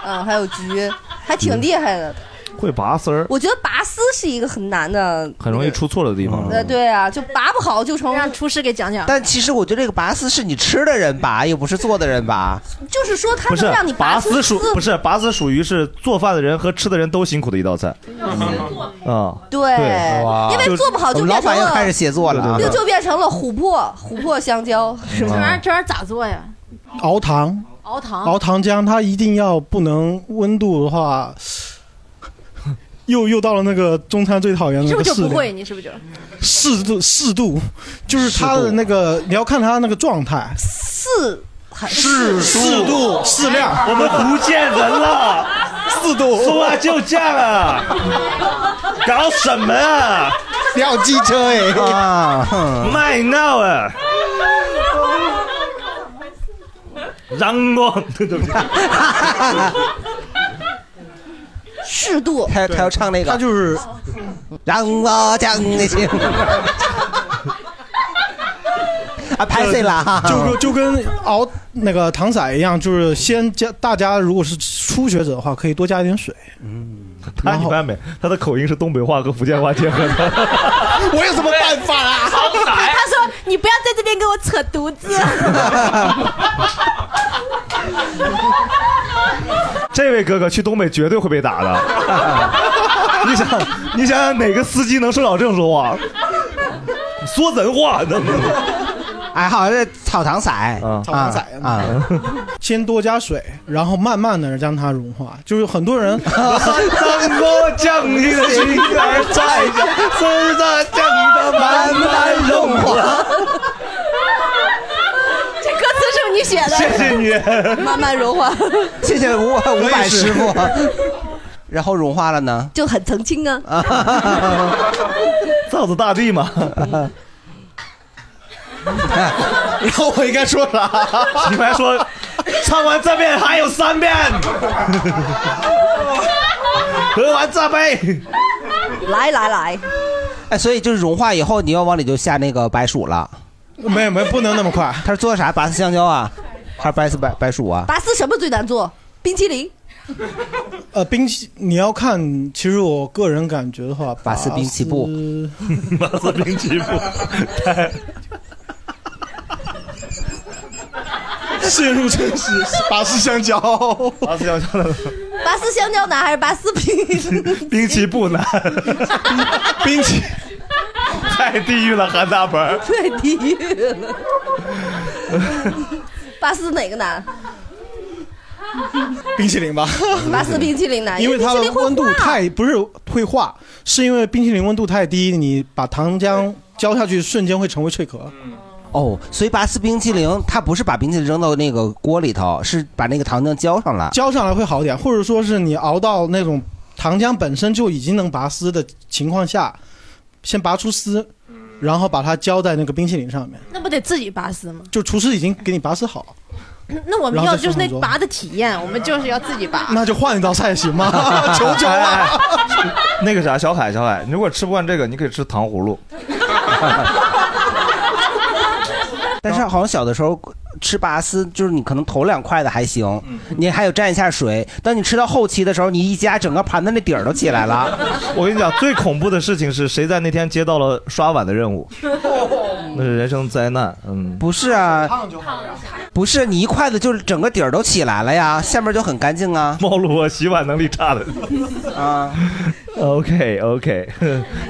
Speaker 6: 嗯，还有菊，还挺厉害的。
Speaker 15: 嗯
Speaker 2: 会拔丝儿，
Speaker 6: 我觉得拔丝是一个很难的，
Speaker 2: 很容易出错的地
Speaker 15: 嗯
Speaker 2: 方。
Speaker 6: 呃，对啊，就拔不好就成。让
Speaker 8: 厨师给讲讲
Speaker 5: 但其实我觉得这个拔丝是你吃的人拔，又不是做的人拔。
Speaker 6: 就是说它
Speaker 2: 啊不
Speaker 6: 能
Speaker 2: 是
Speaker 6: 让你
Speaker 2: 拔
Speaker 6: 丝
Speaker 2: 丝属不是拔丝属于是做饭的人和吃的人都辛苦的一道菜。啊，
Speaker 6: 对
Speaker 2: 哇
Speaker 6: 因为做不好就变成了
Speaker 2: 对
Speaker 6: 就
Speaker 2: 对对
Speaker 6: 就变成了琥珀琥珀香蕉，是
Speaker 15: 嗯
Speaker 6: 吗？
Speaker 15: 这玩意儿
Speaker 8: 这玩意儿咋做呀？
Speaker 15: 熬糖，
Speaker 8: 熬糖，
Speaker 15: 熬糖浆，它一定要不能温度的话，又又到了那个中餐最讨厌的
Speaker 8: 你是不
Speaker 15: 那个
Speaker 8: 是
Speaker 15: 适
Speaker 8: 就不
Speaker 15: 量
Speaker 8: 会？你是不是就？
Speaker 15: 适度适度，就是它的那个你要看它那个状态，
Speaker 6: 四
Speaker 15: 适适度适量，
Speaker 2: 我们福建人了，
Speaker 15: 适度
Speaker 2: 说话就这样啊，搞什么啊？
Speaker 5: 掉机车哎、啊，
Speaker 2: 卖闹啊！让我，对对不起，
Speaker 6: 适度。
Speaker 5: 他他要唱那个，他
Speaker 15: 就是
Speaker 5: 让我讲 你听。啊，拍碎了哈。
Speaker 15: 就跟就跟熬那个糖色一样，就是先加大家如果是初学者的话，可以多加一点水。
Speaker 2: 他你发现没？他的口音是东北话和福建话结合的。
Speaker 15: 我有什么办法啊啦？
Speaker 8: 他说你不要在这边跟我扯犊 子。
Speaker 2: 这位哥哥去东北绝对会被打的。你想，你想想哪个司机能受了这种说话？说人话呢？
Speaker 5: 哎，好，这草糖色，
Speaker 15: 草糖色嗯
Speaker 5: 啊，
Speaker 15: 先多加水，然后慢慢的让它融化。就是很多 人
Speaker 2: 当我将你的心儿摘下，是那将你的慢慢融化。
Speaker 6: 这歌词是不是你写的？
Speaker 2: 谢谢
Speaker 5: 你
Speaker 6: 慢慢融化，
Speaker 5: 谢谢五五百师傅。 然后融化了呢？
Speaker 6: 就很曾经啊。
Speaker 2: 造子大帝 嘛。
Speaker 15: 然后我应该说啥？
Speaker 2: 你们还说，唱完这遍还有三遍，喝完这杯。
Speaker 6: 来来来，
Speaker 5: 哎，所以就是融化以后，你要往里就下那个白薯了。
Speaker 15: 没有没有，不能那么快。
Speaker 5: 他是做啥？拔丝香蕉啊，还是白丝白白薯啊？
Speaker 6: 拔丝什么最难做？冰淇淋。
Speaker 15: 呃，冰淇你要看，其实我个人感觉的话，拔
Speaker 5: 拔丝兵器部，
Speaker 2: 拔丝兵器 部，
Speaker 15: 陷入真 实，拔丝香蕉，
Speaker 2: 拔丝香蕉的
Speaker 6: 拔丝香蕉难还是拔丝冰？
Speaker 2: 兵器不 难，
Speaker 15: 兵器
Speaker 2: 太地狱了，韩大鹏儿。
Speaker 6: 太地狱了。 拔丝哪个 难？
Speaker 15: 冰淇淋吧。嗯
Speaker 6: 拔丝冰淇淋难，
Speaker 15: 因为它
Speaker 6: 冰淇
Speaker 15: 的
Speaker 6: 淋会
Speaker 15: 温度太不是会化，是因为冰淇淋温度太低，你把糖浆浇下去瞬间会成为脆壳。
Speaker 5: 哦，所以拔丝冰淇淋，它不是把冰淇淋扔到那个锅里头，是把那个糖浆浇上来。
Speaker 15: 浇上来会好一点，或者说是你熬到那种糖浆本身就已经能拔丝的情况下，先拔出丝，然后把它浇在那个冰淇淋上面，
Speaker 8: 那不得自己拔丝吗？
Speaker 15: 就厨师已经给你拔丝好，
Speaker 8: 那我们
Speaker 15: 然后
Speaker 8: 要
Speaker 15: 再
Speaker 8: 就是那
Speaker 15: 上桌
Speaker 8: 拔的体验，我们就是要自己拔。
Speaker 15: 那就换一道菜行 吗？求求了、
Speaker 2: 哎那个啥，小海，小海，你如果吃不惯这个，你可以吃糖葫芦。
Speaker 5: 但是好像小的时候吃拔丝，就是你可能头两块的还行，
Speaker 15: 嗯
Speaker 5: 你还有蘸一下水。当你吃到后期的时候，你一夹，整个 盘子那底儿都起来了。
Speaker 2: 我跟你讲，最恐怖的事情是谁在那天接到了刷碗的任务，那是人生灾难。嗯，
Speaker 5: 不是啊，不是你一筷子就是整个底儿都起来了呀，下面就很干净啊。
Speaker 2: 暴露我洗碗能力差的。
Speaker 5: 啊，
Speaker 2: OK OK，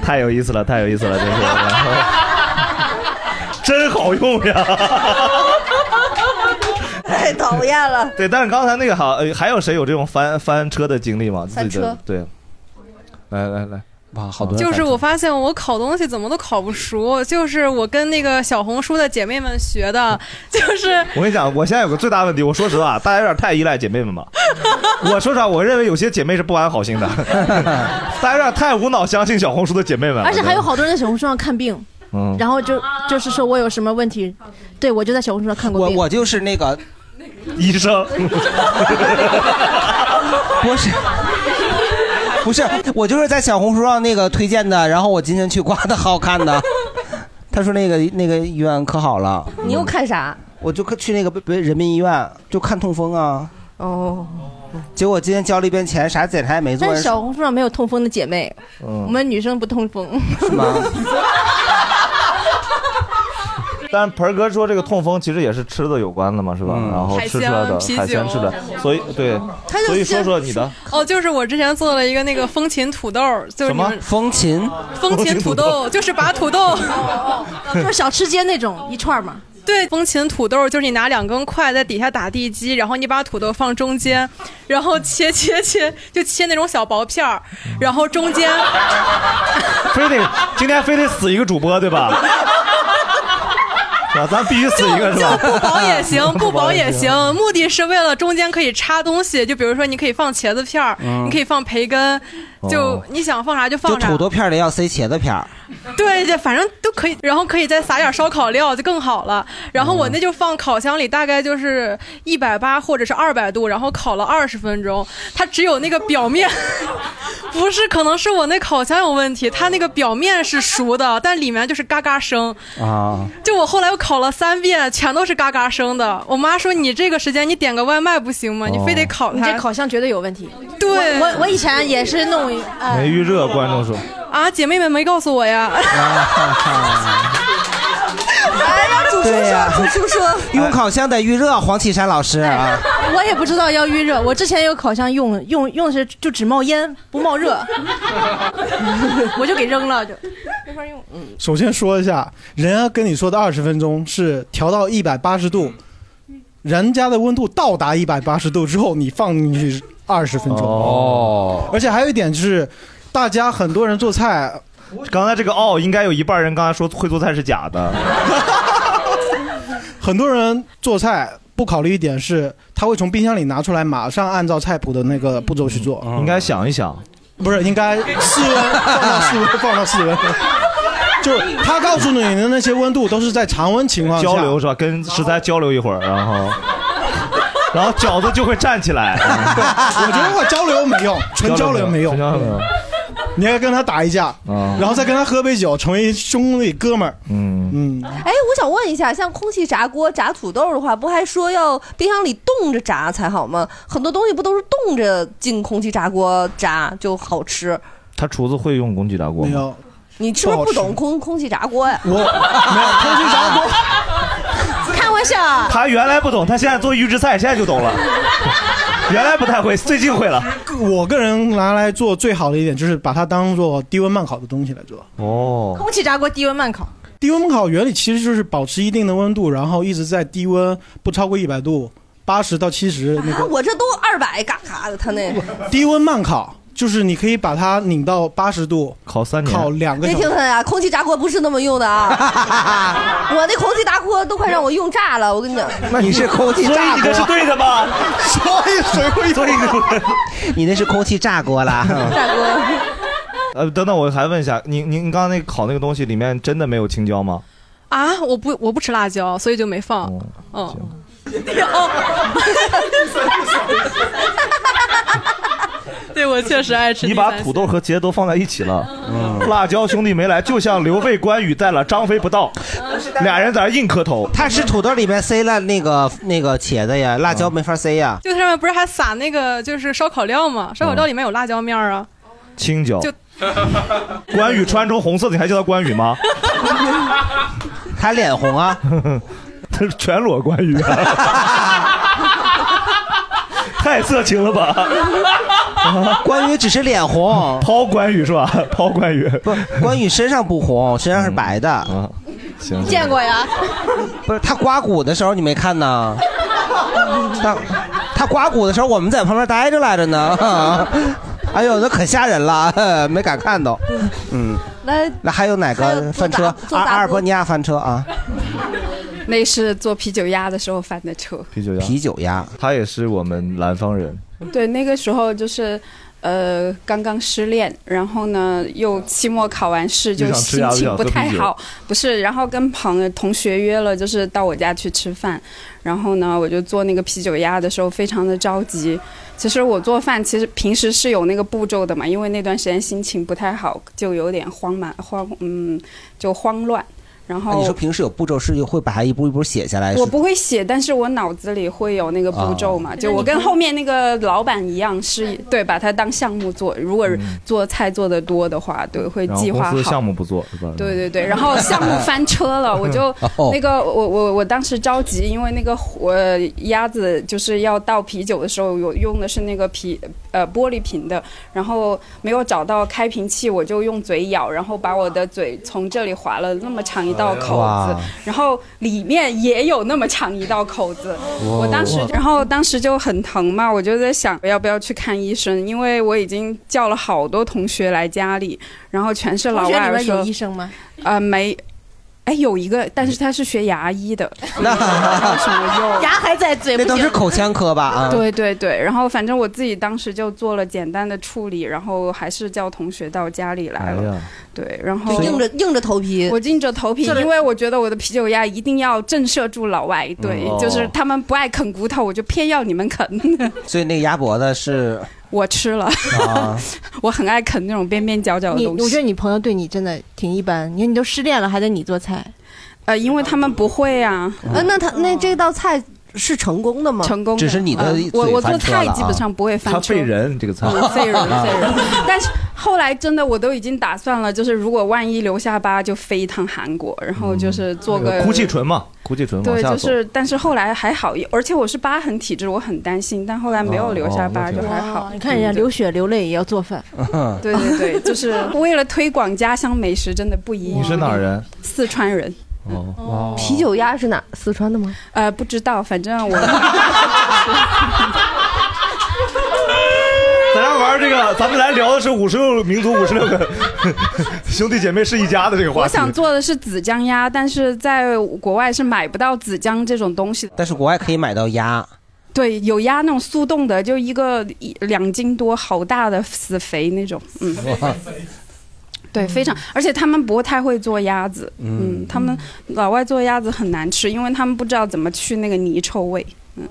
Speaker 2: 太 有意思了，太有意思了，真是， 真好用呀！
Speaker 25: 太讨厌了。
Speaker 2: 对，但是刚才那个好，呃还有谁有这种翻翻车的经历吗？
Speaker 25: 翻
Speaker 2: 自己的
Speaker 25: 车
Speaker 2: 对，来来来，
Speaker 5: 哇，好
Speaker 18: 就是我发现我烤东西怎么都烤不熟，就是我跟那个小红书的姐妹们学的，就是
Speaker 2: 我跟你讲，我现在有个最大问题，我说实话，大家有点太依赖姐妹们吧。我说实话，我认为有些姐妹是不安好心的， 大家有点太无脑相信小红书的姐妹们了。
Speaker 8: 而且还有好多人在小红书上看病，
Speaker 2: 嗯
Speaker 8: 然后就就是说我有什么问题，对我就在小红书上看过
Speaker 5: 我
Speaker 8: 病。
Speaker 5: 我就是那个
Speaker 2: 医生，
Speaker 5: 不是。不是，我就是在小红书上那个推荐的，然后我今天去刮的，好看的。他说那个那个医院可好了，嗯
Speaker 6: 你又看啥？
Speaker 5: 我就去那个北北人民医院就看痛风啊，
Speaker 6: 哦，
Speaker 5: 结果今天交了一遍钱，啥检查也没做。
Speaker 6: 但是小红书上没有痛风的姐妹，我
Speaker 5: 嗯，
Speaker 6: 们女生不痛风。
Speaker 5: 是吗？
Speaker 2: 但盆儿哥说这个痛风其实也是吃的有关的嘛，是吧？
Speaker 15: 嗯
Speaker 2: 然后吃出来的
Speaker 18: 海鲜
Speaker 2: 海鲜
Speaker 18: 啤酒
Speaker 2: 吃的，所以对，所以说说你的
Speaker 18: 哦，就是我之前做了一个那个风琴土豆， 就是你们
Speaker 5: 风琴？
Speaker 18: 风琴土豆，就是把土豆，
Speaker 8: 哦就是小吃街那种一串嘛。
Speaker 18: 对，风琴土豆就是你拿两根筷在底下打地基，然后你把土豆放中间，然后切切切，就切那种小薄片儿，然后中间，
Speaker 2: 非得今天非得死一个主播对吧？啊，咱必须死一个是吧？
Speaker 18: 不薄也 行，不薄也行，目的是为了中间可以插东西，就比如说你可以放茄子片儿，
Speaker 5: 嗯
Speaker 18: 你可以放培根，就
Speaker 5: 哦
Speaker 18: 你想放啥就
Speaker 5: 就
Speaker 18: 放啥
Speaker 5: 土。豆片儿里要塞茄子片儿
Speaker 18: 对对，反正都可以，然后可以再撒点烧烤料就更好了。然后我那就放烤箱里，大概就是一百八或者是二百度，然后烤了二十分钟。它只有那个表面， 不是，可能是我那烤箱有问题，它那个表面是熟的，但里面就是嘎嘎声。
Speaker 5: 啊，
Speaker 18: 就我后来又烤了三遍，全都是嘎嘎声的。我妈说你这个时间你点个外卖不行吗？你非得烤它。
Speaker 8: 你这烤箱绝 对有问题。
Speaker 18: 对，
Speaker 8: 我我以前也是弄一呃
Speaker 2: 没预热，观众说。
Speaker 18: 啊，姐妹们没告诉我呀。
Speaker 25: 哎呀，主
Speaker 5: 对呀，
Speaker 25: 厨说
Speaker 5: 用烤箱得预热，黄绮珊老师啊，
Speaker 8: 我也不知道要预热，我之前有烤箱用用用的是就只冒烟不冒热， 我就给扔了就。
Speaker 15: 首先说一下，人家跟你说的二十分钟是调到一百八十度，人家的温度到达一百八十度之后，你放进去二十分钟。
Speaker 2: 哦，
Speaker 15: 而且还有一点就是，大家很多人做菜，
Speaker 2: 刚才这个哦，应该有一半人刚才说会做菜是假的。
Speaker 15: 很多人做菜不考虑一点是，他会从冰箱里拿出来，马上按照菜谱的那个步骤去做。
Speaker 2: 应该想一想，
Speaker 15: 不是应该室温放到室温，放到室 温。就是他告诉你的那些温度都是在常温情况下
Speaker 2: 交流是吧？跟食材交流一会儿， 然后，然后饺子就会站起来。
Speaker 15: 我觉得我交流没用，纯交流没用，
Speaker 2: 纯交流没用。
Speaker 15: 你还跟他打一架，
Speaker 2: 啊
Speaker 15: 然后再跟他喝杯酒，成为兄弟哥们儿。
Speaker 2: 嗯
Speaker 15: 嗯，
Speaker 6: 哎，我想问一下，像空气炸锅炸土豆的话，不还说要冰箱里冻着炸才好吗？很多东西不都是冻着进空气炸锅炸就好吃？
Speaker 2: 他厨子会用空气炸锅吗？
Speaker 15: 没有，
Speaker 6: 你是不是
Speaker 2: 不好
Speaker 6: 不
Speaker 2: 吃
Speaker 6: 懂空空气炸锅呀？
Speaker 15: 我没有空气炸锅，
Speaker 6: 开玩笑啊。
Speaker 2: 他原来不懂，他现在做预制菜，现在就懂了。原来不太会，最近会了。
Speaker 15: 我个人拿来做最好的一点就是把它当做低温慢烤的东西来做。
Speaker 2: 哦，
Speaker 8: 空气炸锅低温慢烤，
Speaker 15: 低温烤原理其实就是保持一定的温度，然后一直在低温，不超过一百度，八十到七十那
Speaker 6: 啊，
Speaker 15: 个
Speaker 6: 我这都二百嘎嘎的，他那
Speaker 15: 低温慢烤。就是你可以把它拧到八十度，
Speaker 2: 烤三
Speaker 15: 年，烤两个
Speaker 6: 别
Speaker 15: 小
Speaker 6: 听
Speaker 15: 时。
Speaker 6: 他呀，空气炸锅不是那么用的啊！ 我那空气炸锅都快让我用炸了，我跟你讲。
Speaker 5: 那你是空气炸锅，
Speaker 2: 的吧？
Speaker 5: 所以谁
Speaker 2: 哦
Speaker 5: 会对的？你那是空气炸锅啦。
Speaker 6: 炸锅。
Speaker 2: 呃，等等，我还问一下，您您您刚刚那个烤那个东西里面真的没有青椒吗？
Speaker 7: 啊，我不我不吃辣椒，所以就没放。嗯，
Speaker 22: 对我确实爱吃。
Speaker 2: 你把土豆和茄都放在一起了，
Speaker 5: 嗯
Speaker 2: 辣椒兄弟没来，就像刘备关羽在了，张飞不到，
Speaker 5: 嗯
Speaker 2: 俩人在那硬磕头。
Speaker 5: 他吃土豆里面塞了那个那个茄子
Speaker 2: 嗯
Speaker 5: 呀，辣椒没法塞呀。
Speaker 7: 就上面不是还撒那个就是烧烤料吗？烧烤料里面有辣椒面儿啊。
Speaker 2: 青椒
Speaker 7: 就。
Speaker 2: 关羽穿成红色的，你还叫他关羽吗？
Speaker 5: 他脸红啊，
Speaker 2: 他是 全裸关羽、 太色情了吧！
Speaker 5: 关羽只是脸 红，
Speaker 2: 抛关羽是 吧？抛关羽
Speaker 5: 不，关羽身上不红，身上是白的。
Speaker 2: 啊，行
Speaker 8: 见过 呀，
Speaker 5: 不是他刮骨的时候你没看呢？他他刮骨的时候我们在旁边待着来着呢。 哎呦，那可吓人了， 没敢看都。嗯，
Speaker 10: 那
Speaker 5: 那还有哪个翻车？
Speaker 10: 做
Speaker 5: 阿
Speaker 10: 杂
Speaker 5: 阿尔伯尼亚翻车啊？
Speaker 10: 那是做啤酒鸭的时候翻的车。
Speaker 2: 啤酒鸭，
Speaker 5: 啤酒鸭，
Speaker 2: 他也是我们南方人。
Speaker 10: 对，那个时候就是呃刚刚失恋，然后呢又期末考完试，就
Speaker 2: 又想吃
Speaker 10: 心
Speaker 2: 鸭子
Speaker 10: 情
Speaker 2: 想
Speaker 10: 不
Speaker 2: 喝啤
Speaker 10: 太
Speaker 2: 酒
Speaker 10: 好，不是，然后跟朋友同学约了，就是到我家去吃饭，然后呢我就做那个啤酒鸭的时候非常的着急。其实我做饭其实平时是有那个步骤的嘛，因为那段时间心情不太好，就有点慌忙慌，嗯，就慌乱。然
Speaker 5: 那
Speaker 10: 后
Speaker 5: 啊哎你说平时有步骤是会把它一步一步写下来？
Speaker 10: 我
Speaker 5: 是
Speaker 10: 不会写，但是我脑子里会有那个步骤嘛，
Speaker 5: 哦
Speaker 10: 就我跟后面那个老板一样，是对把它当项目做。如果做菜做的多的话，对会
Speaker 2: 嗯然后
Speaker 10: 计划
Speaker 2: 公司
Speaker 10: 好
Speaker 2: 项。目不做是吧？
Speaker 10: 对对 对，然后项目翻车了，我就
Speaker 2: 哦
Speaker 10: 那个我我我当时着急，因为那个我鸭子就是要倒啤酒的时候，我用的是那个啤呃玻璃瓶的，然后没有找到开瓶器，我就用嘴咬，然后把我的嘴从这里划了那么长一道口子
Speaker 5: 哇，
Speaker 10: 然后里面也有那么长一道口子，
Speaker 5: 哇
Speaker 10: 我当时
Speaker 5: 哇，
Speaker 10: 然后当时就很疼嘛，我就在想要不要去看医生，因为我已经叫了好多同学来家里，然后全是老
Speaker 8: 同学
Speaker 10: 外
Speaker 8: 里面有医
Speaker 10: 说
Speaker 8: 生吗？
Speaker 10: 啊、没，哎，有一个，但是他是学牙医的，
Speaker 5: 那
Speaker 10: 有什么 用？
Speaker 8: 牙还在嘴，
Speaker 5: 那都是口腔科 吧？啊，
Speaker 10: 对对对，然后反正我自己当时就做了简单的处理，然后还是叫同学到家里来了。
Speaker 2: 呀，
Speaker 10: 对，然后
Speaker 6: 就硬着硬着头皮，
Speaker 10: 我硬着头皮，
Speaker 6: 这个
Speaker 10: 因为我觉得我的啤酒鸭一定要震慑住老外，对，
Speaker 5: 嗯
Speaker 10: 就是他们不爱啃骨头，我就偏要你们啃。
Speaker 5: 所以那个鸭脖 子是
Speaker 10: 我吃了，
Speaker 5: 啊，
Speaker 10: 我很爱啃那种边边角角的
Speaker 8: 你
Speaker 10: 东西。
Speaker 8: 我觉得你朋友对你真的挺一般，你说你都失恋了还得你做菜，
Speaker 10: 呃，因为他们不会啊。
Speaker 6: 呃，那他那这道菜是成功的吗？
Speaker 10: 成功的
Speaker 5: 只是你的
Speaker 10: 啊
Speaker 5: 嘴
Speaker 10: 我我做
Speaker 5: 翻车了
Speaker 10: 菜基本
Speaker 5: 啊
Speaker 10: 上不会翻
Speaker 2: 他
Speaker 10: 车
Speaker 2: 废。人这个菜，
Speaker 10: 嗯 废人废人。但是后来真的我都已经打算了，就是如果万一留下疤，就飞一趟韩国，然后就是做个
Speaker 2: 哭泣唇嘛，哭泣唇往
Speaker 10: 对，
Speaker 2: 下
Speaker 10: 就
Speaker 2: 走。
Speaker 10: 是，但是后来还好，而且我是疤痕体质，我很担心，但后来没有留下疤，
Speaker 2: 哦哦
Speaker 10: 就
Speaker 2: 那挺好
Speaker 10: 还好。
Speaker 8: 你看人家流血流泪也要做饭，
Speaker 10: 对对对，就是为了推广家乡美食，真的不遗余力。
Speaker 2: 你是哪儿人？
Speaker 10: 四川人。
Speaker 2: 哦，
Speaker 6: 啤酒鸭是哪四川的吗？
Speaker 10: 呃，不知道，反正 我
Speaker 2: 咱俩玩这个，咱们来聊的是五十六民族五十六个兄弟姐妹是一家的这个话
Speaker 10: 我
Speaker 2: 题。
Speaker 10: 想做的是紫姜鸭，但是在国外是买不到紫姜这种东西的。
Speaker 5: 但是国外可以买到 鸭，
Speaker 10: 对，有鸭那种速冻的，就一个一两斤多，好大的死肥那种。嗯，
Speaker 5: 哇
Speaker 10: 对，非常，而且他们不太会做鸭子。
Speaker 5: 嗯
Speaker 10: 嗯，他们老外做鸭子很难吃，因为他们不知道怎么去那个泥臭味。嗯，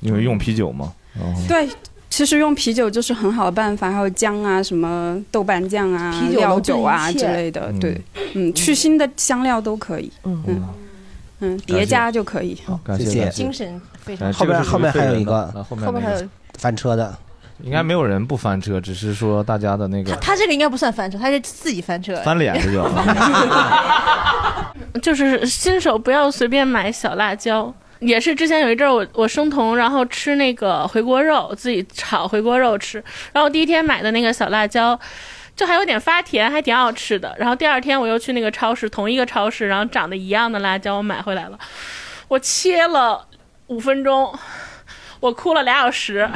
Speaker 2: 因为用啤酒嗯哎嘛，然后
Speaker 10: 对。其实用啤酒就是很好的办法，还有姜啊、什么豆瓣酱啊
Speaker 6: 啤、酒
Speaker 10: 料
Speaker 6: 能
Speaker 10: 酒啊
Speaker 6: 炖一
Speaker 10: 之
Speaker 6: 切
Speaker 10: 类的，对，嗯，去腥的香料都可以，嗯嗯，叠加就可以。
Speaker 2: 感
Speaker 5: 谢谢
Speaker 8: 精神非常
Speaker 2: 哎
Speaker 5: 后
Speaker 2: 这
Speaker 5: 边
Speaker 2: 个是
Speaker 5: 后面
Speaker 2: 最
Speaker 5: 还有
Speaker 2: 人
Speaker 5: 一
Speaker 2: 的啊
Speaker 5: 个
Speaker 2: 来后面后面那个还有
Speaker 5: 翻车的，
Speaker 2: 应该没有人不翻车，只是说大家的那个
Speaker 8: 他这个应该不算翻车，他是自己翻车。
Speaker 2: 翻脸这叫。
Speaker 24: 啊 就是新手不要随便买小辣椒。也是之前有一阵儿我我生酮，然后吃那个回锅肉，自己炒回锅肉吃。然后第一天买的那个小辣椒，就还有点发甜，还挺好吃的。然后第二天我又去那个超市，同一个超市，然后长得一样的辣椒我买回来了，我切
Speaker 5: 嗯
Speaker 24: 了五分钟，我哭了俩小时，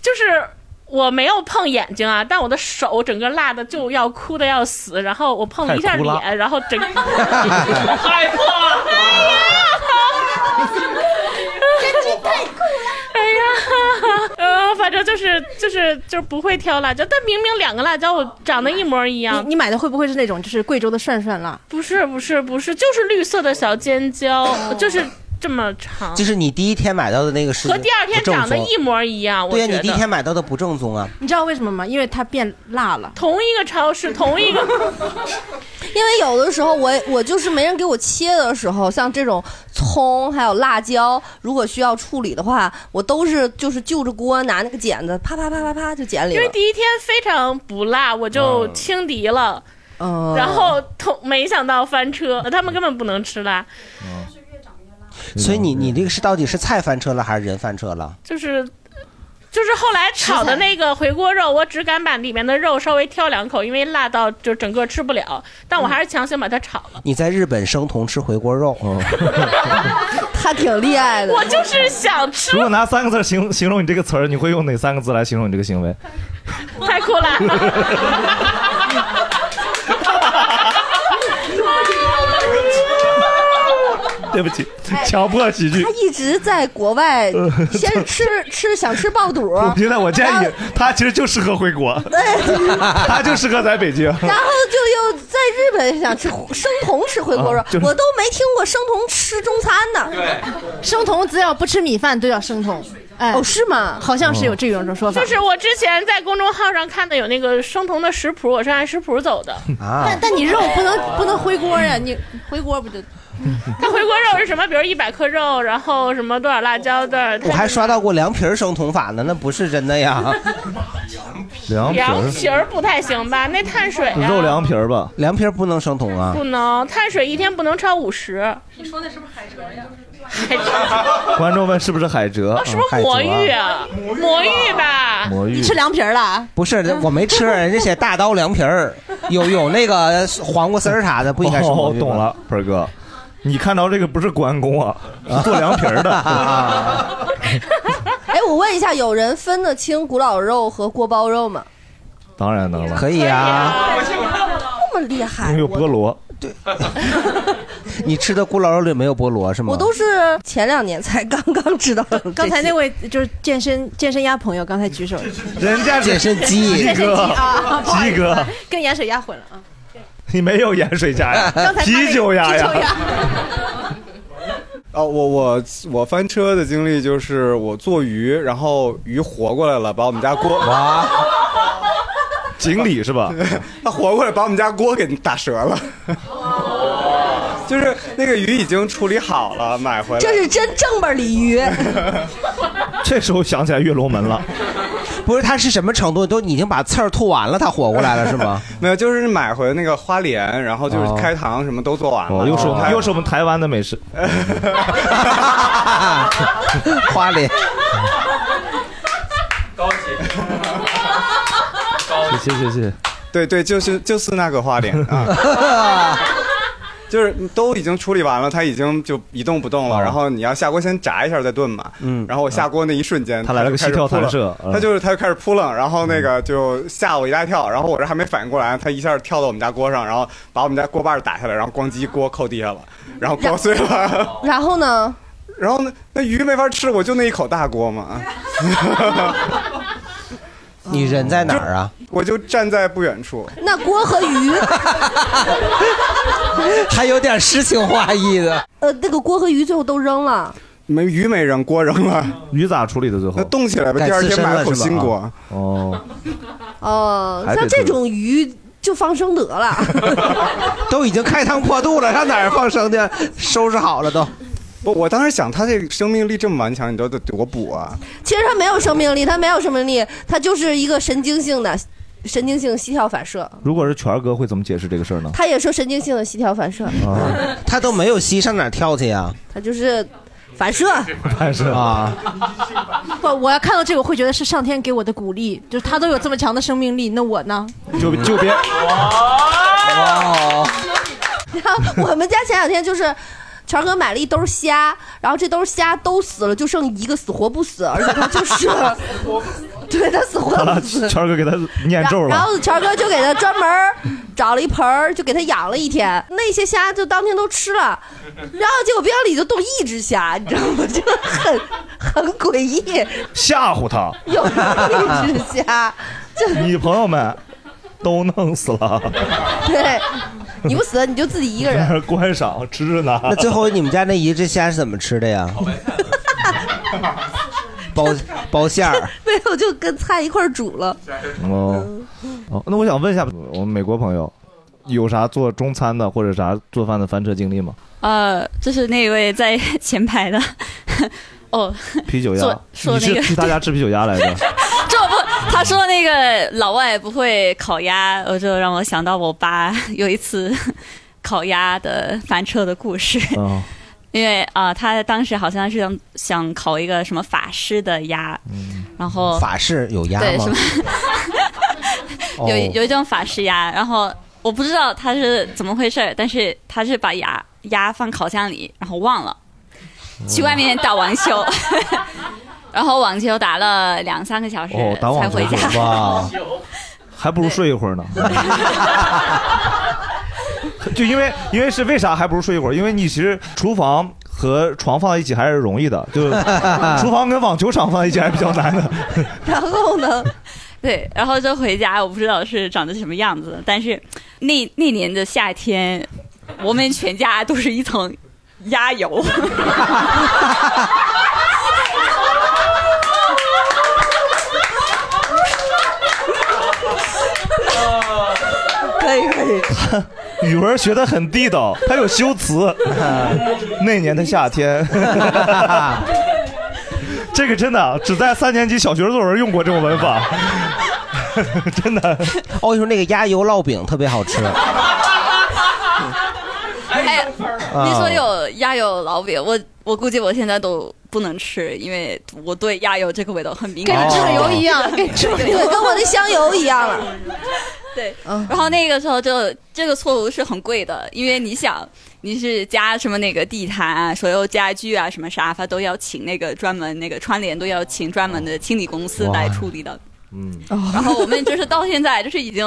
Speaker 24: 就是。我没有碰眼睛啊，但我的手整个辣的
Speaker 5: 嗯
Speaker 24: 就要哭的要死，然后我碰一下
Speaker 16: 太哭了
Speaker 24: 脸，然后 整
Speaker 16: 害怕
Speaker 10: 哎
Speaker 16: 了。
Speaker 24: 太酷了！哎呀， 呃，反正就是就是就是不会挑辣椒，但明明两个辣椒我长得一模一样
Speaker 8: 你。你买的会不会是那种就是贵州的涮涮 辣？
Speaker 24: 不是不是不是，就是绿色的小尖椒，就是这么长，
Speaker 5: 就是你第一天买到的那个是
Speaker 24: 和第二天
Speaker 5: 不正
Speaker 24: 长得
Speaker 5: 宗
Speaker 24: 一模一样。我
Speaker 5: 对呀，
Speaker 24: 觉得
Speaker 5: 你第一天买到的不正宗啊。
Speaker 8: 你知道为什么吗？因为它变辣了。
Speaker 24: 同一个 超市，同一个。
Speaker 6: 因为有的时候我我就是没人给我切的时候，像这种葱还有辣椒，如果需要处理的话，我都是就是就着锅拿那个剪子啪啪啪啪啪就剪里
Speaker 24: 因为
Speaker 6: 了。
Speaker 24: 第一天非常不辣，我就轻敌了，
Speaker 8: 哦
Speaker 6: 嗯
Speaker 24: 然后同没想到翻车，
Speaker 8: 嗯
Speaker 24: 他们根本不能吃辣，
Speaker 5: 所以你你这个是到底是菜翻车了还是人翻车了？
Speaker 24: 就是。就是后来炒的那个回锅肉，我只敢把里面的肉稍微挑两口，因为辣到就整个吃不了。但我还是强行把它炒了。
Speaker 5: 你在日本生酮吃 回锅 肉，
Speaker 2: 嗯
Speaker 6: 他挺厉害的。
Speaker 24: 我就是想 吃
Speaker 2: 如果拿三个字形形容你这个词儿，你会用哪三个字来形容你这个行为？
Speaker 24: 太酷了！
Speaker 2: 对不起，强迫喜剧
Speaker 6: 他。一直在国 外
Speaker 2: 呃，
Speaker 6: 先是吃吃想吃爆肚，啊
Speaker 2: 我觉得我建议他其实就适合回国， 他就适合在北 京。
Speaker 6: 然后就又在日本想吃生酮吃回锅肉，
Speaker 2: 啊就是
Speaker 6: 我都没听过生酮吃中餐呢。
Speaker 2: 对，
Speaker 8: 生酮只要不吃米饭都叫生酮。哎，哦，
Speaker 6: 是吗？
Speaker 8: 好像是有这种说法。
Speaker 24: 就是我之前在公众号上看的有那个生酮的食谱，我是按食谱走的。
Speaker 5: 啊
Speaker 8: 但但你肉不能不能回锅呀，你回锅 不就？
Speaker 24: 它回锅肉是什么？比如一百克肉，然后什么多少辣椒，多少啊
Speaker 5: 我还刷到过凉皮儿生酮法呢，那不是真的呀。
Speaker 2: 凉
Speaker 24: 凉皮儿不太行吧？那碳水啊，
Speaker 2: 皮儿吧，
Speaker 5: 凉皮儿不能生酮啊
Speaker 24: 不。能，碳水一天不能超五十。
Speaker 16: 你说的是不是海蜇呀？
Speaker 24: 海蜇
Speaker 2: 观众们是不是嗯海蜇？
Speaker 24: 是不是魔芋啊？魔芋吧？
Speaker 5: 魔芋你吃凉
Speaker 8: 皮儿了？
Speaker 5: 不是，我没吃，啊人家写大刀凉皮儿，有有那个黄瓜丝儿啥的，不应该是
Speaker 2: 哦
Speaker 5: 黄瓜
Speaker 2: 懂了，盆儿哥，你看到这个不是关公啊，是做凉皮儿的。
Speaker 6: 哎，我问一下，有人分得清古老肉和锅包肉吗？
Speaker 2: 当然能了，
Speaker 5: 可以啊。
Speaker 6: 这么厉害，
Speaker 4: 哎
Speaker 5: 因为有
Speaker 6: 我
Speaker 5: 菠萝。对， 你吃的咕老肉里没有菠萝是吗？
Speaker 6: 我都是前两年才刚刚知道的这些。
Speaker 8: 刚才那位就是健身健身鸭朋友，刚才举手，
Speaker 2: 人家是
Speaker 5: 健身鸡
Speaker 8: 健身鸡啊，不好意思
Speaker 2: 鸡哥，
Speaker 8: 跟盐水鸭混了啊。
Speaker 2: 你没有盐水鸭呀
Speaker 8: 刚才，发
Speaker 2: 啤酒鸭呀。
Speaker 4: 哦，我我我翻车的经历就是我做鱼，然后鱼活过来了，把我们家锅哇，
Speaker 2: 锦鲤是吧？
Speaker 4: 它活过来把我们家锅给打折了，就是那个鱼已经处理好了，买回来。
Speaker 6: 这是真正本鲤 鱼，
Speaker 2: 这时候想起来跃龙门了，
Speaker 5: 不是，它是什么程度？都已经把刺儿吐完了，它活过来了是吗？
Speaker 4: 没有，就是买回那个花莲，然后就是
Speaker 5: 哦
Speaker 4: 开膛什么都做完了。
Speaker 2: 哦，又是我
Speaker 4: 然
Speaker 2: 们
Speaker 4: 后
Speaker 2: 又是我们台湾的美食，
Speaker 5: 啊 花莲。
Speaker 16: 高级，高级。
Speaker 2: 谢谢谢谢。
Speaker 4: 对对，就是就是那个花莲啊。 就是都已经处理完了，它已经就一动不动了。然后你要下锅先炸一下再炖嘛。
Speaker 2: 哦嗯
Speaker 4: 然后我下锅那一瞬间，
Speaker 2: 它来了个
Speaker 4: 就开始
Speaker 2: 膝跳
Speaker 4: 扑棱
Speaker 2: 弹射嗯
Speaker 4: 它就是它就开始扑棱，然后那个就吓我一大跳。然后我这还没反应过来，它一下跳到我们家锅上，然后把我们家锅把儿打下来，然后咣叽锅扣地下了，然后锅碎了。
Speaker 6: 然后呢？
Speaker 4: 然后呢，那鱼没法吃，我就那一口大锅嘛。
Speaker 5: 你人在哪儿啊？
Speaker 4: 我就站在不远处。
Speaker 6: 那锅和鱼，
Speaker 5: 还有点诗情画意的。
Speaker 6: 呃，那个锅和鱼最后都扔了。
Speaker 4: 没鱼没扔，锅扔了。
Speaker 2: 鱼咋处理的？最后
Speaker 4: 那冻起来吧，第二天买口新锅。
Speaker 2: 哦，
Speaker 6: 哦、
Speaker 4: 还得
Speaker 6: 像这种鱼就放生得了。
Speaker 5: 都已经开膛破肚了，上哪儿放生去？收拾好了都。
Speaker 4: 不，我当时想，它这个生命力这么顽强，你都得多补啊！
Speaker 6: 其实它没有生命力，它没有生命力，它就是一个神经性的神经性膝跳反射。
Speaker 2: 如果是权儿哥会怎么解释这个事儿呢？
Speaker 6: 他也说神经性的膝跳反射，
Speaker 5: 啊， 他都没有吸，上哪儿跳 去呀？
Speaker 8: 啊
Speaker 6: 它就是反射。
Speaker 2: 但是
Speaker 5: 啊，
Speaker 8: 不，我要看到这个，我会觉得是上天给我的鼓励，就是他都有这么强的生命力，那我呢？
Speaker 2: 哦就就别。
Speaker 5: 哇！
Speaker 6: 然后我们家前两天就是。全哥买了一兜虾，然后这兜虾都死了，就剩一个死活不死，而且它就是，对他死活
Speaker 2: 完了，
Speaker 6: 不死。
Speaker 2: 圈儿哥给他念咒
Speaker 6: 然
Speaker 2: 了。
Speaker 6: 后乔哥就给他专门儿找了一盆儿，就给他养了一天。那些虾就当天都吃了，然后结果冰箱里就冻一只虾，你知道吗？就很很诡异，
Speaker 2: 吓唬他，
Speaker 6: 有一只虾。
Speaker 2: 你朋友们都弄死了，
Speaker 6: 对，你不死你就自己一个人。
Speaker 2: 观赏吃着呢。
Speaker 5: 那最后你们家那一只虾是怎么吃的呀？ 包包馅儿。
Speaker 6: 没有，就跟菜一块儿煮了。嗯
Speaker 2: 哦，哦，那我想问一下，我们美国朋友有啥做中餐的或者啥做饭的翻车经历吗？
Speaker 3: 呃，就是那位在前排的， 哦，
Speaker 2: 啤酒鸭
Speaker 3: 做，说那
Speaker 2: 你是
Speaker 3: 个
Speaker 2: 去他家吃啤酒鸭来 的？
Speaker 3: 这我不，他说那个老外不会烤鸭，我就让我想到我爸有一次烤鸭的翻车的故事。
Speaker 2: 嗯，
Speaker 3: 因为啊、呃他当时好像是想想烤一个什么法式的鸭，然
Speaker 6: 哦
Speaker 3: 后
Speaker 5: 法式有鸭
Speaker 3: 对
Speaker 5: 吗
Speaker 3: 什么？
Speaker 5: 哦
Speaker 3: 有有一种法式鸭，然后我不知道他是怎么回事儿，但是他是把鸭鸭放烤箱里，然后忘了，去外面打网球， 然后网球打了两三个小时、
Speaker 2: 嗯哦，
Speaker 3: 才
Speaker 2: 打网球
Speaker 3: 回家。
Speaker 2: 哇，还不如睡一会儿呢。就因为因为是为啥还不如睡一会儿？因为你其实厨房和床放在一起还是容易的， 就厨房跟网球场放在一起还是比较难的。
Speaker 6: 然后呢？
Speaker 3: 对，然后就回家，我不知道是长得什么样子，但是那那年的夏天，我们全家都是一层鸭油。
Speaker 6: 可以可以。
Speaker 2: 语文学的很地道，他有修辞。 那年的夏天， 这个真的只在三年级小学作文用过这种文法， 真的。
Speaker 5: 哦，我跟你说那个鸭油烙饼特别 好吃。
Speaker 3: 哎，你说有鸭油老饼，我我估计我现在都不能吃，因为我对鸭油这个味道很敏感，哦
Speaker 6: 跟
Speaker 3: 豉
Speaker 6: 吃油一样跟吃油一样对跟我的香油一样了。
Speaker 3: 对，然后那个时候就这个错误是很贵的，因为你想。你是加什么那个地毯啊，所有家具啊，什么沙发都要请那个专门那个窗帘都要请专门的清理公司来处理的。
Speaker 2: 嗯，
Speaker 3: 然后我们就是到现在，就是已经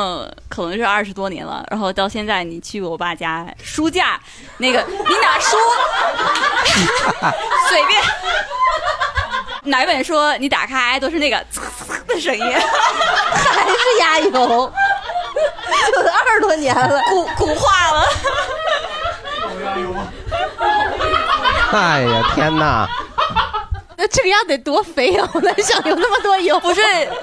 Speaker 3: 可能是二十多年了。然后到现在，你去我爸家，书架那个你拿书 随便哪本书你打开都是那个 的声音，还
Speaker 6: 是鸭油，就二十多年了，
Speaker 3: 古 古化了。
Speaker 5: 哎呀，天哪！
Speaker 3: 那这个鸭得多肥啊！我在想，有那么多油，不是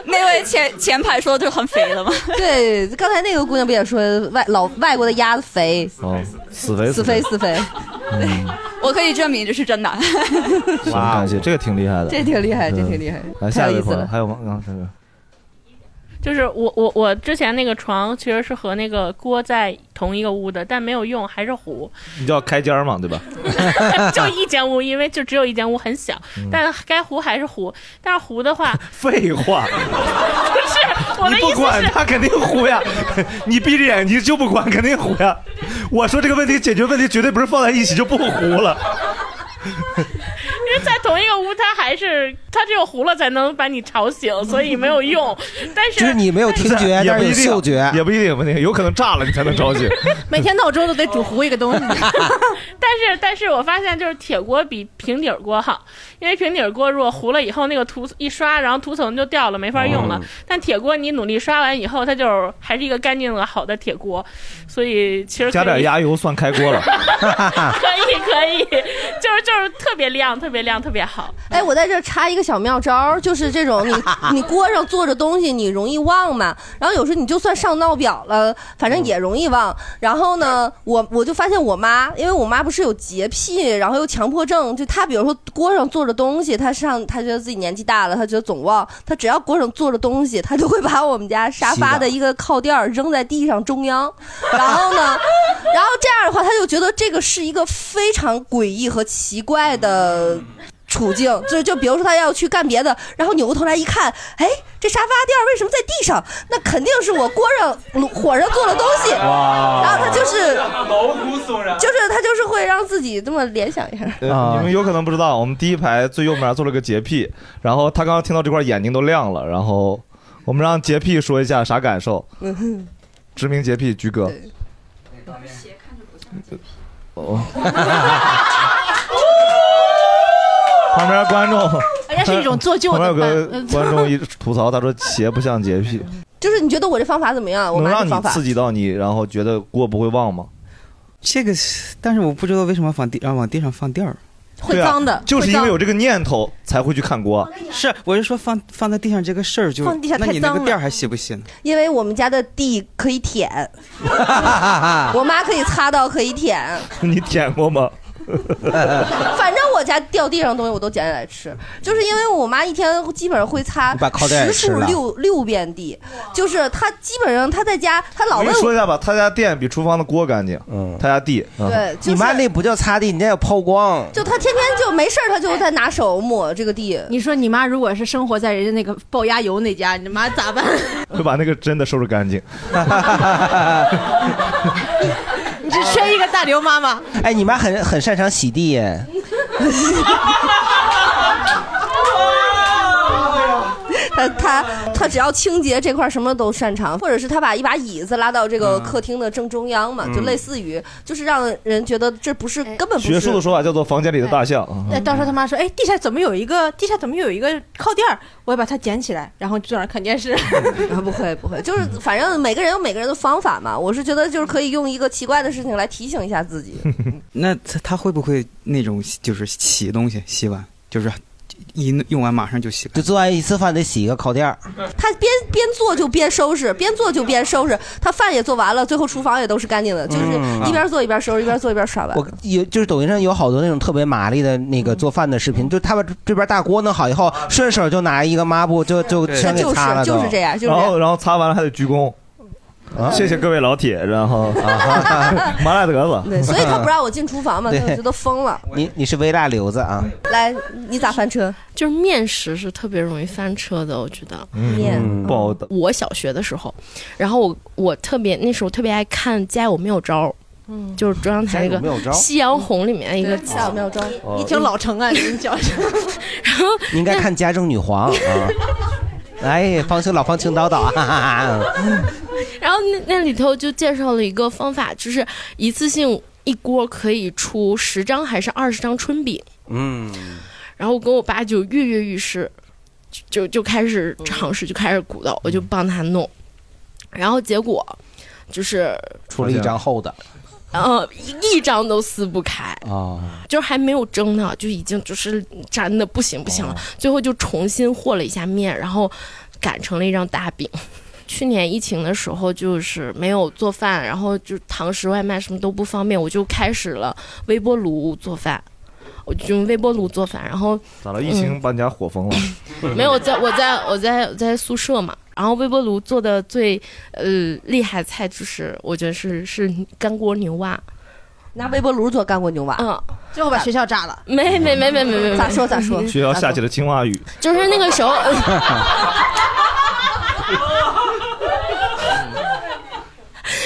Speaker 3: 那位前前排说就很肥 了吗？
Speaker 6: 对，刚才那个姑娘不也说外老外国的鸭子肥，
Speaker 2: 哦，死肥
Speaker 6: 死肥死肥，
Speaker 3: 我可以证明这是 真的。
Speaker 2: 什么感谢，这个挺厉害的，
Speaker 6: 这挺厉害这
Speaker 2: 嗯
Speaker 6: 挺厉害
Speaker 2: 来，下
Speaker 6: 太有
Speaker 2: 一位
Speaker 6: 意思
Speaker 2: 朋友
Speaker 6: 了
Speaker 2: 还有吗？啊，这个
Speaker 24: 就是我我我之前那个床其实是和那个锅在同一个屋的，但没有用，还是糊，
Speaker 2: 你叫开间儿嘛，对吧？
Speaker 24: 就一间屋，因为就只有一间屋很小，
Speaker 2: 嗯
Speaker 24: 但该糊还是糊。但是糊的话，
Speaker 2: 废话，
Speaker 24: 不是我
Speaker 2: 你
Speaker 24: 的
Speaker 2: 不
Speaker 24: 意
Speaker 2: 管
Speaker 24: 思
Speaker 2: 他
Speaker 24: 是。
Speaker 2: 肯定糊 呀，你闭着眼睛就不管肯定糊呀。我说这个问题解决问题绝对不是放在一起就不糊了。
Speaker 24: 因为在同一个屋，它还是它只有糊了才能把你吵醒，所以没有用。但是
Speaker 2: 也不一定
Speaker 5: 但是有嗅觉，
Speaker 2: 也不一定，也不一定，有可能炸了你才能着 急。
Speaker 8: 每天闹钟都得煮糊一个东西。
Speaker 24: 但是，但是我发现就是铁锅比平底锅好，因为平底锅如果糊了以后，那个涂一刷，然后涂层就掉了，没法用了。
Speaker 2: 嗯
Speaker 24: 但铁锅你努力刷完以后，它就是还是一个干净的好的铁锅，所以其实
Speaker 2: 加
Speaker 24: 可
Speaker 2: 点
Speaker 24: 以
Speaker 2: 鸭油算开锅了。
Speaker 24: 可以可以，就是就是特别亮，特别亮，特别好。
Speaker 6: 哎，我在这儿插一个小妙招儿，就是这种你你锅上做着东西，你容易忘嘛。然后有时候你就算上闹表了，反正也容易忘。然后呢，我我就发现我妈，因为我妈不是有洁癖，然后又强迫症，就她比如说锅上做着东西，她上她觉得自己年纪大了，她觉得总忘，她只要锅上做着东西，她就会把我们家沙发的一个靠垫儿扔在地上中央，然后呢。 然后这样的话，他就觉得这个是一个非常诡异和奇怪的处境，就就比如说他要去干别的，然后扭过头来一看，哎，这沙发垫儿为什么在地上？那肯定是我锅上炉火上做了东西。
Speaker 2: 哇
Speaker 6: 然后他就是
Speaker 2: 毛骨悚然
Speaker 6: 就是他就是会让自己这么联想一下。
Speaker 2: 呃，你们有可能不知道，我们第一排最右面做了个洁癖，然后他刚刚听到这块眼睛都亮了，然后我们让洁癖说一下啥感受。
Speaker 6: 嗯哼，
Speaker 2: 知名洁癖菊哥，哦， 旁边观众，
Speaker 6: 人家是一种做旧的
Speaker 2: 旁边有个
Speaker 6: 办
Speaker 2: 观众一吐槽，他说鞋不像洁癖，
Speaker 6: 就是你觉得我这方法怎么 样？我妈
Speaker 2: 能让
Speaker 6: 这
Speaker 2: 你
Speaker 6: 方法
Speaker 2: 刺激到你，然后觉得锅不会旺吗？
Speaker 9: 这个是，但是我不知道为什么放地让往地上放垫儿，
Speaker 6: 会脏的
Speaker 2: 对啊，就是因为有这个念头才会去看锅。
Speaker 9: 是，我是说放放在地上这个事儿就，
Speaker 6: 放地下
Speaker 9: 那你
Speaker 6: 太脏
Speaker 9: 那个垫儿
Speaker 6: 了
Speaker 9: 还洗不 洗呢？
Speaker 6: 因为我们家的地可以舔，
Speaker 2: 啊
Speaker 9: 我
Speaker 6: 我妈可以擦到可以舔。
Speaker 2: 你舔过吗？
Speaker 6: 反正我家掉地上的东西我都捡起来吃，就是因为我妈一天基本上会擦
Speaker 2: 你把靠垫
Speaker 6: 十
Speaker 2: 也吃
Speaker 6: 数
Speaker 2: 了
Speaker 6: 六六遍地，就是她基本上她在家她 老
Speaker 2: 我
Speaker 6: 问
Speaker 2: 跟你
Speaker 6: 我
Speaker 2: 说一下吧，他家店比厨房的锅干净，嗯，他家地，嗯
Speaker 6: 对就是你
Speaker 5: 妈那不叫擦地，你那叫 抛光。
Speaker 6: 就他天天就没事儿，他就在拿手抹这个地。
Speaker 8: 你说你妈如果是生活在人家那个爆鸭油那家，你妈咋 办？
Speaker 2: 会把那个真的收拾干净。
Speaker 8: 你只缺一个大刘妈 妈。
Speaker 5: 哎，你妈很很擅长洗地耶，
Speaker 6: 他他他只要清洁这块儿什么都擅长，或者是他把一把椅子拉到这个客厅的正中央嘛，
Speaker 2: 嗯
Speaker 6: 就类似于就是让人觉得这不是根本 不是
Speaker 2: 学术的说法叫做“房间里的大象”。
Speaker 8: 那到时候他妈说，哎，地下怎么有一个地下怎么有一个靠垫儿？我要把它捡起来，然后坐那儿看电视。
Speaker 6: 啊不会不会，就是反正每个人有每个人的方法嘛。我是觉得就是可以用一个奇怪的事情来提醒一下自己。
Speaker 9: 那他他会不会那种就是洗东西洗碗，就是一用完马上就洗干净？
Speaker 5: 就做完一次饭得洗一个靠垫儿。
Speaker 6: 他边边做就边收拾，边做就边收拾，他饭也做完了，最后厨房也都是干净的，就是
Speaker 5: 嗯
Speaker 6: 一
Speaker 2: 啊
Speaker 6: 边做一边收拾，一边做一边刷 碗。
Speaker 5: 我有就是抖音上有好多那种特别麻利的那
Speaker 2: 嗯
Speaker 5: 个做饭的视频，就他把这边大锅弄好以后，
Speaker 2: 啊
Speaker 5: 顺手就拿一个抹布就就全给擦了都，
Speaker 2: 然后然后擦完了还得鞠躬，
Speaker 5: 啊
Speaker 2: 谢谢各位老铁。然后麻辣德子，
Speaker 6: 对，所以他不让我进厨房嘛，
Speaker 5: 对
Speaker 6: 他就觉得疯了。
Speaker 5: 你你是微辣瘤子啊？
Speaker 6: 来，你咋翻车？
Speaker 12: 就是面食是特别容易翻车的，我觉得。
Speaker 6: 面
Speaker 2: 嗯不好的。
Speaker 12: 我小学的时候，然后我我特别那时候特别爱看《家有没有招儿》，嗯，就是中央台那
Speaker 6: 家有没有招
Speaker 12: 个
Speaker 6: 儿
Speaker 12: 《夕阳红》里面一个
Speaker 6: 对家有没有招儿
Speaker 5: 哦一听老
Speaker 8: 成啊，你讲
Speaker 5: 你应该看《家政女皇》啊。哎，方清老方清叨叨啊哈哈哈！
Speaker 12: 然后那那里头就介绍了一个方法，就是一次性一锅可以出十张还是二十张春饼，
Speaker 5: 嗯，
Speaker 12: 然后我跟我爸就跃跃欲试，就就开始尝试，就开始鼓捣，我
Speaker 5: 嗯
Speaker 12: 就帮他弄，然后结果就是
Speaker 5: 出了一张厚的
Speaker 12: 呃一一张都撕不开，
Speaker 5: 啊。
Speaker 2: 嗯
Speaker 12: 就是还没有蒸呢，就已经就是粘的不行不
Speaker 2: 哦
Speaker 12: 行了，最后就重新和了一下面，然后擀成了一张大 饼。去年疫情的时候，就是没有做饭，然后就堂食外卖什么都不方便，我就开始了微波炉做饭，我就用微波炉做饭，然后
Speaker 2: 咋了？疫情把你家火封了？
Speaker 8: 嗯
Speaker 12: 没有，我在我在我在我在宿舍嘛，然后微波炉做的最呃厉害菜就是我觉得是是干锅牛蛙，
Speaker 6: 拿微波炉做干锅牛蛙，
Speaker 12: 嗯，
Speaker 8: 最后把学校炸了。
Speaker 12: 没没没没没没，没
Speaker 6: 咋说咋说
Speaker 2: 学校下起了青蛙雨。
Speaker 12: 就是那个时候，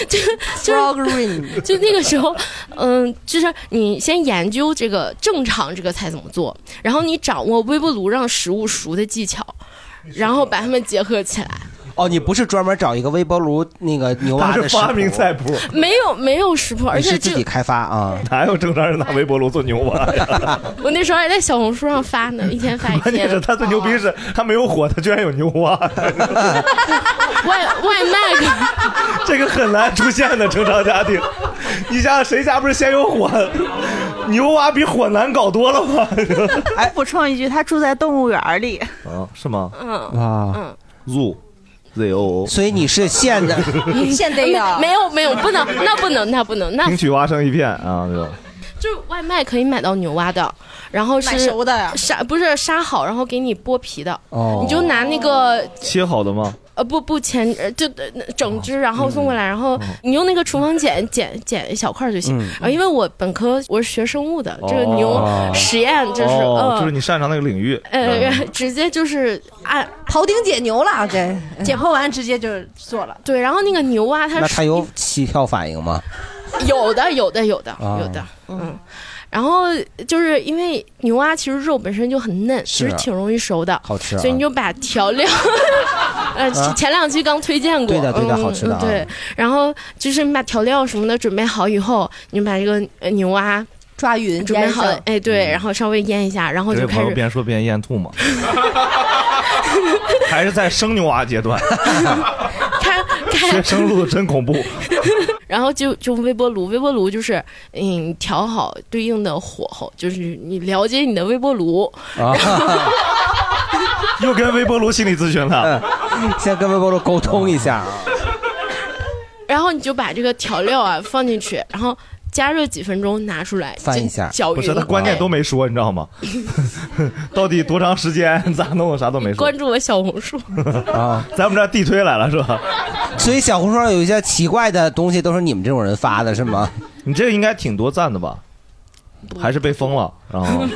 Speaker 12: 就就是就那个时候，嗯，就是你先研究这个正常这个菜怎么做，然后你掌握微波炉让食物熟的技巧，然后把它们结合起来。
Speaker 5: 哦，你不是专门找一个微波炉那个牛蛙
Speaker 2: 他
Speaker 5: 的
Speaker 2: 是发明菜
Speaker 5: 谱，
Speaker 12: 没有没有食谱，而
Speaker 5: 你
Speaker 12: 且
Speaker 5: 是
Speaker 12: 这
Speaker 5: 自己开发啊？
Speaker 2: 哪有正常人拿微波炉做牛蛙呀？
Speaker 12: 我那时候还在小红书上发呢，一天发 一
Speaker 2: 关键
Speaker 12: 篇。
Speaker 2: 是他最牛逼是，他没有火，他居然有牛 蛙，
Speaker 12: 外外卖
Speaker 2: 这个很难出现的正常家庭。你想想，谁家不是先有火？牛蛙比火难搞多了吧？
Speaker 8: 哎，补充一句， 他住在动物园儿里。
Speaker 2: 啊，是吗？
Speaker 12: 嗯
Speaker 5: 哇
Speaker 12: 嗯
Speaker 2: ，zoo z o o。
Speaker 5: 所以你是现的，
Speaker 12: 现
Speaker 8: 得呀
Speaker 12: 嗯没有没有，不能，那不能，那不能，那
Speaker 2: 听取蛙声一片啊，这种。
Speaker 12: 就是外卖可以买到牛蛙的，然后是
Speaker 8: 买熟的呀
Speaker 12: 杀不是杀好，然后给你剥皮的，
Speaker 2: 哦
Speaker 12: 你就拿那个
Speaker 2: 切好的吗？
Speaker 12: 呃不不前呃就呃
Speaker 2: 哦
Speaker 12: 整只，然
Speaker 2: 嗯
Speaker 12: 后送过来，然后你用那个厨房剪剪剪一小块儿就行
Speaker 2: 嗯。
Speaker 12: 啊，因为我本科我是学生物的，这个
Speaker 2: 哦
Speaker 12: 牛实验就是
Speaker 2: 哦，
Speaker 12: 呃
Speaker 2: 就是
Speaker 5: 嗯
Speaker 2: 你擅长那个领域。
Speaker 12: 呃直接就是按
Speaker 6: 庖丁解牛了，这
Speaker 8: 解剖完直接就做 了。
Speaker 12: 对，然后那个牛
Speaker 6: 啊
Speaker 12: 蛙它
Speaker 5: 那
Speaker 12: 是
Speaker 5: 他有起跳反应吗？
Speaker 12: 有的，有的，有的，
Speaker 5: 啊
Speaker 12: 有的，嗯。然后就是因为牛蛙其实肉本身就很嫩，其
Speaker 5: 是
Speaker 12: 实
Speaker 5: 啊
Speaker 12: 挺容易熟的，
Speaker 5: 好吃啊
Speaker 12: 所以你就把调 料，呃，
Speaker 5: 啊
Speaker 12: 前两期刚推荐过，
Speaker 5: 对的对的
Speaker 12: 嗯
Speaker 5: 好吃的啊
Speaker 12: 嗯对，然后就是你把调料什么的准备好以后，你把这个呃牛蛙
Speaker 6: 抓匀，
Speaker 12: 准备好
Speaker 6: 腌上，
Speaker 12: 哎，
Speaker 5: 嗯
Speaker 12: 对，然后稍微腌一下，然后
Speaker 2: 这
Speaker 12: 就
Speaker 2: 位
Speaker 12: 开
Speaker 2: 朋友
Speaker 12: 始
Speaker 2: 边说边咽 吐嘛，还是在生牛蛙阶 段，
Speaker 12: 开开
Speaker 2: 学生录的真恐怖。
Speaker 12: 然后就就微波炉，微波炉就是嗯，调好对应的火候，就是你了解你的微波炉，
Speaker 5: 啊，
Speaker 2: 又跟微波炉心理咨询了，
Speaker 12: 嗯
Speaker 5: 先跟微波炉沟通一下啊。
Speaker 12: 然后你就把这个调料啊放进去，然后加热几分钟，拿出来
Speaker 2: 翻
Speaker 12: 就搅匀。
Speaker 2: 不是他关键都没说，你知 道吗？到底多长时间？ 咋弄？啥都没说
Speaker 12: 关注我小红书，
Speaker 2: 啊！ 咱们这儿地推来了是吧？
Speaker 5: 所以小红书上有一些奇怪的东西，都是你们这种人发的，是吗？
Speaker 2: 你这个应该挺多赞的吧？还是被封了，然后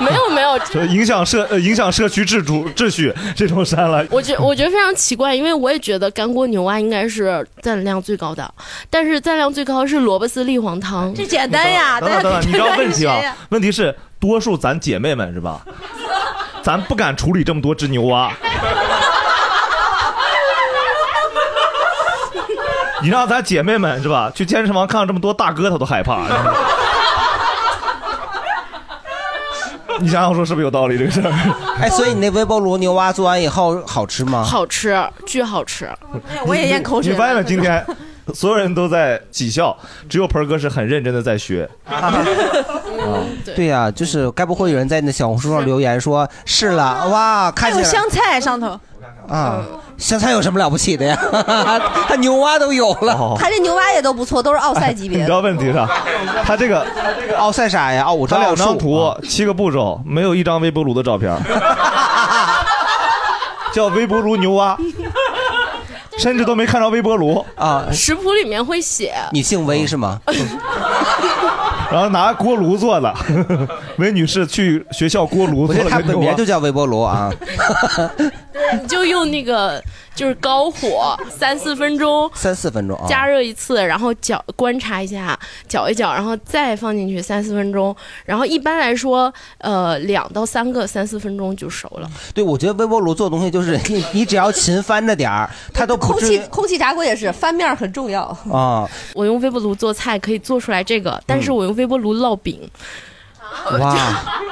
Speaker 12: 没有没有，
Speaker 2: 就影响社呃影响社区秩主秩序这种删了。
Speaker 12: 我觉我觉得非常奇怪，因为我也觉得干锅牛蛙应该是赞量最高的，但是赞量最高是萝卜丝栗黄汤，
Speaker 6: 这简单呀
Speaker 2: 等等等等，你知道问题啊？问题是多数咱姐妹们是吧？咱不敢处理这么多啊只牛蛙，你让咱姐妹们是吧？去健身房看到这么多大哥，她都害怕。你想想我说是不是有道理这个事儿？
Speaker 5: 哎，所以你那微波炉牛蛙做完以后好吃吗？
Speaker 12: 好吃，巨好吃。
Speaker 2: 我也
Speaker 12: 咽口水
Speaker 2: 你发现没？今天所有人都在挤笑，只有盆儿哥是很认真的在学。 啊
Speaker 5: 对呀、就是该不会有人在那小红书上留言说是了哇，
Speaker 8: 还
Speaker 5: 看起
Speaker 8: 有
Speaker 5: 来
Speaker 8: 香菜上头，
Speaker 6: 嗯
Speaker 5: 啊，香菜有什么了不起的呀？ 他牛蛙都有
Speaker 2: 哦
Speaker 5: 了，
Speaker 6: 他这牛蛙也都不错，都是奥赛级
Speaker 2: 哎你
Speaker 6: 别
Speaker 2: 知
Speaker 6: 的。
Speaker 2: 道问题 是，他这个哦
Speaker 5: 奥赛啥呀？奥五
Speaker 2: 他两张图，七个步骤，没有一张微波炉的照 片儿，叫微波炉牛蛙，甚至都没看着微波炉
Speaker 5: 啊。
Speaker 12: 食谱里面会写，
Speaker 5: 你姓微是吗？
Speaker 2: 然后拿锅炉做的， 韦女士去学校锅炉
Speaker 5: 我
Speaker 2: 做
Speaker 5: 觉
Speaker 2: 了
Speaker 5: 得
Speaker 2: 个
Speaker 5: 他本
Speaker 2: 牛蛙
Speaker 5: 名就叫微波 炉啊。
Speaker 12: 你就用那个就是高火三四分钟，
Speaker 5: 三四分钟啊，
Speaker 12: 加热一次，然后搅观察一下，搅一搅，然后再放进去三四分钟。然后一般来说，呃，两到三个三四分钟就熟了。
Speaker 5: 对，我觉得微波炉做东西就是 你，你只要勤翻着点儿，它都不
Speaker 6: 空
Speaker 5: 至
Speaker 6: 气
Speaker 5: 于
Speaker 6: 空气炸锅也是，翻面很重要。
Speaker 5: 啊。
Speaker 12: 我用微波炉做菜可以做出来这个，但
Speaker 5: 嗯
Speaker 12: 是我用微波炉烙饼。
Speaker 5: 哇，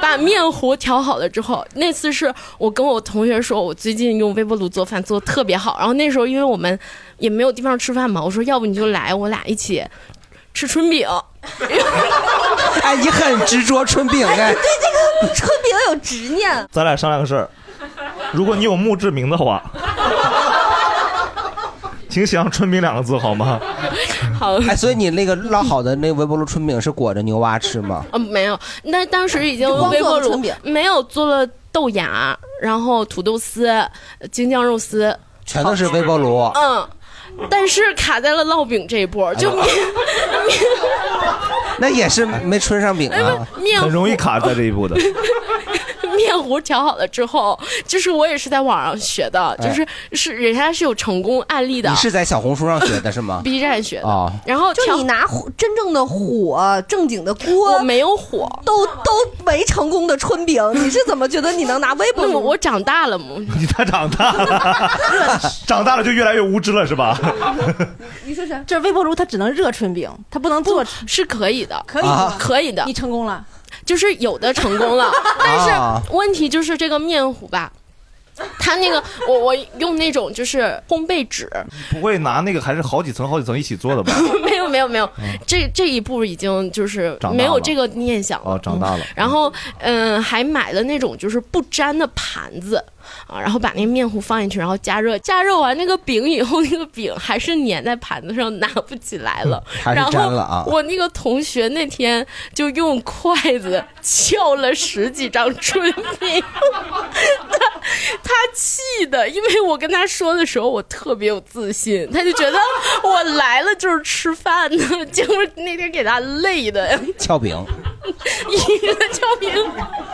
Speaker 12: 把面糊调好了之后，那次是我跟我同学说，我最近用微波炉做饭做的特别好。然后那时候因为我们也没有地方吃饭嘛，我说要不你就来，我俩一起吃春饼。
Speaker 5: 哎，你很执着春饼哎。
Speaker 6: 对这个春饼有执念。
Speaker 2: 咱俩商量个事儿，如果你有墓志铭的话，请写上“春饼”两个字好吗？
Speaker 12: 好，
Speaker 5: 哎，所以你那个烙好的那个微波炉春饼是裹着牛蛙吃吗？
Speaker 12: 嗯，没有， 那当时已经
Speaker 6: 就光
Speaker 12: 用微
Speaker 6: 做
Speaker 12: 波
Speaker 6: 了
Speaker 12: 炉
Speaker 6: 春饼，
Speaker 12: 没有做了豆芽，然后土豆丝、呃京酱肉丝，
Speaker 5: 全都是微波炉。
Speaker 6: 哦
Speaker 12: 嗯，但是卡在了烙饼这一波，就
Speaker 6: 哎
Speaker 12: 面
Speaker 5: 那也是没春上饼啊，
Speaker 12: 哎面糊很容易卡在这
Speaker 2: 一步的
Speaker 12: 面糊调好了之后，就是我也是在网上学的，
Speaker 5: 哎
Speaker 12: 就是是人家是有成功案例的，
Speaker 5: 你是在小红书上学的是 吗
Speaker 12: B 站学的，
Speaker 5: 哦
Speaker 12: 然后
Speaker 6: 就你拿火真正的火，正经的锅，
Speaker 12: 我没有火，
Speaker 6: 都都没成功的春饼，你是怎么觉得你能拿微波炉？
Speaker 12: 我长大了嘛，
Speaker 2: 你他长大 了，长大了就越来越无知了是吧？
Speaker 8: 你说啥？这微波炉它只能热春饼，它不能做
Speaker 12: 是可以的，
Speaker 8: 可以
Speaker 2: 啊
Speaker 12: 可以的，
Speaker 8: 你成功了。
Speaker 12: 就是有的成功了，但是问题就是这个面糊吧。它那个，我我用那种就是烘焙纸，
Speaker 2: 不会拿那个还是好几层好几层一起做的吧？
Speaker 12: 没有没有没有，这这一步已经就是
Speaker 2: 长大
Speaker 12: 没有
Speaker 2: 了
Speaker 12: 这个念想了。
Speaker 2: 哦，长大了。
Speaker 12: 然后，嗯，还买了那种就是不粘的盘子啊，然后把那个面糊放进去，然后加热，加热完那个饼以后，那个饼还是粘在盘子上，拿不起来了，
Speaker 5: 还是
Speaker 12: 然后
Speaker 5: 粘了啊
Speaker 12: 我那个同学那天就用筷子 撬了十几张春饼，他他气气的，因为我跟他说的时候我特别有自信，他就觉得我来了就是吃饭的， 结果那天给他累的
Speaker 5: 翘饼。
Speaker 12: 一个叫饼，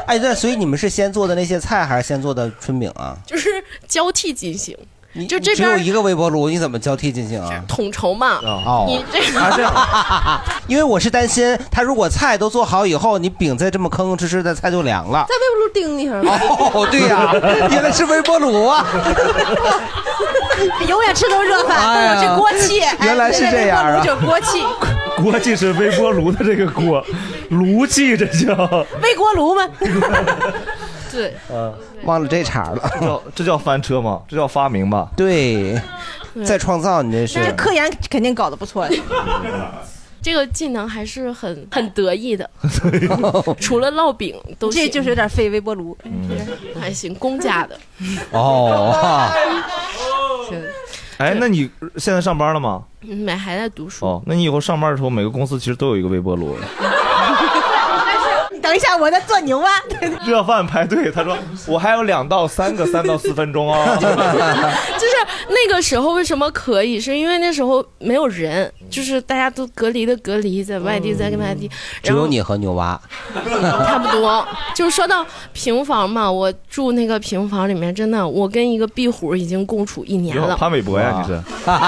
Speaker 5: 哎，对，所以你们是先做的那些菜，还是先做的春饼啊？
Speaker 12: 就是交替进行。就这
Speaker 5: 只有
Speaker 12: 边
Speaker 5: 一个微波炉，你怎么交替进行啊？
Speaker 12: 统筹嘛，
Speaker 5: 哦
Speaker 12: 你这个
Speaker 5: 啊，这样 因为我是担心他如果菜都做好以后，你饼再这么吭吭哧哧的，菜就 凉了。
Speaker 6: 在微波炉叮一下。
Speaker 5: 哦，对呀、原来是微波炉 啊！
Speaker 6: 永远吃都是热饭，都有这锅气。哎
Speaker 5: 原来是这样啊
Speaker 6: 微波炉就是锅气，
Speaker 2: 锅气是微波炉的这个锅，炉气这叫。
Speaker 6: 微锅 炉吗？
Speaker 12: 对，
Speaker 2: 呃，
Speaker 5: 忘了这茬了。
Speaker 2: 这叫这叫翻车吗？这叫发明吧？
Speaker 5: 对
Speaker 12: 对，
Speaker 5: 再创造，你这是
Speaker 12: 但是
Speaker 6: 科研肯定搞得不 错呀。
Speaker 12: 这个技能还是很很得意 的，除了烙饼都
Speaker 6: 这
Speaker 12: 行嗯
Speaker 6: 就是有点费微波炉。
Speaker 12: 还行，公家的。
Speaker 2: 哦，
Speaker 12: 行，
Speaker 2: 哎，那你现在上班了吗？
Speaker 12: 没还在读书。
Speaker 2: 哦，那你以后上班的时候，每个公司其实都有一个微波炉。
Speaker 6: 哎你等一下，我在做牛蛙。啊
Speaker 2: 热饭排队，他说我还有两到三个，三到四分钟 哦。
Speaker 12: 就是那个时候为什么可以，是因为那时候没有人，就是大家都隔离的隔离，在外地在外
Speaker 6: 嗯
Speaker 12: 地，
Speaker 5: 只
Speaker 12: 然后
Speaker 5: 有你和牛蛙。
Speaker 12: 差不多。就是说到平房嘛，我住那个平房里面，真的，我跟一个壁虎已经共处一年
Speaker 2: 哟
Speaker 12: 了。
Speaker 2: 潘玮柏呀，你是？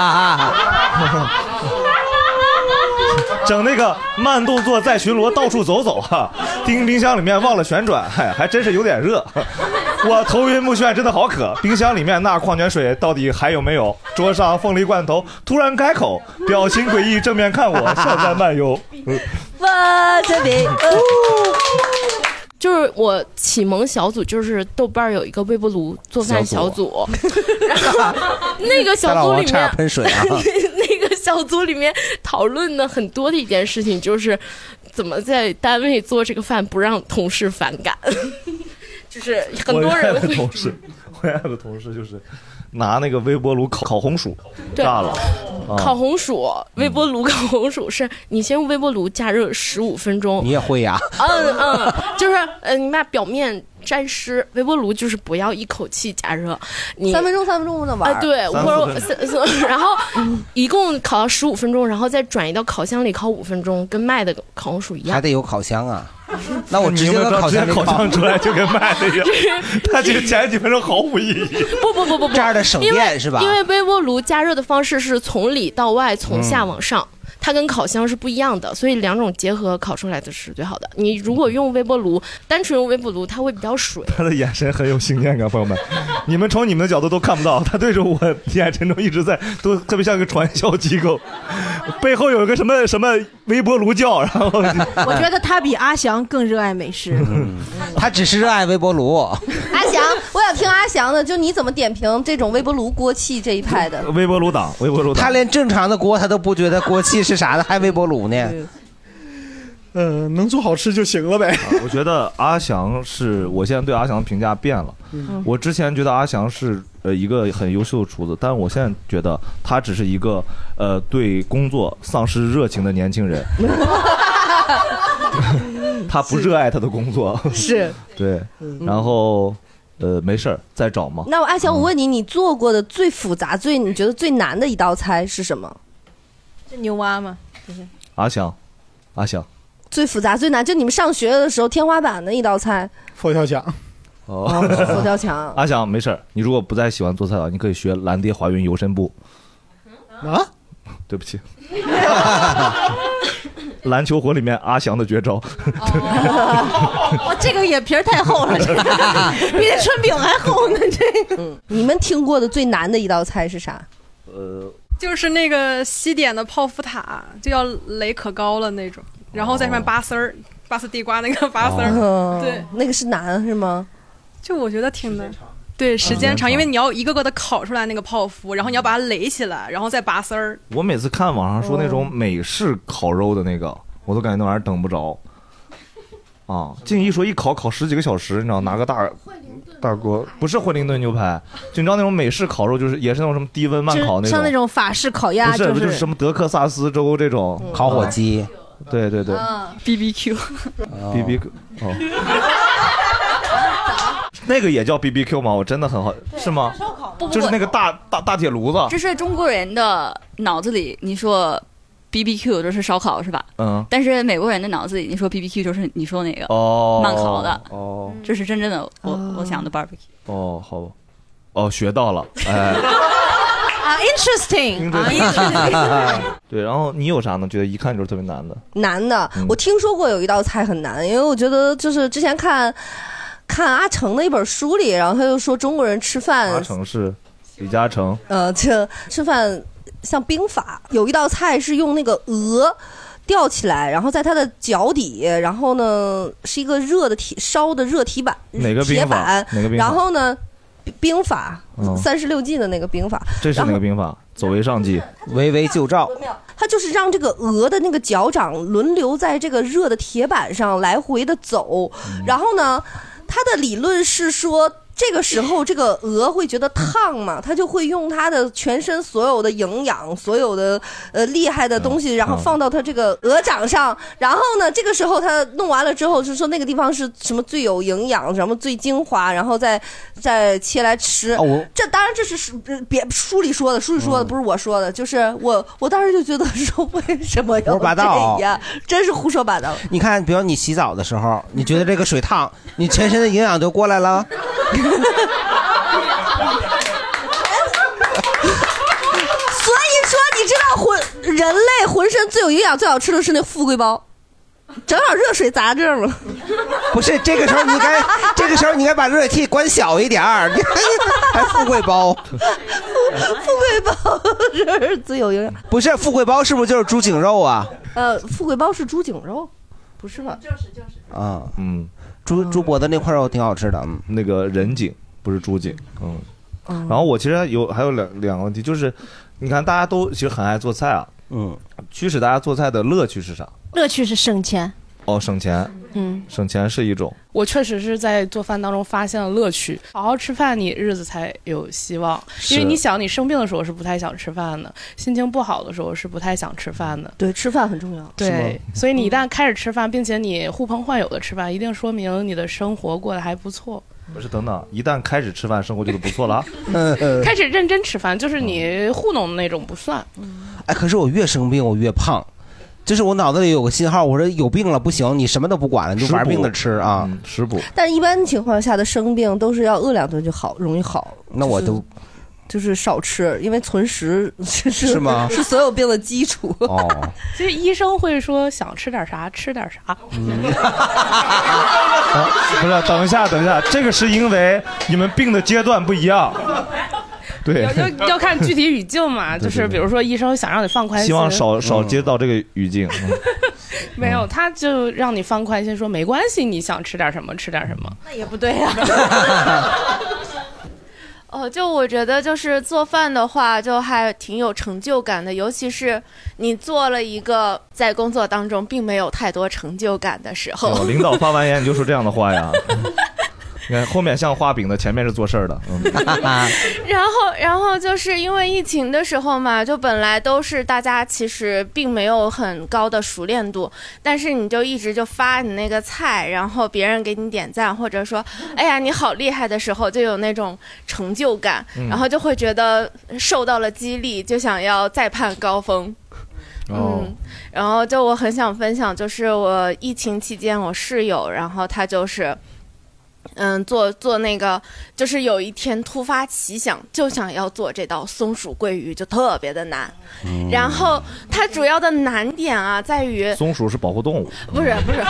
Speaker 2: 整那个慢动作在巡逻，到处走走 哈、听冰箱里面忘了旋转，嗨，还真是有点热。 我头晕目眩，真的好渴。冰箱里面那矿泉水到底还有没有？桌上凤梨罐头突然开口，表情诡异，正面看 我，笑在漫 游。嗯
Speaker 6: 哇，这边
Speaker 5: 嗯
Speaker 6: 哦，
Speaker 12: 就是我启蒙小组，就是豆瓣儿有一个微波炉做饭小组，然后那个小组里
Speaker 5: 大佬往差
Speaker 12: 面
Speaker 5: 点喷水啊
Speaker 12: 那个小组里面讨论的很多的一件事情就是怎么在单位做这个饭不让同事反感，就是很多人
Speaker 2: 我原来的
Speaker 12: 会
Speaker 2: 同事，我原来的同事就是拿那个微波炉烤烤红薯，
Speaker 12: 对
Speaker 2: 炸了，啊
Speaker 5: 嗯
Speaker 12: 烤红薯，微波炉烤红薯是你先用微波炉加热十五分钟
Speaker 5: 你，也会呀、
Speaker 6: 哦
Speaker 12: 嗯嗯，就是呃，你把表面沾湿，微波炉就是不要一口气加热，你
Speaker 6: 三分钟，三分钟不能玩
Speaker 12: 啊
Speaker 6: 儿。，
Speaker 12: 对，
Speaker 6: 三
Speaker 12: 或者三三然后一共烤到十五分钟，然后再转移到烤箱里烤五分钟，跟卖的烤红薯一样
Speaker 5: 还。得有烤箱啊。那我直接
Speaker 2: 你有没有
Speaker 5: 搁
Speaker 2: 知道
Speaker 5: 烤箱里
Speaker 2: 直接烤箱出来就跟卖的一样 他这个前几分钟毫无意义。
Speaker 12: 不不不不不，
Speaker 5: 这样的省
Speaker 12: 因为
Speaker 5: 电是吧
Speaker 12: 因为微波炉加热的方式是从里到外，从下
Speaker 5: 嗯
Speaker 12: 往上。它跟烤箱是不一样的，所以两种结合烤出来的是最好的。你如果用微波炉，单纯用微波炉，它会比较水。
Speaker 2: 他的眼神很有信念感，朋友们，你们从你们的角度都看不到，他对着我眼神中一直在，都特别像个传销机构，背后有一个什么什么微波炉教，然后
Speaker 8: 我觉得他比阿翔更热爱美食。
Speaker 5: 嗯他只是热爱 微波炉。
Speaker 6: 阿翔，我想听阿翔的，就你怎么点评这种微波炉锅气这一派的？
Speaker 2: 微波炉党，微波炉
Speaker 5: 他连正常的锅他都不觉得锅气是啥的，还微波炉呢？
Speaker 15: 呃，能做好吃就行了呗。
Speaker 2: 啊我觉得阿翔是我现在对阿翔的评价变了。
Speaker 15: 嗯
Speaker 2: 我之前觉得阿翔是呃一个很优秀的厨子，但我现在觉得他只是一个呃对工作丧失热情的年 轻人，他不热爱他的工作。
Speaker 6: 是， 嗯
Speaker 2: 对，然后呃没事儿再找嘛。
Speaker 6: 那我阿翔，我问你，你做过的最复杂、最你觉得最难的一道菜是什么？
Speaker 8: 是牛蛙吗？ 就是
Speaker 2: 阿翔，阿翔，
Speaker 6: 最复杂、最难，就你们上学的时候天花板的一道菜，
Speaker 15: 佛跳墙，
Speaker 2: 哦
Speaker 6: 佛跳墙。
Speaker 2: 阿翔没事儿，你如果不再喜欢做菜了，你可以学蓝蝶华云游身步。
Speaker 15: 啊？
Speaker 2: 对不起，篮球火里面阿翔的绝招。
Speaker 8: 哦
Speaker 6: 我这个眼皮儿太 厚了，这 个比那春饼还厚呢。这个，嗯你们听过的最难的一道菜是啥？
Speaker 2: 呃，
Speaker 18: 就是那个西点的泡芙塔，就要垒可高了那种，然后在上面扒丝儿，扒丝地瓜那个扒丝儿，对，，
Speaker 6: 嗯那个是难是吗？
Speaker 18: 就我觉得挺难。对，时间长，因为你要一个个的烤出来那个泡芙，然后你要把它垒起来，然后再拔丝儿。
Speaker 2: 我每次看网上说那种美式烤肉的那个，我都感觉那玩意儿等不着。啊，净一说一烤烤十几个小时，你知道拿个大大锅，不是惠灵顿牛排，就你知道那种美式烤肉，就是也是那种什么低温慢
Speaker 8: 就
Speaker 2: 烤那种，
Speaker 8: 像那种法式烤
Speaker 2: 不
Speaker 8: 鸭，
Speaker 2: 是
Speaker 8: 就
Speaker 2: 不
Speaker 8: 是嗯
Speaker 2: 是什么德克萨斯州这种
Speaker 5: 烤火鸡，
Speaker 2: 对对对
Speaker 8: ，B B Q。哦
Speaker 2: ，B B Q 哦哦，那个也叫 B B Q 吗？我真的很好，是吗？
Speaker 3: 不不
Speaker 2: 就是那个大大大铁炉
Speaker 3: 这
Speaker 2: 子，
Speaker 3: 是中国人的脑子里，你说 B B Q 就是烧烤是吧？
Speaker 2: 嗯，
Speaker 3: 但是美国人的脑子里，你说 B B Q 就是你说那个
Speaker 2: 哦，
Speaker 3: 慢烤的，
Speaker 2: 哦
Speaker 3: 这是真正的我我想的 barbecue。
Speaker 2: 哦，好吧，哦，学到了， 哎，
Speaker 6: 啊，interesting 啊，interesting。
Speaker 2: 对，然后你有啥呢？觉得一看就是特别难的，
Speaker 6: 难的，
Speaker 15: 嗯
Speaker 6: 我听说过有一道菜很难，因为我觉得就是之前看看阿成的一本书里，然后他就说中国人吃
Speaker 5: 呃
Speaker 2: 阿
Speaker 6: 饭，
Speaker 2: 成是李嘉诚，
Speaker 6: 呃，这吃饭像兵法，有一道菜是用那个鹅。吊起来，然后在它的脚底，然后呢是一个热的铁烧的热铁板，
Speaker 2: 哪个
Speaker 6: 铁
Speaker 2: 兵法
Speaker 6: 板
Speaker 2: 哪个兵，法
Speaker 6: 然后呢兵法
Speaker 2: 嗯
Speaker 6: 三十六计的那个兵法，
Speaker 2: 这是
Speaker 6: 然后
Speaker 2: 哪个兵法？走为上 计，
Speaker 5: 围魏救赵，
Speaker 6: 它就是让这个鹅的那个脚掌轮流在这个热的铁板上来回的走，然后呢，它的理论是说。这个时候，这个鹅会觉得烫嘛，它就会用它的全身所有的营养、所有的呃厉害的东西，然后放到它这个鹅掌上。然后呢，这个时候它弄完了之后，就说那个地方是什么最有营养，什么最精华，然后再再切来吃。
Speaker 5: 哦我
Speaker 6: 这当然这是是呃别书里说的，书里说的不是我说的，就是我我当时就觉得说为什么
Speaker 5: 胡
Speaker 6: 要
Speaker 5: 说八道
Speaker 6: 这样，真是胡说八道。
Speaker 5: 你看，比如你洗澡的时候，你觉得这个水烫，你全身的营养就过来了。
Speaker 6: 所以说，你知道浑人类浑身最有营养、最好吃的是那富贵 包， 正好热水砸这儿嘛。
Speaker 5: 不是，这个时候你该，这个时候你该把热水器关小一点儿，还富贵包。
Speaker 6: 富贵包是最有营养。
Speaker 5: 不是富贵包，是不是就是猪颈肉啊？
Speaker 6: 呃，富贵包是猪颈肉，不是吧？就是就是。
Speaker 5: 啊，
Speaker 2: 嗯，
Speaker 5: 猪猪脖子那块肉挺好吃的，嗯，
Speaker 2: 那个人颈不是猪颈，嗯。
Speaker 6: 嗯
Speaker 2: 然后我其实有还有两两个问题，就是你看大家都其实很爱做菜啊，
Speaker 5: 嗯，
Speaker 2: 驱使大家做菜的乐趣是啥？
Speaker 8: 乐趣是省钱。
Speaker 2: 哦，省钱，
Speaker 22: 嗯，
Speaker 2: 省钱是一种，
Speaker 22: 我确实是在做饭当中发现了乐趣。好好吃饭，你日子才有希望。因为
Speaker 2: 是
Speaker 22: 你想，你生病的时候是不太想吃饭的，心情不好的时候是不太想吃饭的。
Speaker 6: 对，吃嗯饭很重要。
Speaker 22: 对，所以你一旦开始吃饭，并且你呼朋唤友的吃饭，一定说明你的生活过得还不错。
Speaker 2: 不是等等，一旦开始吃饭，生活就不错了 啊。
Speaker 5: 嗯
Speaker 22: 开始认真吃饭，就是你
Speaker 2: 嗯
Speaker 22: 糊弄的那种不算。
Speaker 6: 嗯
Speaker 5: 哎，可是我越生病我越胖，就是我脑子里有个信号，我说有病了不行，你什么都不管了，你就玩命的吃啊，
Speaker 2: 食补。
Speaker 6: 但一般情况下的生病都是要饿两顿就好，容易好。
Speaker 5: 那我
Speaker 6: 就是
Speaker 5: 就
Speaker 6: 就是少吃，因为存食是
Speaker 5: 是吗
Speaker 6: 是所有病的基础。
Speaker 5: 哦，
Speaker 22: 其实医生会说想吃点啥吃点啥，
Speaker 2: 啊嗯 不是，等一下，等一下，这个是因为你们病的阶段不一样，对，
Speaker 22: 要要看具体语境嘛。
Speaker 2: 对
Speaker 22: 就
Speaker 2: 对
Speaker 22: 是比如说医生想让你放宽心，
Speaker 2: 希望少
Speaker 6: 嗯
Speaker 2: 少接到这个语境。嗯
Speaker 22: 没有，他就让你放宽心，说没关系，你想吃点什么吃点什么。
Speaker 17: 那也不对
Speaker 8: 啊
Speaker 17: 呀、哦，就我觉得就是做饭的话，就还挺有成就感的，尤其是你做了一个在工作当中并没有太多成就感的时候
Speaker 2: 哦，。领导发完言你就说这样的话呀？你看后面像画饼的，前面是做事儿的。嗯，
Speaker 17: 然后，然后就是因为疫情的时候嘛，就本来都是大家其实并没有很高的熟练度，但是你就一直就发你那个菜，然后别人给你点赞，或者说“哎呀你好厉害”的时候，就有那种成就感，
Speaker 2: 嗯
Speaker 17: 然后就会觉得受到了激励，就想要再攀高峰。
Speaker 2: 哦，
Speaker 17: 然后就我很想分享，就是我疫情期间我室友，然后他就是，嗯，做做那个，就是有一天突发奇想，就想要做这道松鼠桂鱼，就特别的难。然后它主要的难点啊，在于
Speaker 2: 嗯松鼠是保护动物，
Speaker 17: 不是不是，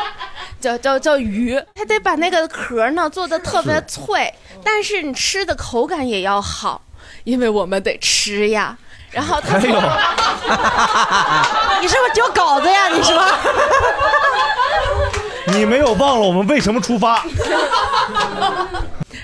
Speaker 17: 叫叫叫鱼，它得把那个壳儿呢做的特别
Speaker 2: 是
Speaker 17: 脆，但是你吃的口感也要好，因为我们得吃呀。然后它
Speaker 2: 哎呦，
Speaker 17: 你是不是有稿子呀？你说。
Speaker 2: 你没有忘了我们为什么出发？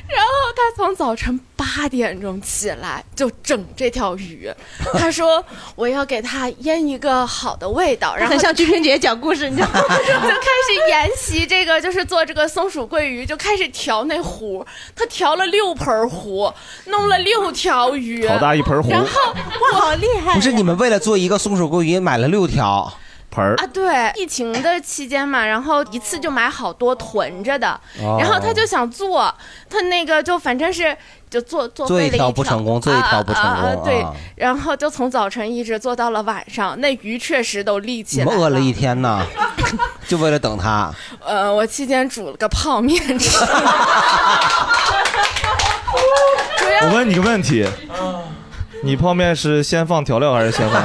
Speaker 17: 然后他从早晨八点钟起来就整这条鱼，他说我要给它腌一个好的味道，然后
Speaker 8: 很 像鞠萍姐讲故事，你知道吗？
Speaker 17: 就开始研习这个，就是做这个松鼠桂鱼，就开始调那糊，他调了六盆糊，弄了六条 鱼，
Speaker 5: 好大一盆糊
Speaker 17: 然后哇，好厉害
Speaker 5: 不是你们为了做一个松鼠桂鱼买了六条，
Speaker 2: 盆儿
Speaker 17: 啊，对，疫情的期间嘛，然后一次就买好多囤着的，
Speaker 5: 哦
Speaker 17: 然后他就想做，他那个就反正是就做做
Speaker 5: 做
Speaker 17: 废
Speaker 5: 一
Speaker 17: 了
Speaker 5: 条不成功做一条不成功
Speaker 17: 啊啊啊
Speaker 5: 啊
Speaker 17: 对，然后就从早晨一直做到了晚上，那鱼确实都立起
Speaker 5: 你
Speaker 17: 来
Speaker 5: 们饿了一天呢， 就为了等他。
Speaker 17: 呃，我期间煮了个泡面吃。 主要
Speaker 2: 我问你个问题，你泡面是先放调料还是先放？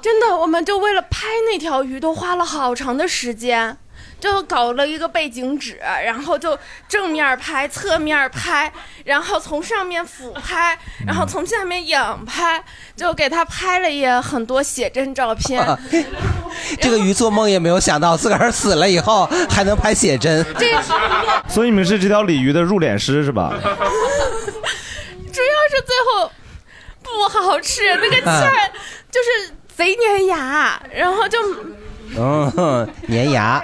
Speaker 17: 真的，我们就为了拍那条鱼，都花了好长的时间，就搞了一个背景纸，然后就正面拍、侧面拍，然后从上面俯拍，然后从下面仰拍，就给他拍了也很多写真照 片。
Speaker 5: 啊这个鱼做梦也没有想到，自个儿死了以后还能拍写真。
Speaker 17: 这个是
Speaker 2: 所以你们是这条鲤鱼的入殓师是吧？
Speaker 17: 主要是最后不好吃，那个馅儿就是贼粘牙，然后就
Speaker 5: 嗯，哼粘牙。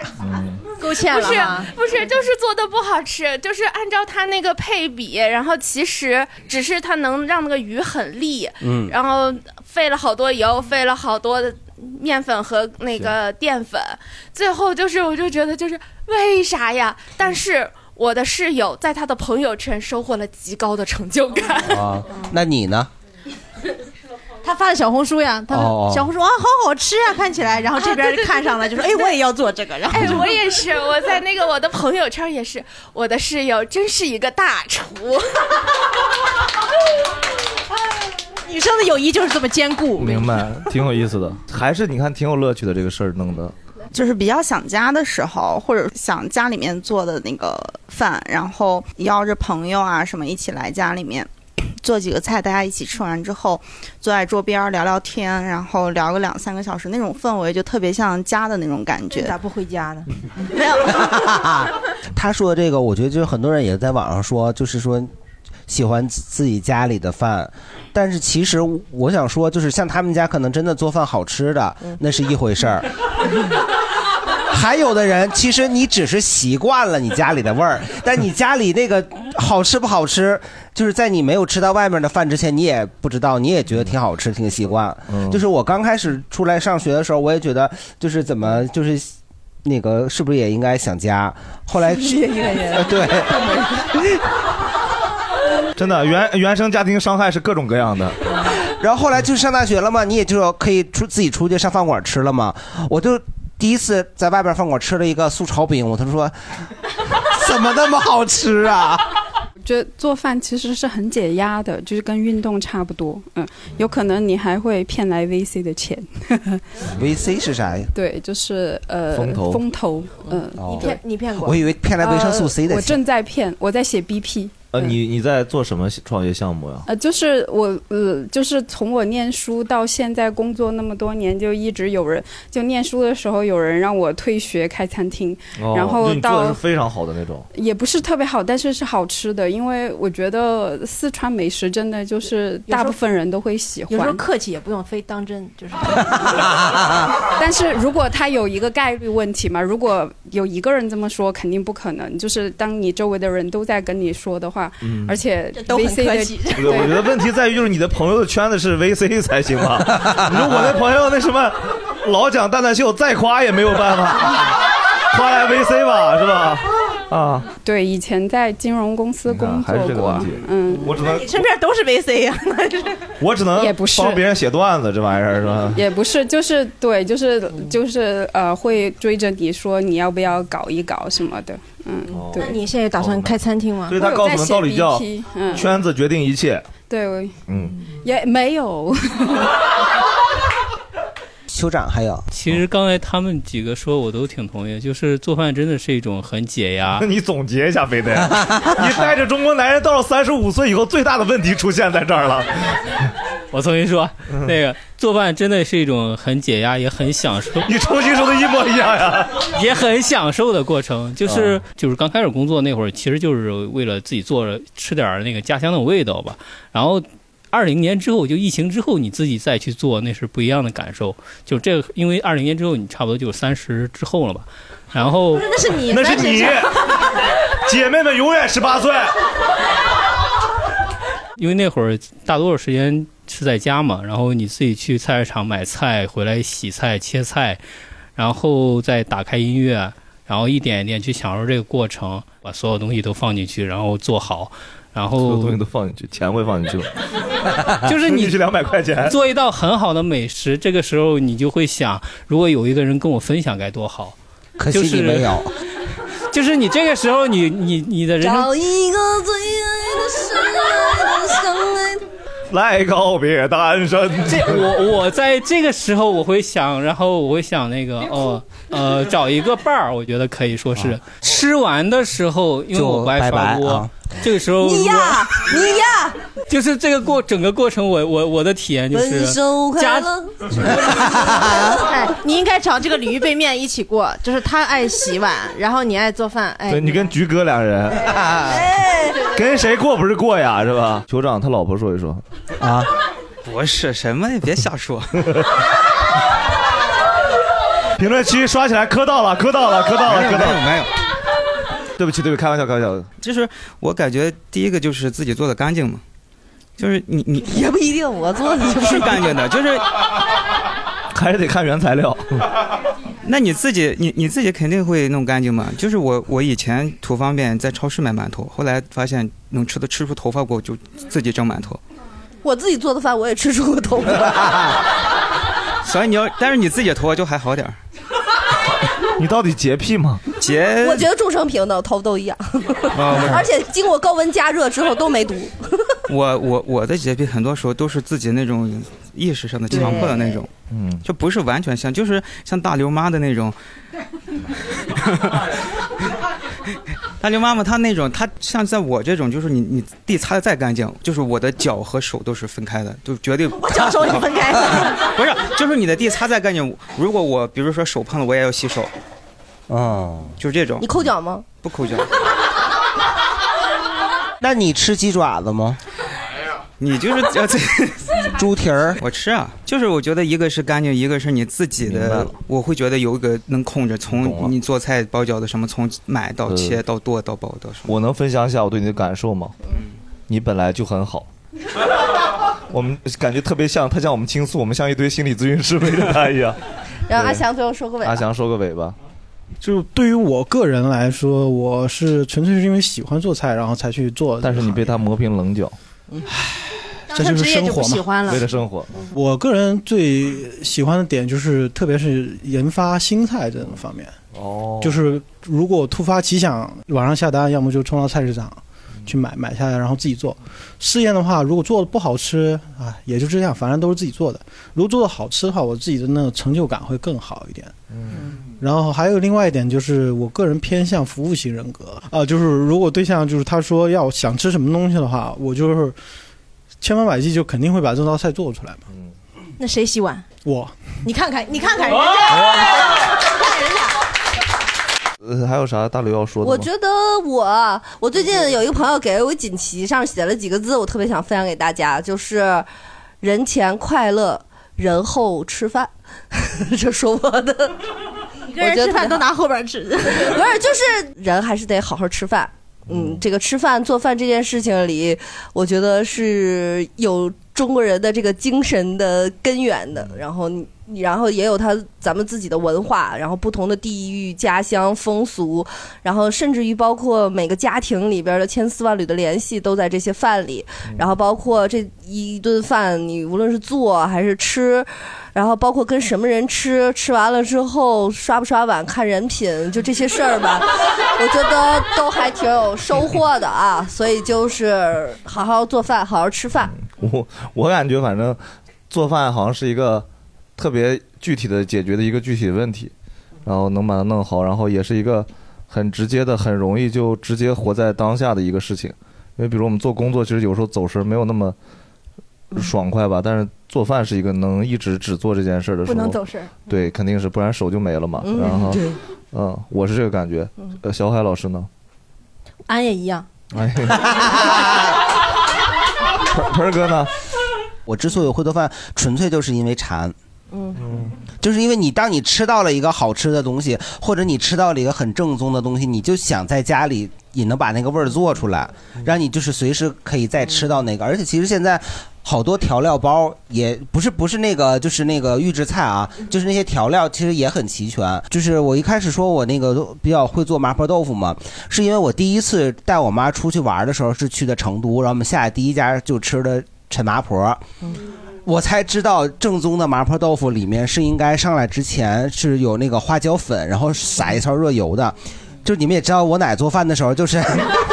Speaker 17: 够
Speaker 6: 呛了哈
Speaker 17: 不是不是，就是做的不好吃，就是按照它那个配比，然后其实只是它能让那个鱼很利，
Speaker 5: 嗯
Speaker 17: 然后费了好多油，费了好多的面粉和那个淀粉，最后就是我就觉得就是为啥呀？但是。我的室友在他的朋友圈收获了极高的成就感。
Speaker 5: 啊，那你呢？
Speaker 8: 他发的小红书呀，他
Speaker 5: 哦哦
Speaker 8: 小红书啊，好好吃啊，看起来，然后这边看上了，就说，哎，我也要做这个，然后
Speaker 17: 哎，
Speaker 8: 就
Speaker 17: 我 也是，我在那个我的朋友圈也是，我的室友真是一个大厨。
Speaker 8: 女生的友谊就是这么坚固。
Speaker 2: 明白，挺有意思的， 还是你看挺有乐趣的这个事儿弄的。
Speaker 1: 就是比较想家的时候，或者想家里面做的那个饭，然后邀着朋友啊什么一起来家里面做几个菜，大家一起吃完之后，坐在桌边儿聊聊天，然后聊个两三个小时，那种氛围就特别像家的那种感觉。
Speaker 8: 咋不回家呢？
Speaker 5: 他说的这个，我觉得就是很多人也在网上说，就是说喜欢自己家里的饭，但是其实我想说，就是像他们家可能真的做饭好吃的，那是一回事儿。还有的人，其实你只是习惯了你家里的味儿，但你家里那个好吃不好吃，就是在你没有吃到外面的饭之前，你也不知道，你也觉得挺好吃，挺习惯。就是我刚开始出来上学的时候，我也觉得就是怎么就是。那个是不是也应该想家？后来呃 对，
Speaker 2: 真的，原原生家庭伤害是各种各样的。
Speaker 5: 然后后来就上大学了嘛，你也就可以出自己出去上饭馆吃了嘛。我就第一次在外边饭馆吃了一个素炒饼，我他 说怎么那么好吃啊？
Speaker 10: 我觉得做饭其实是很解压的，就是跟运动差不多。嗯，有可能你还会骗来 VC 的钱。
Speaker 5: VC 是啥呀？
Speaker 10: 对，就是呃，
Speaker 5: 风投
Speaker 10: 风投，嗯、
Speaker 5: 哦
Speaker 10: 对
Speaker 5: 你骗过我以为骗来维生素 C 的
Speaker 10: 呃我
Speaker 5: 钱
Speaker 10: 正在骗，我在写 BP。
Speaker 2: 呃，你你在做什么创业项目呀？
Speaker 10: 呃，就是我，呃，就是从我念书到现在工作那么多年，就一直有人，就念书的时候有人让我退学开餐厅，
Speaker 2: 哦
Speaker 10: 然
Speaker 2: 就
Speaker 10: 后
Speaker 2: 你做的是
Speaker 10: 到
Speaker 2: 非常好的那 种。
Speaker 10: 也不是特别好，但是是好吃的，因为我觉得四川美食真的就是
Speaker 8: 有时候
Speaker 10: 大部分人都会喜
Speaker 8: 有时候
Speaker 10: 欢。
Speaker 8: 客气也不用非当真，就是
Speaker 2: 哦啊
Speaker 10: 但是如果它有一个概率问题嘛，如果有一个人这么说，肯定不可能。就是当你周围的人都在跟你说的话，
Speaker 2: 嗯
Speaker 10: 而且
Speaker 8: 都很
Speaker 10: VC
Speaker 8: 客
Speaker 10: 的
Speaker 8: 气
Speaker 2: 对，我觉得问题在于就是你的朋友的圈子是 VC 才 行吧？你说我的朋友那什 么老讲蛋蛋秀，再夸也没有办法， 夸来 VC 吧，是吧？啊，
Speaker 10: 对，以前在金融公司工
Speaker 2: 还是
Speaker 10: 作
Speaker 2: 这个啊
Speaker 10: 过
Speaker 2: 问题，
Speaker 10: 嗯，
Speaker 2: 我只能
Speaker 8: 你身边都是啊 VC 呀、
Speaker 2: 我只能
Speaker 10: 也不是
Speaker 2: 帮别人写段子，这玩意儿是吧？
Speaker 10: 也不是，就是对，就是就是呃，会追着你说你要不要搞一搞什么的，嗯，对。
Speaker 8: 那你现在打算开餐厅吗？
Speaker 2: 哦所以他告诉我们道理叫
Speaker 10: 嗯，
Speaker 2: 圈子决定一切。
Speaker 10: 对，我
Speaker 2: 嗯，
Speaker 10: 也没有。
Speaker 5: 酋长还有，
Speaker 14: 其实刚才他们几个说，我都挺同意，就是做饭真的是一种很解压。
Speaker 2: 那你总结一下，非得你带着中国男人到了三十五岁以后，最大的问题出现在这儿了。
Speaker 14: 我重新说，
Speaker 2: 嗯
Speaker 14: 那个做饭真的是一种很解压，也很享受。
Speaker 2: 你重新说的一模一样呀， 嗯
Speaker 14: 也很享受的过程。就是就是刚开始工作那会儿，其实就是为了自己做着吃点儿那个家乡的味道吧。然后二零年之后，就疫情之后，你自己再去做，那是不一样的感受。就这个，因为二零年之后，你差不多就三十之后了吧。然后
Speaker 8: 那是你，
Speaker 2: 那是
Speaker 8: 30
Speaker 2: 你
Speaker 8: 之后
Speaker 2: 姐 妹们永远十八岁。
Speaker 14: 因为那会儿大多数时间是在家嘛，然后你自己去菜市场买菜，回来洗菜、切菜，然后再打开音乐，然后一点一点去享受这个过程，把所有东西都放进去，然后做好，然后
Speaker 2: 所有东西都放进去，钱会放进去吗？
Speaker 14: 就是你
Speaker 2: 是两百块钱
Speaker 14: 做一道很好的美食，这个时候你就会想，如果有一个人跟我分享该多好。
Speaker 5: 可惜
Speaker 14: 就是
Speaker 5: 你没有。
Speaker 14: 就是你这个时候你，你你的人
Speaker 25: 找
Speaker 14: 生
Speaker 25: 一个最爱的、深爱的、相爱的。
Speaker 2: 来告别单身。
Speaker 14: 这我我在这个时候我会想，然后我会想那个 哦呃找一个伴儿，我觉得可以说
Speaker 2: 啊
Speaker 14: 是吃完的时候，因为
Speaker 5: 就
Speaker 14: 我不爱
Speaker 5: 拜
Speaker 14: 刷
Speaker 5: 拜
Speaker 14: 锅，
Speaker 5: 啊
Speaker 14: 这个时候
Speaker 25: 你呀，你呀，
Speaker 14: 我就是这个过整个过程我，我我的体验就
Speaker 25: 分
Speaker 14: 是
Speaker 25: 手快乐。
Speaker 8: 哎，你应该找这个鲤鱼背面一起过，就是他爱洗碗，然后你爱做饭，哎
Speaker 2: 对，你跟菊哥俩人，跟谁过不是过呀，是吧？酋长他老婆说一说，
Speaker 5: 啊，
Speaker 9: 不是什么也别瞎说。
Speaker 2: 评论区刷起来，磕到了，磕到了，磕到了，
Speaker 9: 没有
Speaker 2: 磕到
Speaker 9: 没有没
Speaker 2: 了。
Speaker 9: 有
Speaker 2: 对不起，对不起，开玩笑，开玩笑。
Speaker 9: 就是我感觉第一个就是自己做的干净嘛，就是你你
Speaker 25: 也不 一定，我做的
Speaker 9: 是干净的，就是
Speaker 2: 还是得看原材料。
Speaker 9: 那你自己你你自己肯定会弄干净嘛？就是我我以前图方便在超市买馒头，后来发现能吃的吃出头发过，就自己蒸馒头。
Speaker 6: 我自己做的饭我也吃出过头发。
Speaker 9: 所以你要，但是你自己的头发就还好点儿。
Speaker 2: 你到底洁癖吗？
Speaker 9: 洁，啊
Speaker 6: 我觉得众生平等，头发都一样，
Speaker 9: 哎哦我
Speaker 6: 而且经过高温加热之后都没毒。
Speaker 9: 我我我的洁癖很多时候都是自己那种意识上的强迫的那种，
Speaker 2: 嗯，
Speaker 9: 就不是完全像，就是像大刘妈的 那种。大刘妈妈她那种，她像在我这种，就是你你地擦的再干净，就是我的脚和手都是分开的，就绝对我
Speaker 6: 脚手也分开
Speaker 9: 的， 不是，就是你的地擦再干净，如果我比如说手碰了，我也要洗手，
Speaker 5: 哦，
Speaker 9: 就是这种
Speaker 6: 你抠脚吗？
Speaker 9: 不抠脚。
Speaker 5: 那你吃鸡爪子吗？
Speaker 9: 哎你就是 呃，这
Speaker 5: 猪蹄儿，
Speaker 9: 我吃啊，就是我觉得一个是干净，一个是你自己的，我会觉得有一个能控制，从你做菜哎包饺子什么，从买到切
Speaker 5: 嗯
Speaker 2: 呃
Speaker 9: 到剁到包到什么。
Speaker 2: 我能分享一下我对你的感受吗？你本来就 很好。我们感觉特别像，他向我们倾诉，我们像一堆心理咨询师围着他一样。
Speaker 6: 然后阿翔最后收个尾吧。
Speaker 2: 阿翔收个尾巴，
Speaker 15: 就对于我个人来说，我是纯粹是因为喜欢做菜，然后才去做。
Speaker 2: 但是你被他磨平棱角，
Speaker 15: 这就是生活嘛。
Speaker 2: 为了生活，
Speaker 15: 我个人最喜欢的点就是，特别是研发新菜这种方面。
Speaker 2: 哦
Speaker 15: 就是如果突发奇想，网上下单，要么就冲到菜市场
Speaker 2: 嗯
Speaker 15: 去买买下来，然后自己做。试验的话，如果做的不好吃啊，也就这样，反正都是自己做的。如果做的好吃的话，我自己的那种成就感会更好一点。
Speaker 2: 嗯
Speaker 15: 然后还有另外一点就是，我个人偏向服务型人格啊、就是如果对象就是他说要想吃什么东西的话，我就是千方百计就肯定会把这道菜做出来嘛。
Speaker 8: 那谁洗碗？
Speaker 15: 我
Speaker 8: 你看看，你看看人家，
Speaker 2: 呃，还有啥大刘要说的吗？
Speaker 6: 我觉得我我最近有一个朋友给我锦旗上写了几个字，我特别想分享给大家，就是人前快乐，人后吃饭。 这说我的，
Speaker 8: 你这人吃饭都拿后边 吃。
Speaker 6: 不是，就是人还是得好好吃饭。嗯，这个吃饭做饭这件事情里，我觉得是有中国人的这个精神的根源
Speaker 2: 嗯
Speaker 6: 的。然后你，然后也有他咱们自己的文化，然后不同的地域、家乡风俗，然后甚至于包括每个家庭里边的千丝万缕的联系都在这些饭里。然后包括这一顿饭，你无论是做还是吃，然后包括跟什么人吃，吃完了之后刷不刷碗、看人品，就这些事儿吧，我觉得都还挺有收获的啊。所以就是好好做饭，好好吃饭。
Speaker 2: 我我感觉反正做饭好像是一个特别具体的解决的一个具体的问题，然后能把它弄好，然后也是一个很直接的、很容易就直接活在当下的一个事情。因为比如我们做工作，其实有时候走神没有那么爽快吧，但是做饭是一个能一直只做这件事儿的时候，
Speaker 19: 不能走神儿
Speaker 2: 对，肯定是不然手就没了嘛。
Speaker 19: 嗯
Speaker 2: 然后
Speaker 19: 对，
Speaker 2: 嗯，我是这个感觉。呃，小海老师呢？
Speaker 8: 俺也一 样。
Speaker 2: 哎，盆盆儿哥呢？
Speaker 5: 我之所以会做饭，纯粹就是因为馋。
Speaker 6: 嗯，
Speaker 5: 就是因为你当你吃到了一个好吃的东西，或者你吃到了一个很正宗的东西，你就想在家里也能把那个味儿做出来，让你就是随时可以再吃到那个。而且其实现在好多调料包，也不是不是那个，就是那个预制菜啊，就是那些调料其实也很齐全。就是我一开始说我那个比较会做麻婆豆腐嘛，是因为我第一次带我妈出去玩的时候是去的成都，然后我们下来第一家就吃的陈麻婆。我才知道正宗的麻婆豆腐里面是应该上来之前是有那个花椒粉，然后撒一勺热油的。就是你们也知道，我奶做饭的时候就是，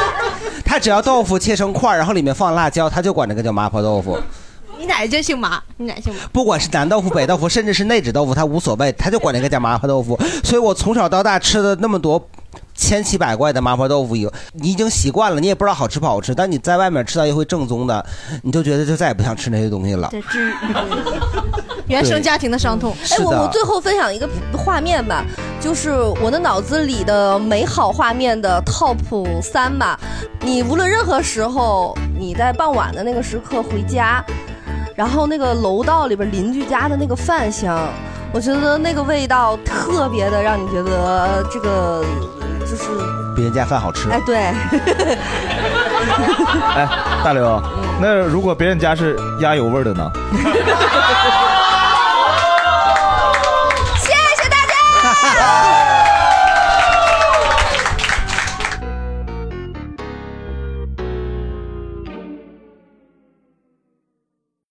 Speaker 5: 她只要豆腐切成块儿，然后里面放辣椒，她就管这个叫麻婆豆腐。
Speaker 8: 你奶奶真姓麻，你奶奶姓麻。
Speaker 5: 不管是南豆腐、北豆腐，甚至是内酯豆腐，她无所谓，她就管这个叫麻婆豆腐。所以我从小到大吃的那么多千奇百怪的麻婆豆腐，以后你已经习惯了，你也不知道好吃不好吃。但你在外面吃到一回正宗的，你就觉得就再也不想吃那些东西了。
Speaker 8: 对， 至于原生家庭的伤痛。
Speaker 5: 是
Speaker 6: 哎，我
Speaker 5: 的
Speaker 6: 我最后分享一个画面吧，就是我的脑子里的美好画面的 top 三吧。你无论任何时候，你在傍晚的那个时刻回家，然后那个楼道里边邻居家的那个饭香，我觉得那个味道特别的让你觉得这个就是
Speaker 5: 别人家饭好吃。
Speaker 6: 哎对。
Speaker 2: 啊哎，大刘，那如果别人家是鸭油味儿的呢？